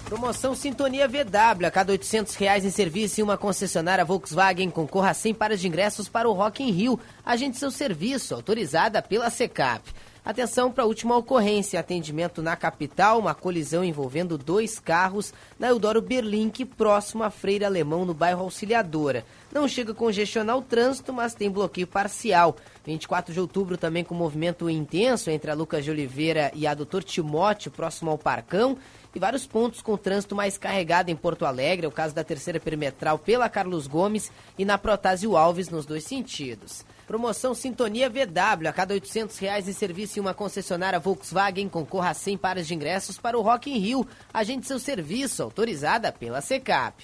Promoção Sintonia VW, a cada 800 reais em serviço em uma concessionária Volkswagen, concorra a 100 pares de ingressos para o Rock in Rio. Agende seu serviço, autorizada pela SECAP. Atenção para a última ocorrência, atendimento na capital, uma colisão envolvendo dois carros na Eudoro Berlink, próximo à Freira Alemão, no bairro Auxiliadora. Não chega a congestionar o trânsito, mas tem bloqueio parcial. 24 de outubro também com movimento intenso entre a Lucas de Oliveira e a Doutor Timóteo, próximo ao Parcão. E vários pontos com trânsito mais carregado em Porto Alegre, É o caso da terceira perimetral pela Carlos Gomes e na Protásio Alves nos dois sentidos. Promoção Sintonia VW, a cada 800 reais em serviço em uma concessionária Volkswagen, concorra a 100 pares de ingressos para o Rock in Rio. Agende seu serviço, autorizada pela SECAP.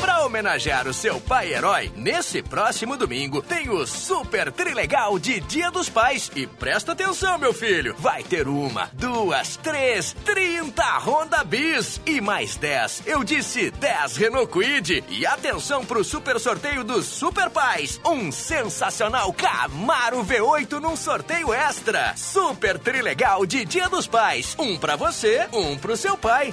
Para homenagear o seu pai herói, nesse próximo domingo tem o Super Trilegal de Dia dos Pais. E presta atenção, meu filho, vai ter uma, duas, três, trinta Honda Bis e mais dez. Eu disse dez Renault Kwid. E atenção pro super sorteio dos Super Pais, um sensacional Camaro V8 num sorteio extra. Super Trilegal de Dia dos Pais, um pra você, um pro seu pai.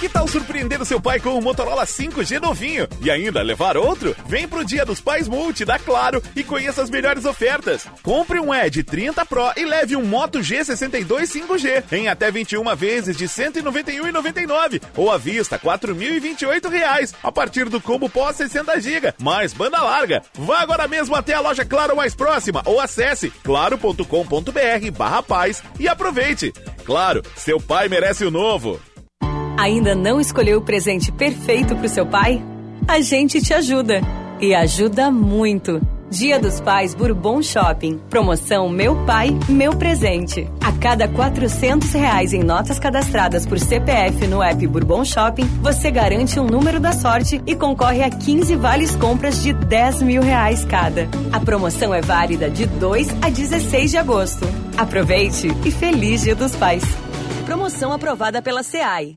Que tal surpreender o seu pai com um Motorola 5G novinho? E ainda levar outro? Vem pro Dia dos Pais Multi da Claro e conheça as melhores ofertas. Compre um Edge 30 Pro e leve um Moto G62 5G em até 21 vezes de R$ 191,99 ou à vista R$ 4.028 reais, a partir do combo pós 60 GB, mais banda larga. Vá agora mesmo até a loja Claro mais próxima ou acesse claro.com.br barra paz e aproveite. Claro, seu pai merece o novo. Ainda não escolheu o presente perfeito para o seu pai? A gente te ajuda. E ajuda muito. Dia dos Pais Bourbon Shopping. Promoção Meu Pai, Meu Presente. A cada R$ 400 reais em notas cadastradas por CPF no app Bourbon Shopping, você garante um número da sorte e concorre a 15 vales compras de 10 mil reais cada. A promoção é válida de 2 a 16 de agosto. Aproveite e feliz Dia dos Pais. Promoção aprovada pela SEAI.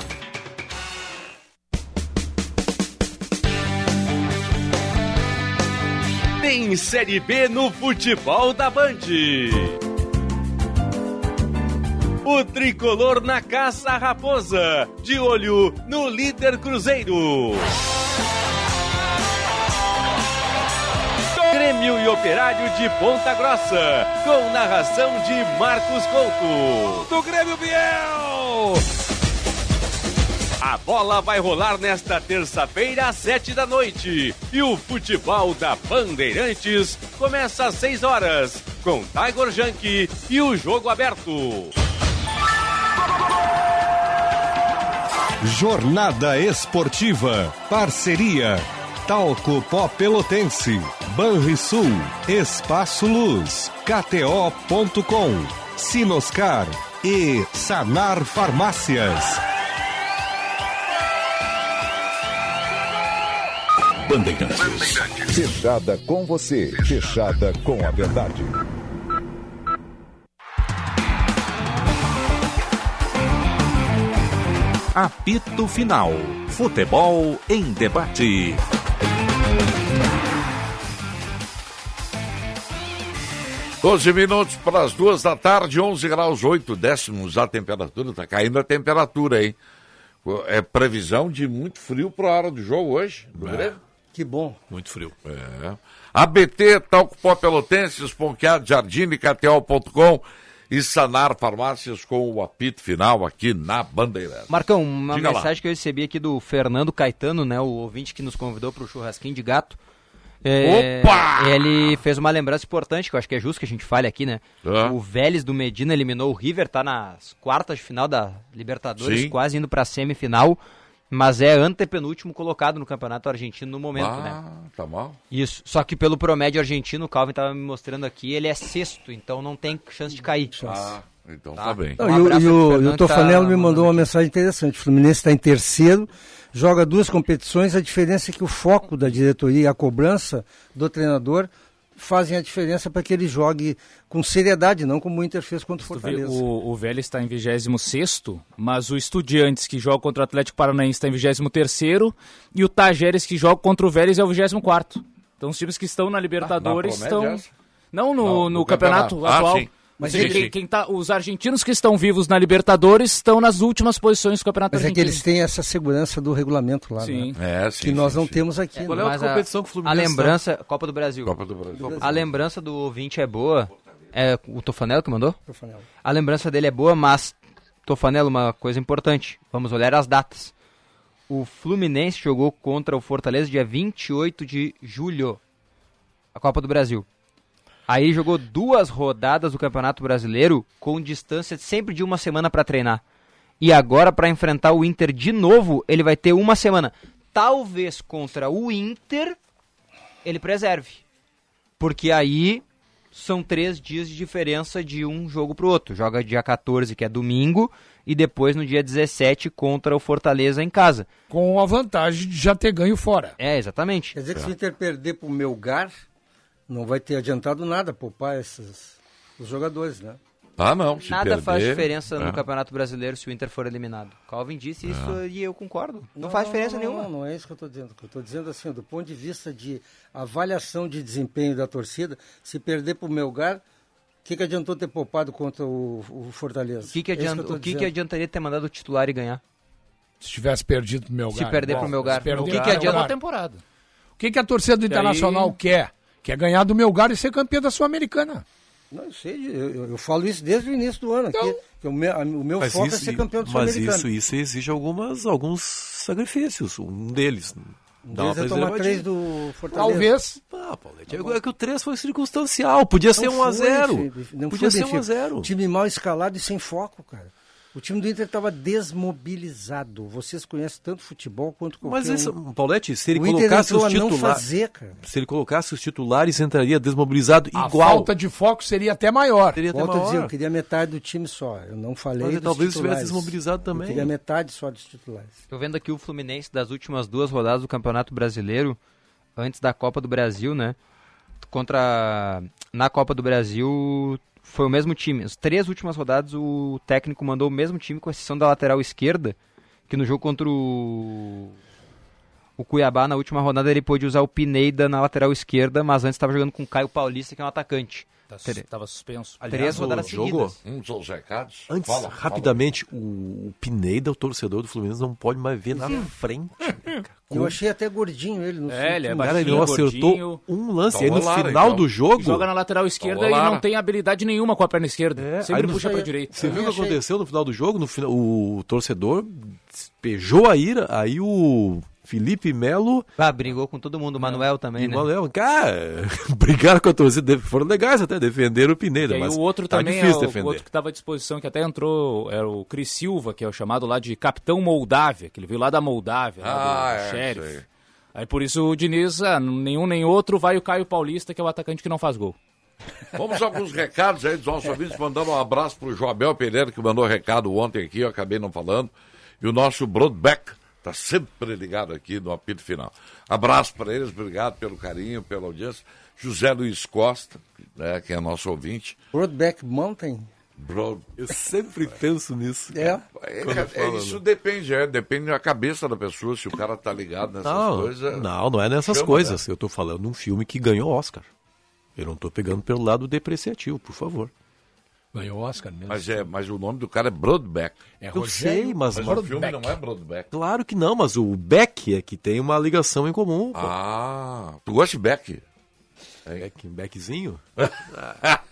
Tem Série B no futebol da Band. O tricolor na caça à raposa, de olho no líder Cruzeiro. Grêmio e Operário de Ponta Grossa, com narração de Marcos Couto. Do Grêmio Biel. A bola vai rolar nesta terça-feira às sete da noite. E o futebol da Bandeirantes começa às seis horas, com Tiger Junk e o jogo aberto. Jornada Esportiva. Parceria. Talco Pó Pelotense. Banrisul. Espaço Luz. KTO.com. Sinoscar. E Sanar Farmácias. Bandeirantes. Fechada com você. Fechada com a verdade. Apito final. Futebol em debate. Doze minutos para as duas da tarde, 11 graus 8 décimos a temperatura. Tá caindo a temperatura, hein? É previsão de muito frio para a hora do jogo hoje, do Grêmio? Que bom. É. Muito frio. É. ABT, Talco Pó Pelotense, Esponqueado, Jardine, KTO.com e Sanar Farmácias com o apito final aqui na Bandeira. Marcão, uma Diga lá. mensagem que eu recebi aqui do Fernando Caetano, né, o ouvinte que nos convidou para o churrasquinho de gato. É, Opa! Ele fez uma lembrança importante, que eu acho que é justo que a gente fale aqui, né? O Vélez do Medina eliminou o River, tá nas quartas de final da Libertadores, Sim. quase indo para semifinal, mas é antepenúltimo colocado no Campeonato Argentino no momento, né? ah, tá mal? Isso. Só que pelo promédio argentino, o Calvin tava me mostrando aqui, ele é sexto, então não tem chance de cair. Um Ah, então tá, bem. Não, e o- e o, e o tá tá Tofanello me mandou uma mensagem interessante. O Fluminense está em terceiro, joga duas competições. A diferença é que o foco da diretoria e a cobrança do treinador fazem a diferença para que ele jogue com seriedade, não como o Inter fez contra o Tu vê, Fortaleza. O, o Vélez está em 26, mas o Estudiantes, que joga contra o Atlético Paranaense, está em 23, e o Tajeres, que joga contra o Vélez, é o 24. Então, os times que estão Ah, na Libertadores promédio estão. é essa? Não no, Não, no no campeonato, campeonato. Ah, atual. sim. Mas Mas quem, sim, quem- sim. quem tá, os argentinos que estão vivos na Libertadores estão nas últimas posições do campeonato Mas é que argentino. eles têm essa segurança do regulamento lá, Sim. né? É, sim, que nós sim, não sim. temos aqui. né? É, mas a- A lembrança, Copa do Brasil. Copa do Brasil. A lembrança do ouvinte é boa. É o Tofanello que mandou? Tofanello. A lembrança dele é boa, mas Tofanello, uma coisa importante. Vamos olhar as datas. O Fluminense jogou contra o Fortaleza dia 28 de julho. A Copa do Brasil. Aí jogou duas rodadas do Campeonato Brasileiro com distância sempre de uma semana para treinar. E agora para enfrentar o Inter de novo, ele vai ter uma semana. Talvez contra o Inter ele preserve. Porque aí são três dias de diferença de um jogo pro outro. Joga dia 14, que é domingo, e depois no dia 17 contra o Fortaleza em casa. Com a vantagem de já ter ganho fora. É, exatamente. Quer dizer que se o Inter perder para o Melgar, não vai ter adiantado nada poupar esses, os jogadores, né? Ah, não. Se Nada perder, faz diferença no é. Campeonato Brasileiro se o Inter for eliminado. Calvin disse isso É. e eu concordo. Tá. Não, faz diferença não, nenhuma. Não, não é isso que eu estou dizendo. O que Eu estou dizendo assim, do ponto de vista de avaliação de desempenho da torcida, se perder para o Melgar, o que, que adiantou ter poupado contra o, o Fortaleza? O que, que, É isso adianta, eu tô o que, que dizendo. adiantaria ter mandado o titular e ganhar? Se tivesse perdido pro Melgar. Se perder pro Melgar. se perder O que pro que adianta- Melgar. Uma temporada. O que, que a torcida do E Internacional aí- quer? Quer ganhar do Melgar e ser campeã da Sul-Americana. Não, eu sei, eu, eu- eu falo isso desde o início do ano. Então- aqui, que o meu, a- o meu foco é ser campeão do mas Sul-Americano. isso, isso exige algumas, alguns sacrifícios. Um deles. Dá uma Talvez eu Um é tomar preservativa. três do Fortaleza. Talvez. Ah, Paulete, é que o 3 foi circunstancial. Podia ser Não 1 a foi, 0. Felipe, não Podia foi, ser 1 a Benfica. 0. Time mal escalado e sem foco, cara. O time do Inter estava desmobilizado. Vocês conhecem tanto futebol quanto qualquer Mas esse, é um. Paulete, se ele O Inter colocasse entrou os a não titulares. fazer, cara. Se ele colocasse os titulares, entraria desmobilizado A igual. falta de foco seria até maior. Seria até Volto a dizer, maior. eu queria metade do time só. Eu não falei Mas dos talvez titulares. estivesse desmobilizado também. Eu queria metade só dos titulares. Estou vendo aqui o Fluminense das últimas duas rodadas do Campeonato Brasileiro, antes da Copa do Brasil, né? Contra. Na Copa do Brasil foi o mesmo time. As três últimas rodadas o técnico mandou o mesmo time, com exceção da lateral esquerda, que no jogo contra o. O Cuiabá, na última rodada, ele pôde usar o Pineida na lateral esquerda, mas antes estava jogando com o Caio Paulista, que é um atacante. Tre- Estava suspenso. Três é rodadas seguidas. Um dos recados. Antes, Fala, fala. rapidamente, O, o Pineda, o torcedor do Fluminense, não pode mais ver na Sim. frente. Eu achei até gordinho ele no É, ele é Então, últimos- Cara, ele não acertou um lance. E aí no final do jogo. Joga na lateral esquerda e Lara. não tem habilidade nenhuma com a perna esquerda. É, Sempre aí no- puxa pra direita. Você viu o que aconteceu no final do jogo? No final, o torcedor despejou a ira, aí o Felipe Melo. Ah, brigou com todo mundo, o Manuel também, e né? o Manoel, cara, brigaram com a torcida, foram legais até, defenderam o Pineda, E aí mas o outro tá também difícil é o, defender. o outro que estava à disposição, que até entrou, era o Cris Silva, que é o chamado lá de Capitão Moldávia, que ele veio lá da Moldávia, lá Ah, do é, Sheriff. sei. Aí por isso o Diniz, ah, nenhum nem outro, vai o Caio Paulista, que é o atacante que não faz gol. Vamos a alguns recados aí dos nossos ouvintes, mandando um abraço pro Joabel Pereira, que mandou recado ontem aqui, eu acabei não falando. E o nosso Broadback tá sempre ligado aqui no apito final. Abraço para eles, obrigado pelo carinho, pela audiência. José Luiz Costa, né, que é nosso ouvinte. Broadback Mountain? Broad... Eu sempre penso nisso. É? É, Quando é, fala, isso né? depende, é, depende da cabeça da pessoa, se o cara tá ligado nessas não, coisas. não, não é nessas chama, né? coisas. Eu tô falando de um filme que ganhou Oscar. Eu não tô pegando pelo lado depreciativo, por favor. Ganhou Oscar mesmo. Mas, é, mas o nome do cara é Broadback. É Eu Rogério sei, mas- o filme Broadback. não é Broadback. Claro que não, mas o Beck é que tem uma ligação em comum. Ah, tu gosta de Beck? É. Beck, Beckzinho?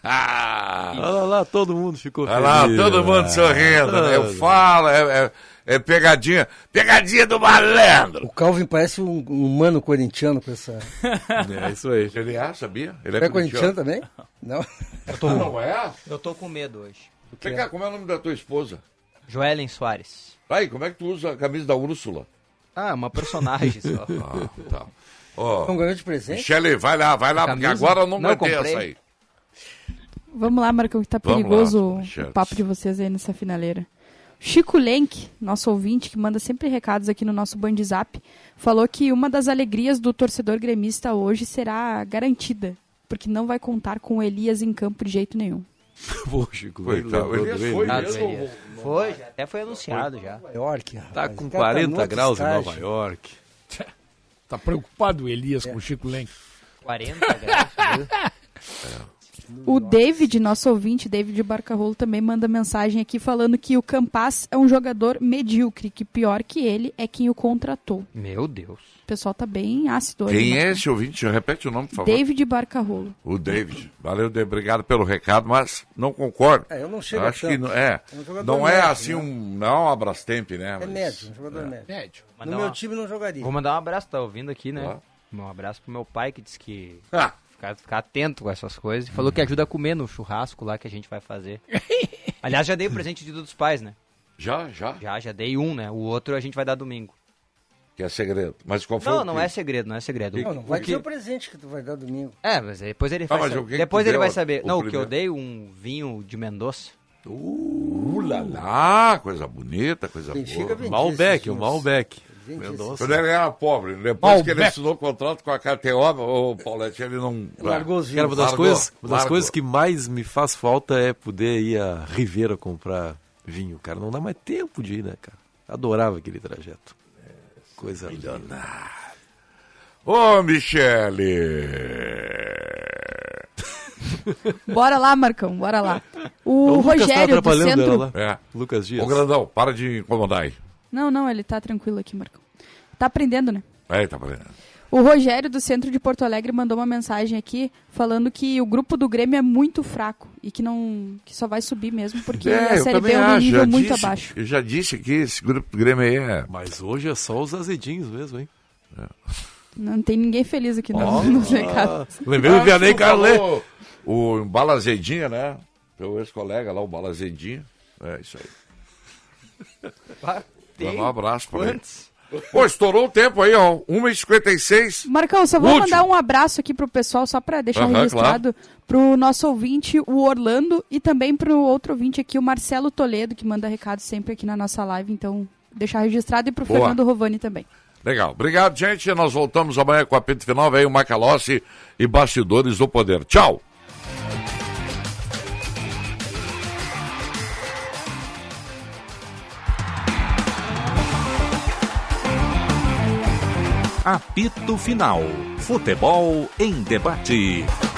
Ah, Olha lá, todo mundo ficou Olha lá, feliz. todo mundo sorrindo, né? Eu Ah, falo, é, é- é pegadinha. Pegadinha do malandro! O Calvin parece um um humano corintiano com essa. É isso aí. Ele é, sabia? Ele É corintiano também? Não. Eu tô... Não é? Eu tô com medo hoje. Vem cá, como é o nome da tua esposa? Joellen Soares. Aí, como é que tu usa a camisa da Úrsula? Ah, uma personagem só. Ah, tá. Ó, Não ganhou de presente? Michele, vai lá, vai lá, porque Camisa? agora eu não Não, aguentei comprei. essa aí. Vamos lá, Marcão, que tá Vamos perigoso lá, o manchetes. papo de vocês aí nessa finaleira. Chico Lenk, nosso ouvinte, que manda sempre recados aqui no nosso Band Zap, falou que uma das alegrias do torcedor gremista hoje será garantida, porque não vai contar com o Elias em campo de jeito nenhum. Pô, Chico, Coitado, ele lembrou do Elias Elias. foi então, Ah, mesmo? do Elias. Foi, já- até foi anunciado já. Nova York, rapaz. Tá com O cara 40 no outro graus em estágio. Nova York. Tá preocupado o Elias com o Chico Lenk. 40 graus. O David, nosso ouvinte, David Barcarolo, também manda mensagem aqui falando que o Campas é um jogador medíocre, que pior que ele é quem o contratou. Meu Deus. O pessoal tá bem ácido hoje. Quem né? é esse ouvinte? Repete o nome, por favor. David Barcarolo. O David. Valeu, David. Obrigado pelo recado, mas não concordo. É, eu não chego Acho a que tanto. não é. É um jogador não é médio, assim né? um. Não é um Abrastemp, né? É Mas- médio, um jogador médio. Médio. No meu time não jogaria. Vou mandar um abraço, tá ouvindo aqui, né? Um abraço pro meu pai que disse que Ah. ficar, ficar atento com essas coisas. e Falou que ajuda a comer no churrasco lá que a gente vai fazer. Aliás, já dei o presente de Dia dos pais, né? Já, já. Já, já dei um, né? O outro a gente vai dar domingo. Que é segredo. Mas qual foi Não, o não que- é segredo, não é segredo. Não, não vai O ter o que... presente que tu vai dar domingo. É, mas depois ele Ah, vai mas saber. o que que Depois tu ele deu vai a- saber. o não, o que eu primeiro? dei, um vinho de Mendoza. Uh, lá, lá, coisa bonita, coisa Benfica boa. vende Malbec, esses o vinhos. Malbec. Mendoza. Mendoça. Quando ele era pobre, depois que ele Malbec. assinou o contrato com a KTO, o Paulette, ele não. Cara, É uma das, Largou, coisas, uma das largou. coisas que mais me faz falta é poder ir a Ribeira comprar vinho, cara. Não dá mais tempo de ir, né, cara? Adorava aquele trajeto. Coisa milionária. Ô, Michele! Bora lá, Marcão, bora lá. O Lucas tá Rogério do atrapalhando Centro. ela lá. É. Lucas Dias. Ô, Grandão, para de incomodar aí. Não, não, ele tá tranquilo aqui, Marcão. Tá aprendendo, né? Aí, tá valendo. O Rogério do Centro de Porto Alegre mandou uma mensagem aqui falando que o grupo do Grêmio é muito fraco e que não que só vai subir mesmo porque É, a eu Série B também é um acho, já nível muito disse, abaixo. Eu já disse que esse grupo do Grêmio aí é. Mas hoje é só os azedinhos mesmo, hein? Não tem ninguém feliz aqui no, Ó. nos recados. Lembrei do Ah, Vianney tu falou. Carlê. O Balazedinha, né? Meu ex-colega lá, o Balazedinha. É isso aí. Dá um abraço pra ele. Pô, estourou o tempo aí, ó. 1h56. Marcão, só vou Último. mandar um abraço aqui pro pessoal, só para deixar Aham, registrado, pro nosso ouvinte, o Orlando, e também pro outro ouvinte aqui, o Marcelo Toledo, que manda recado sempre aqui na nossa live, então deixar registrado, e pro Boa. Fernando Rovani também. Legal. Obrigado, gente. Nós voltamos amanhã com a Pinto Final. Vem o Macalossi e Bastidores do Poder. Tchau. Apito Final. Futebol em debate.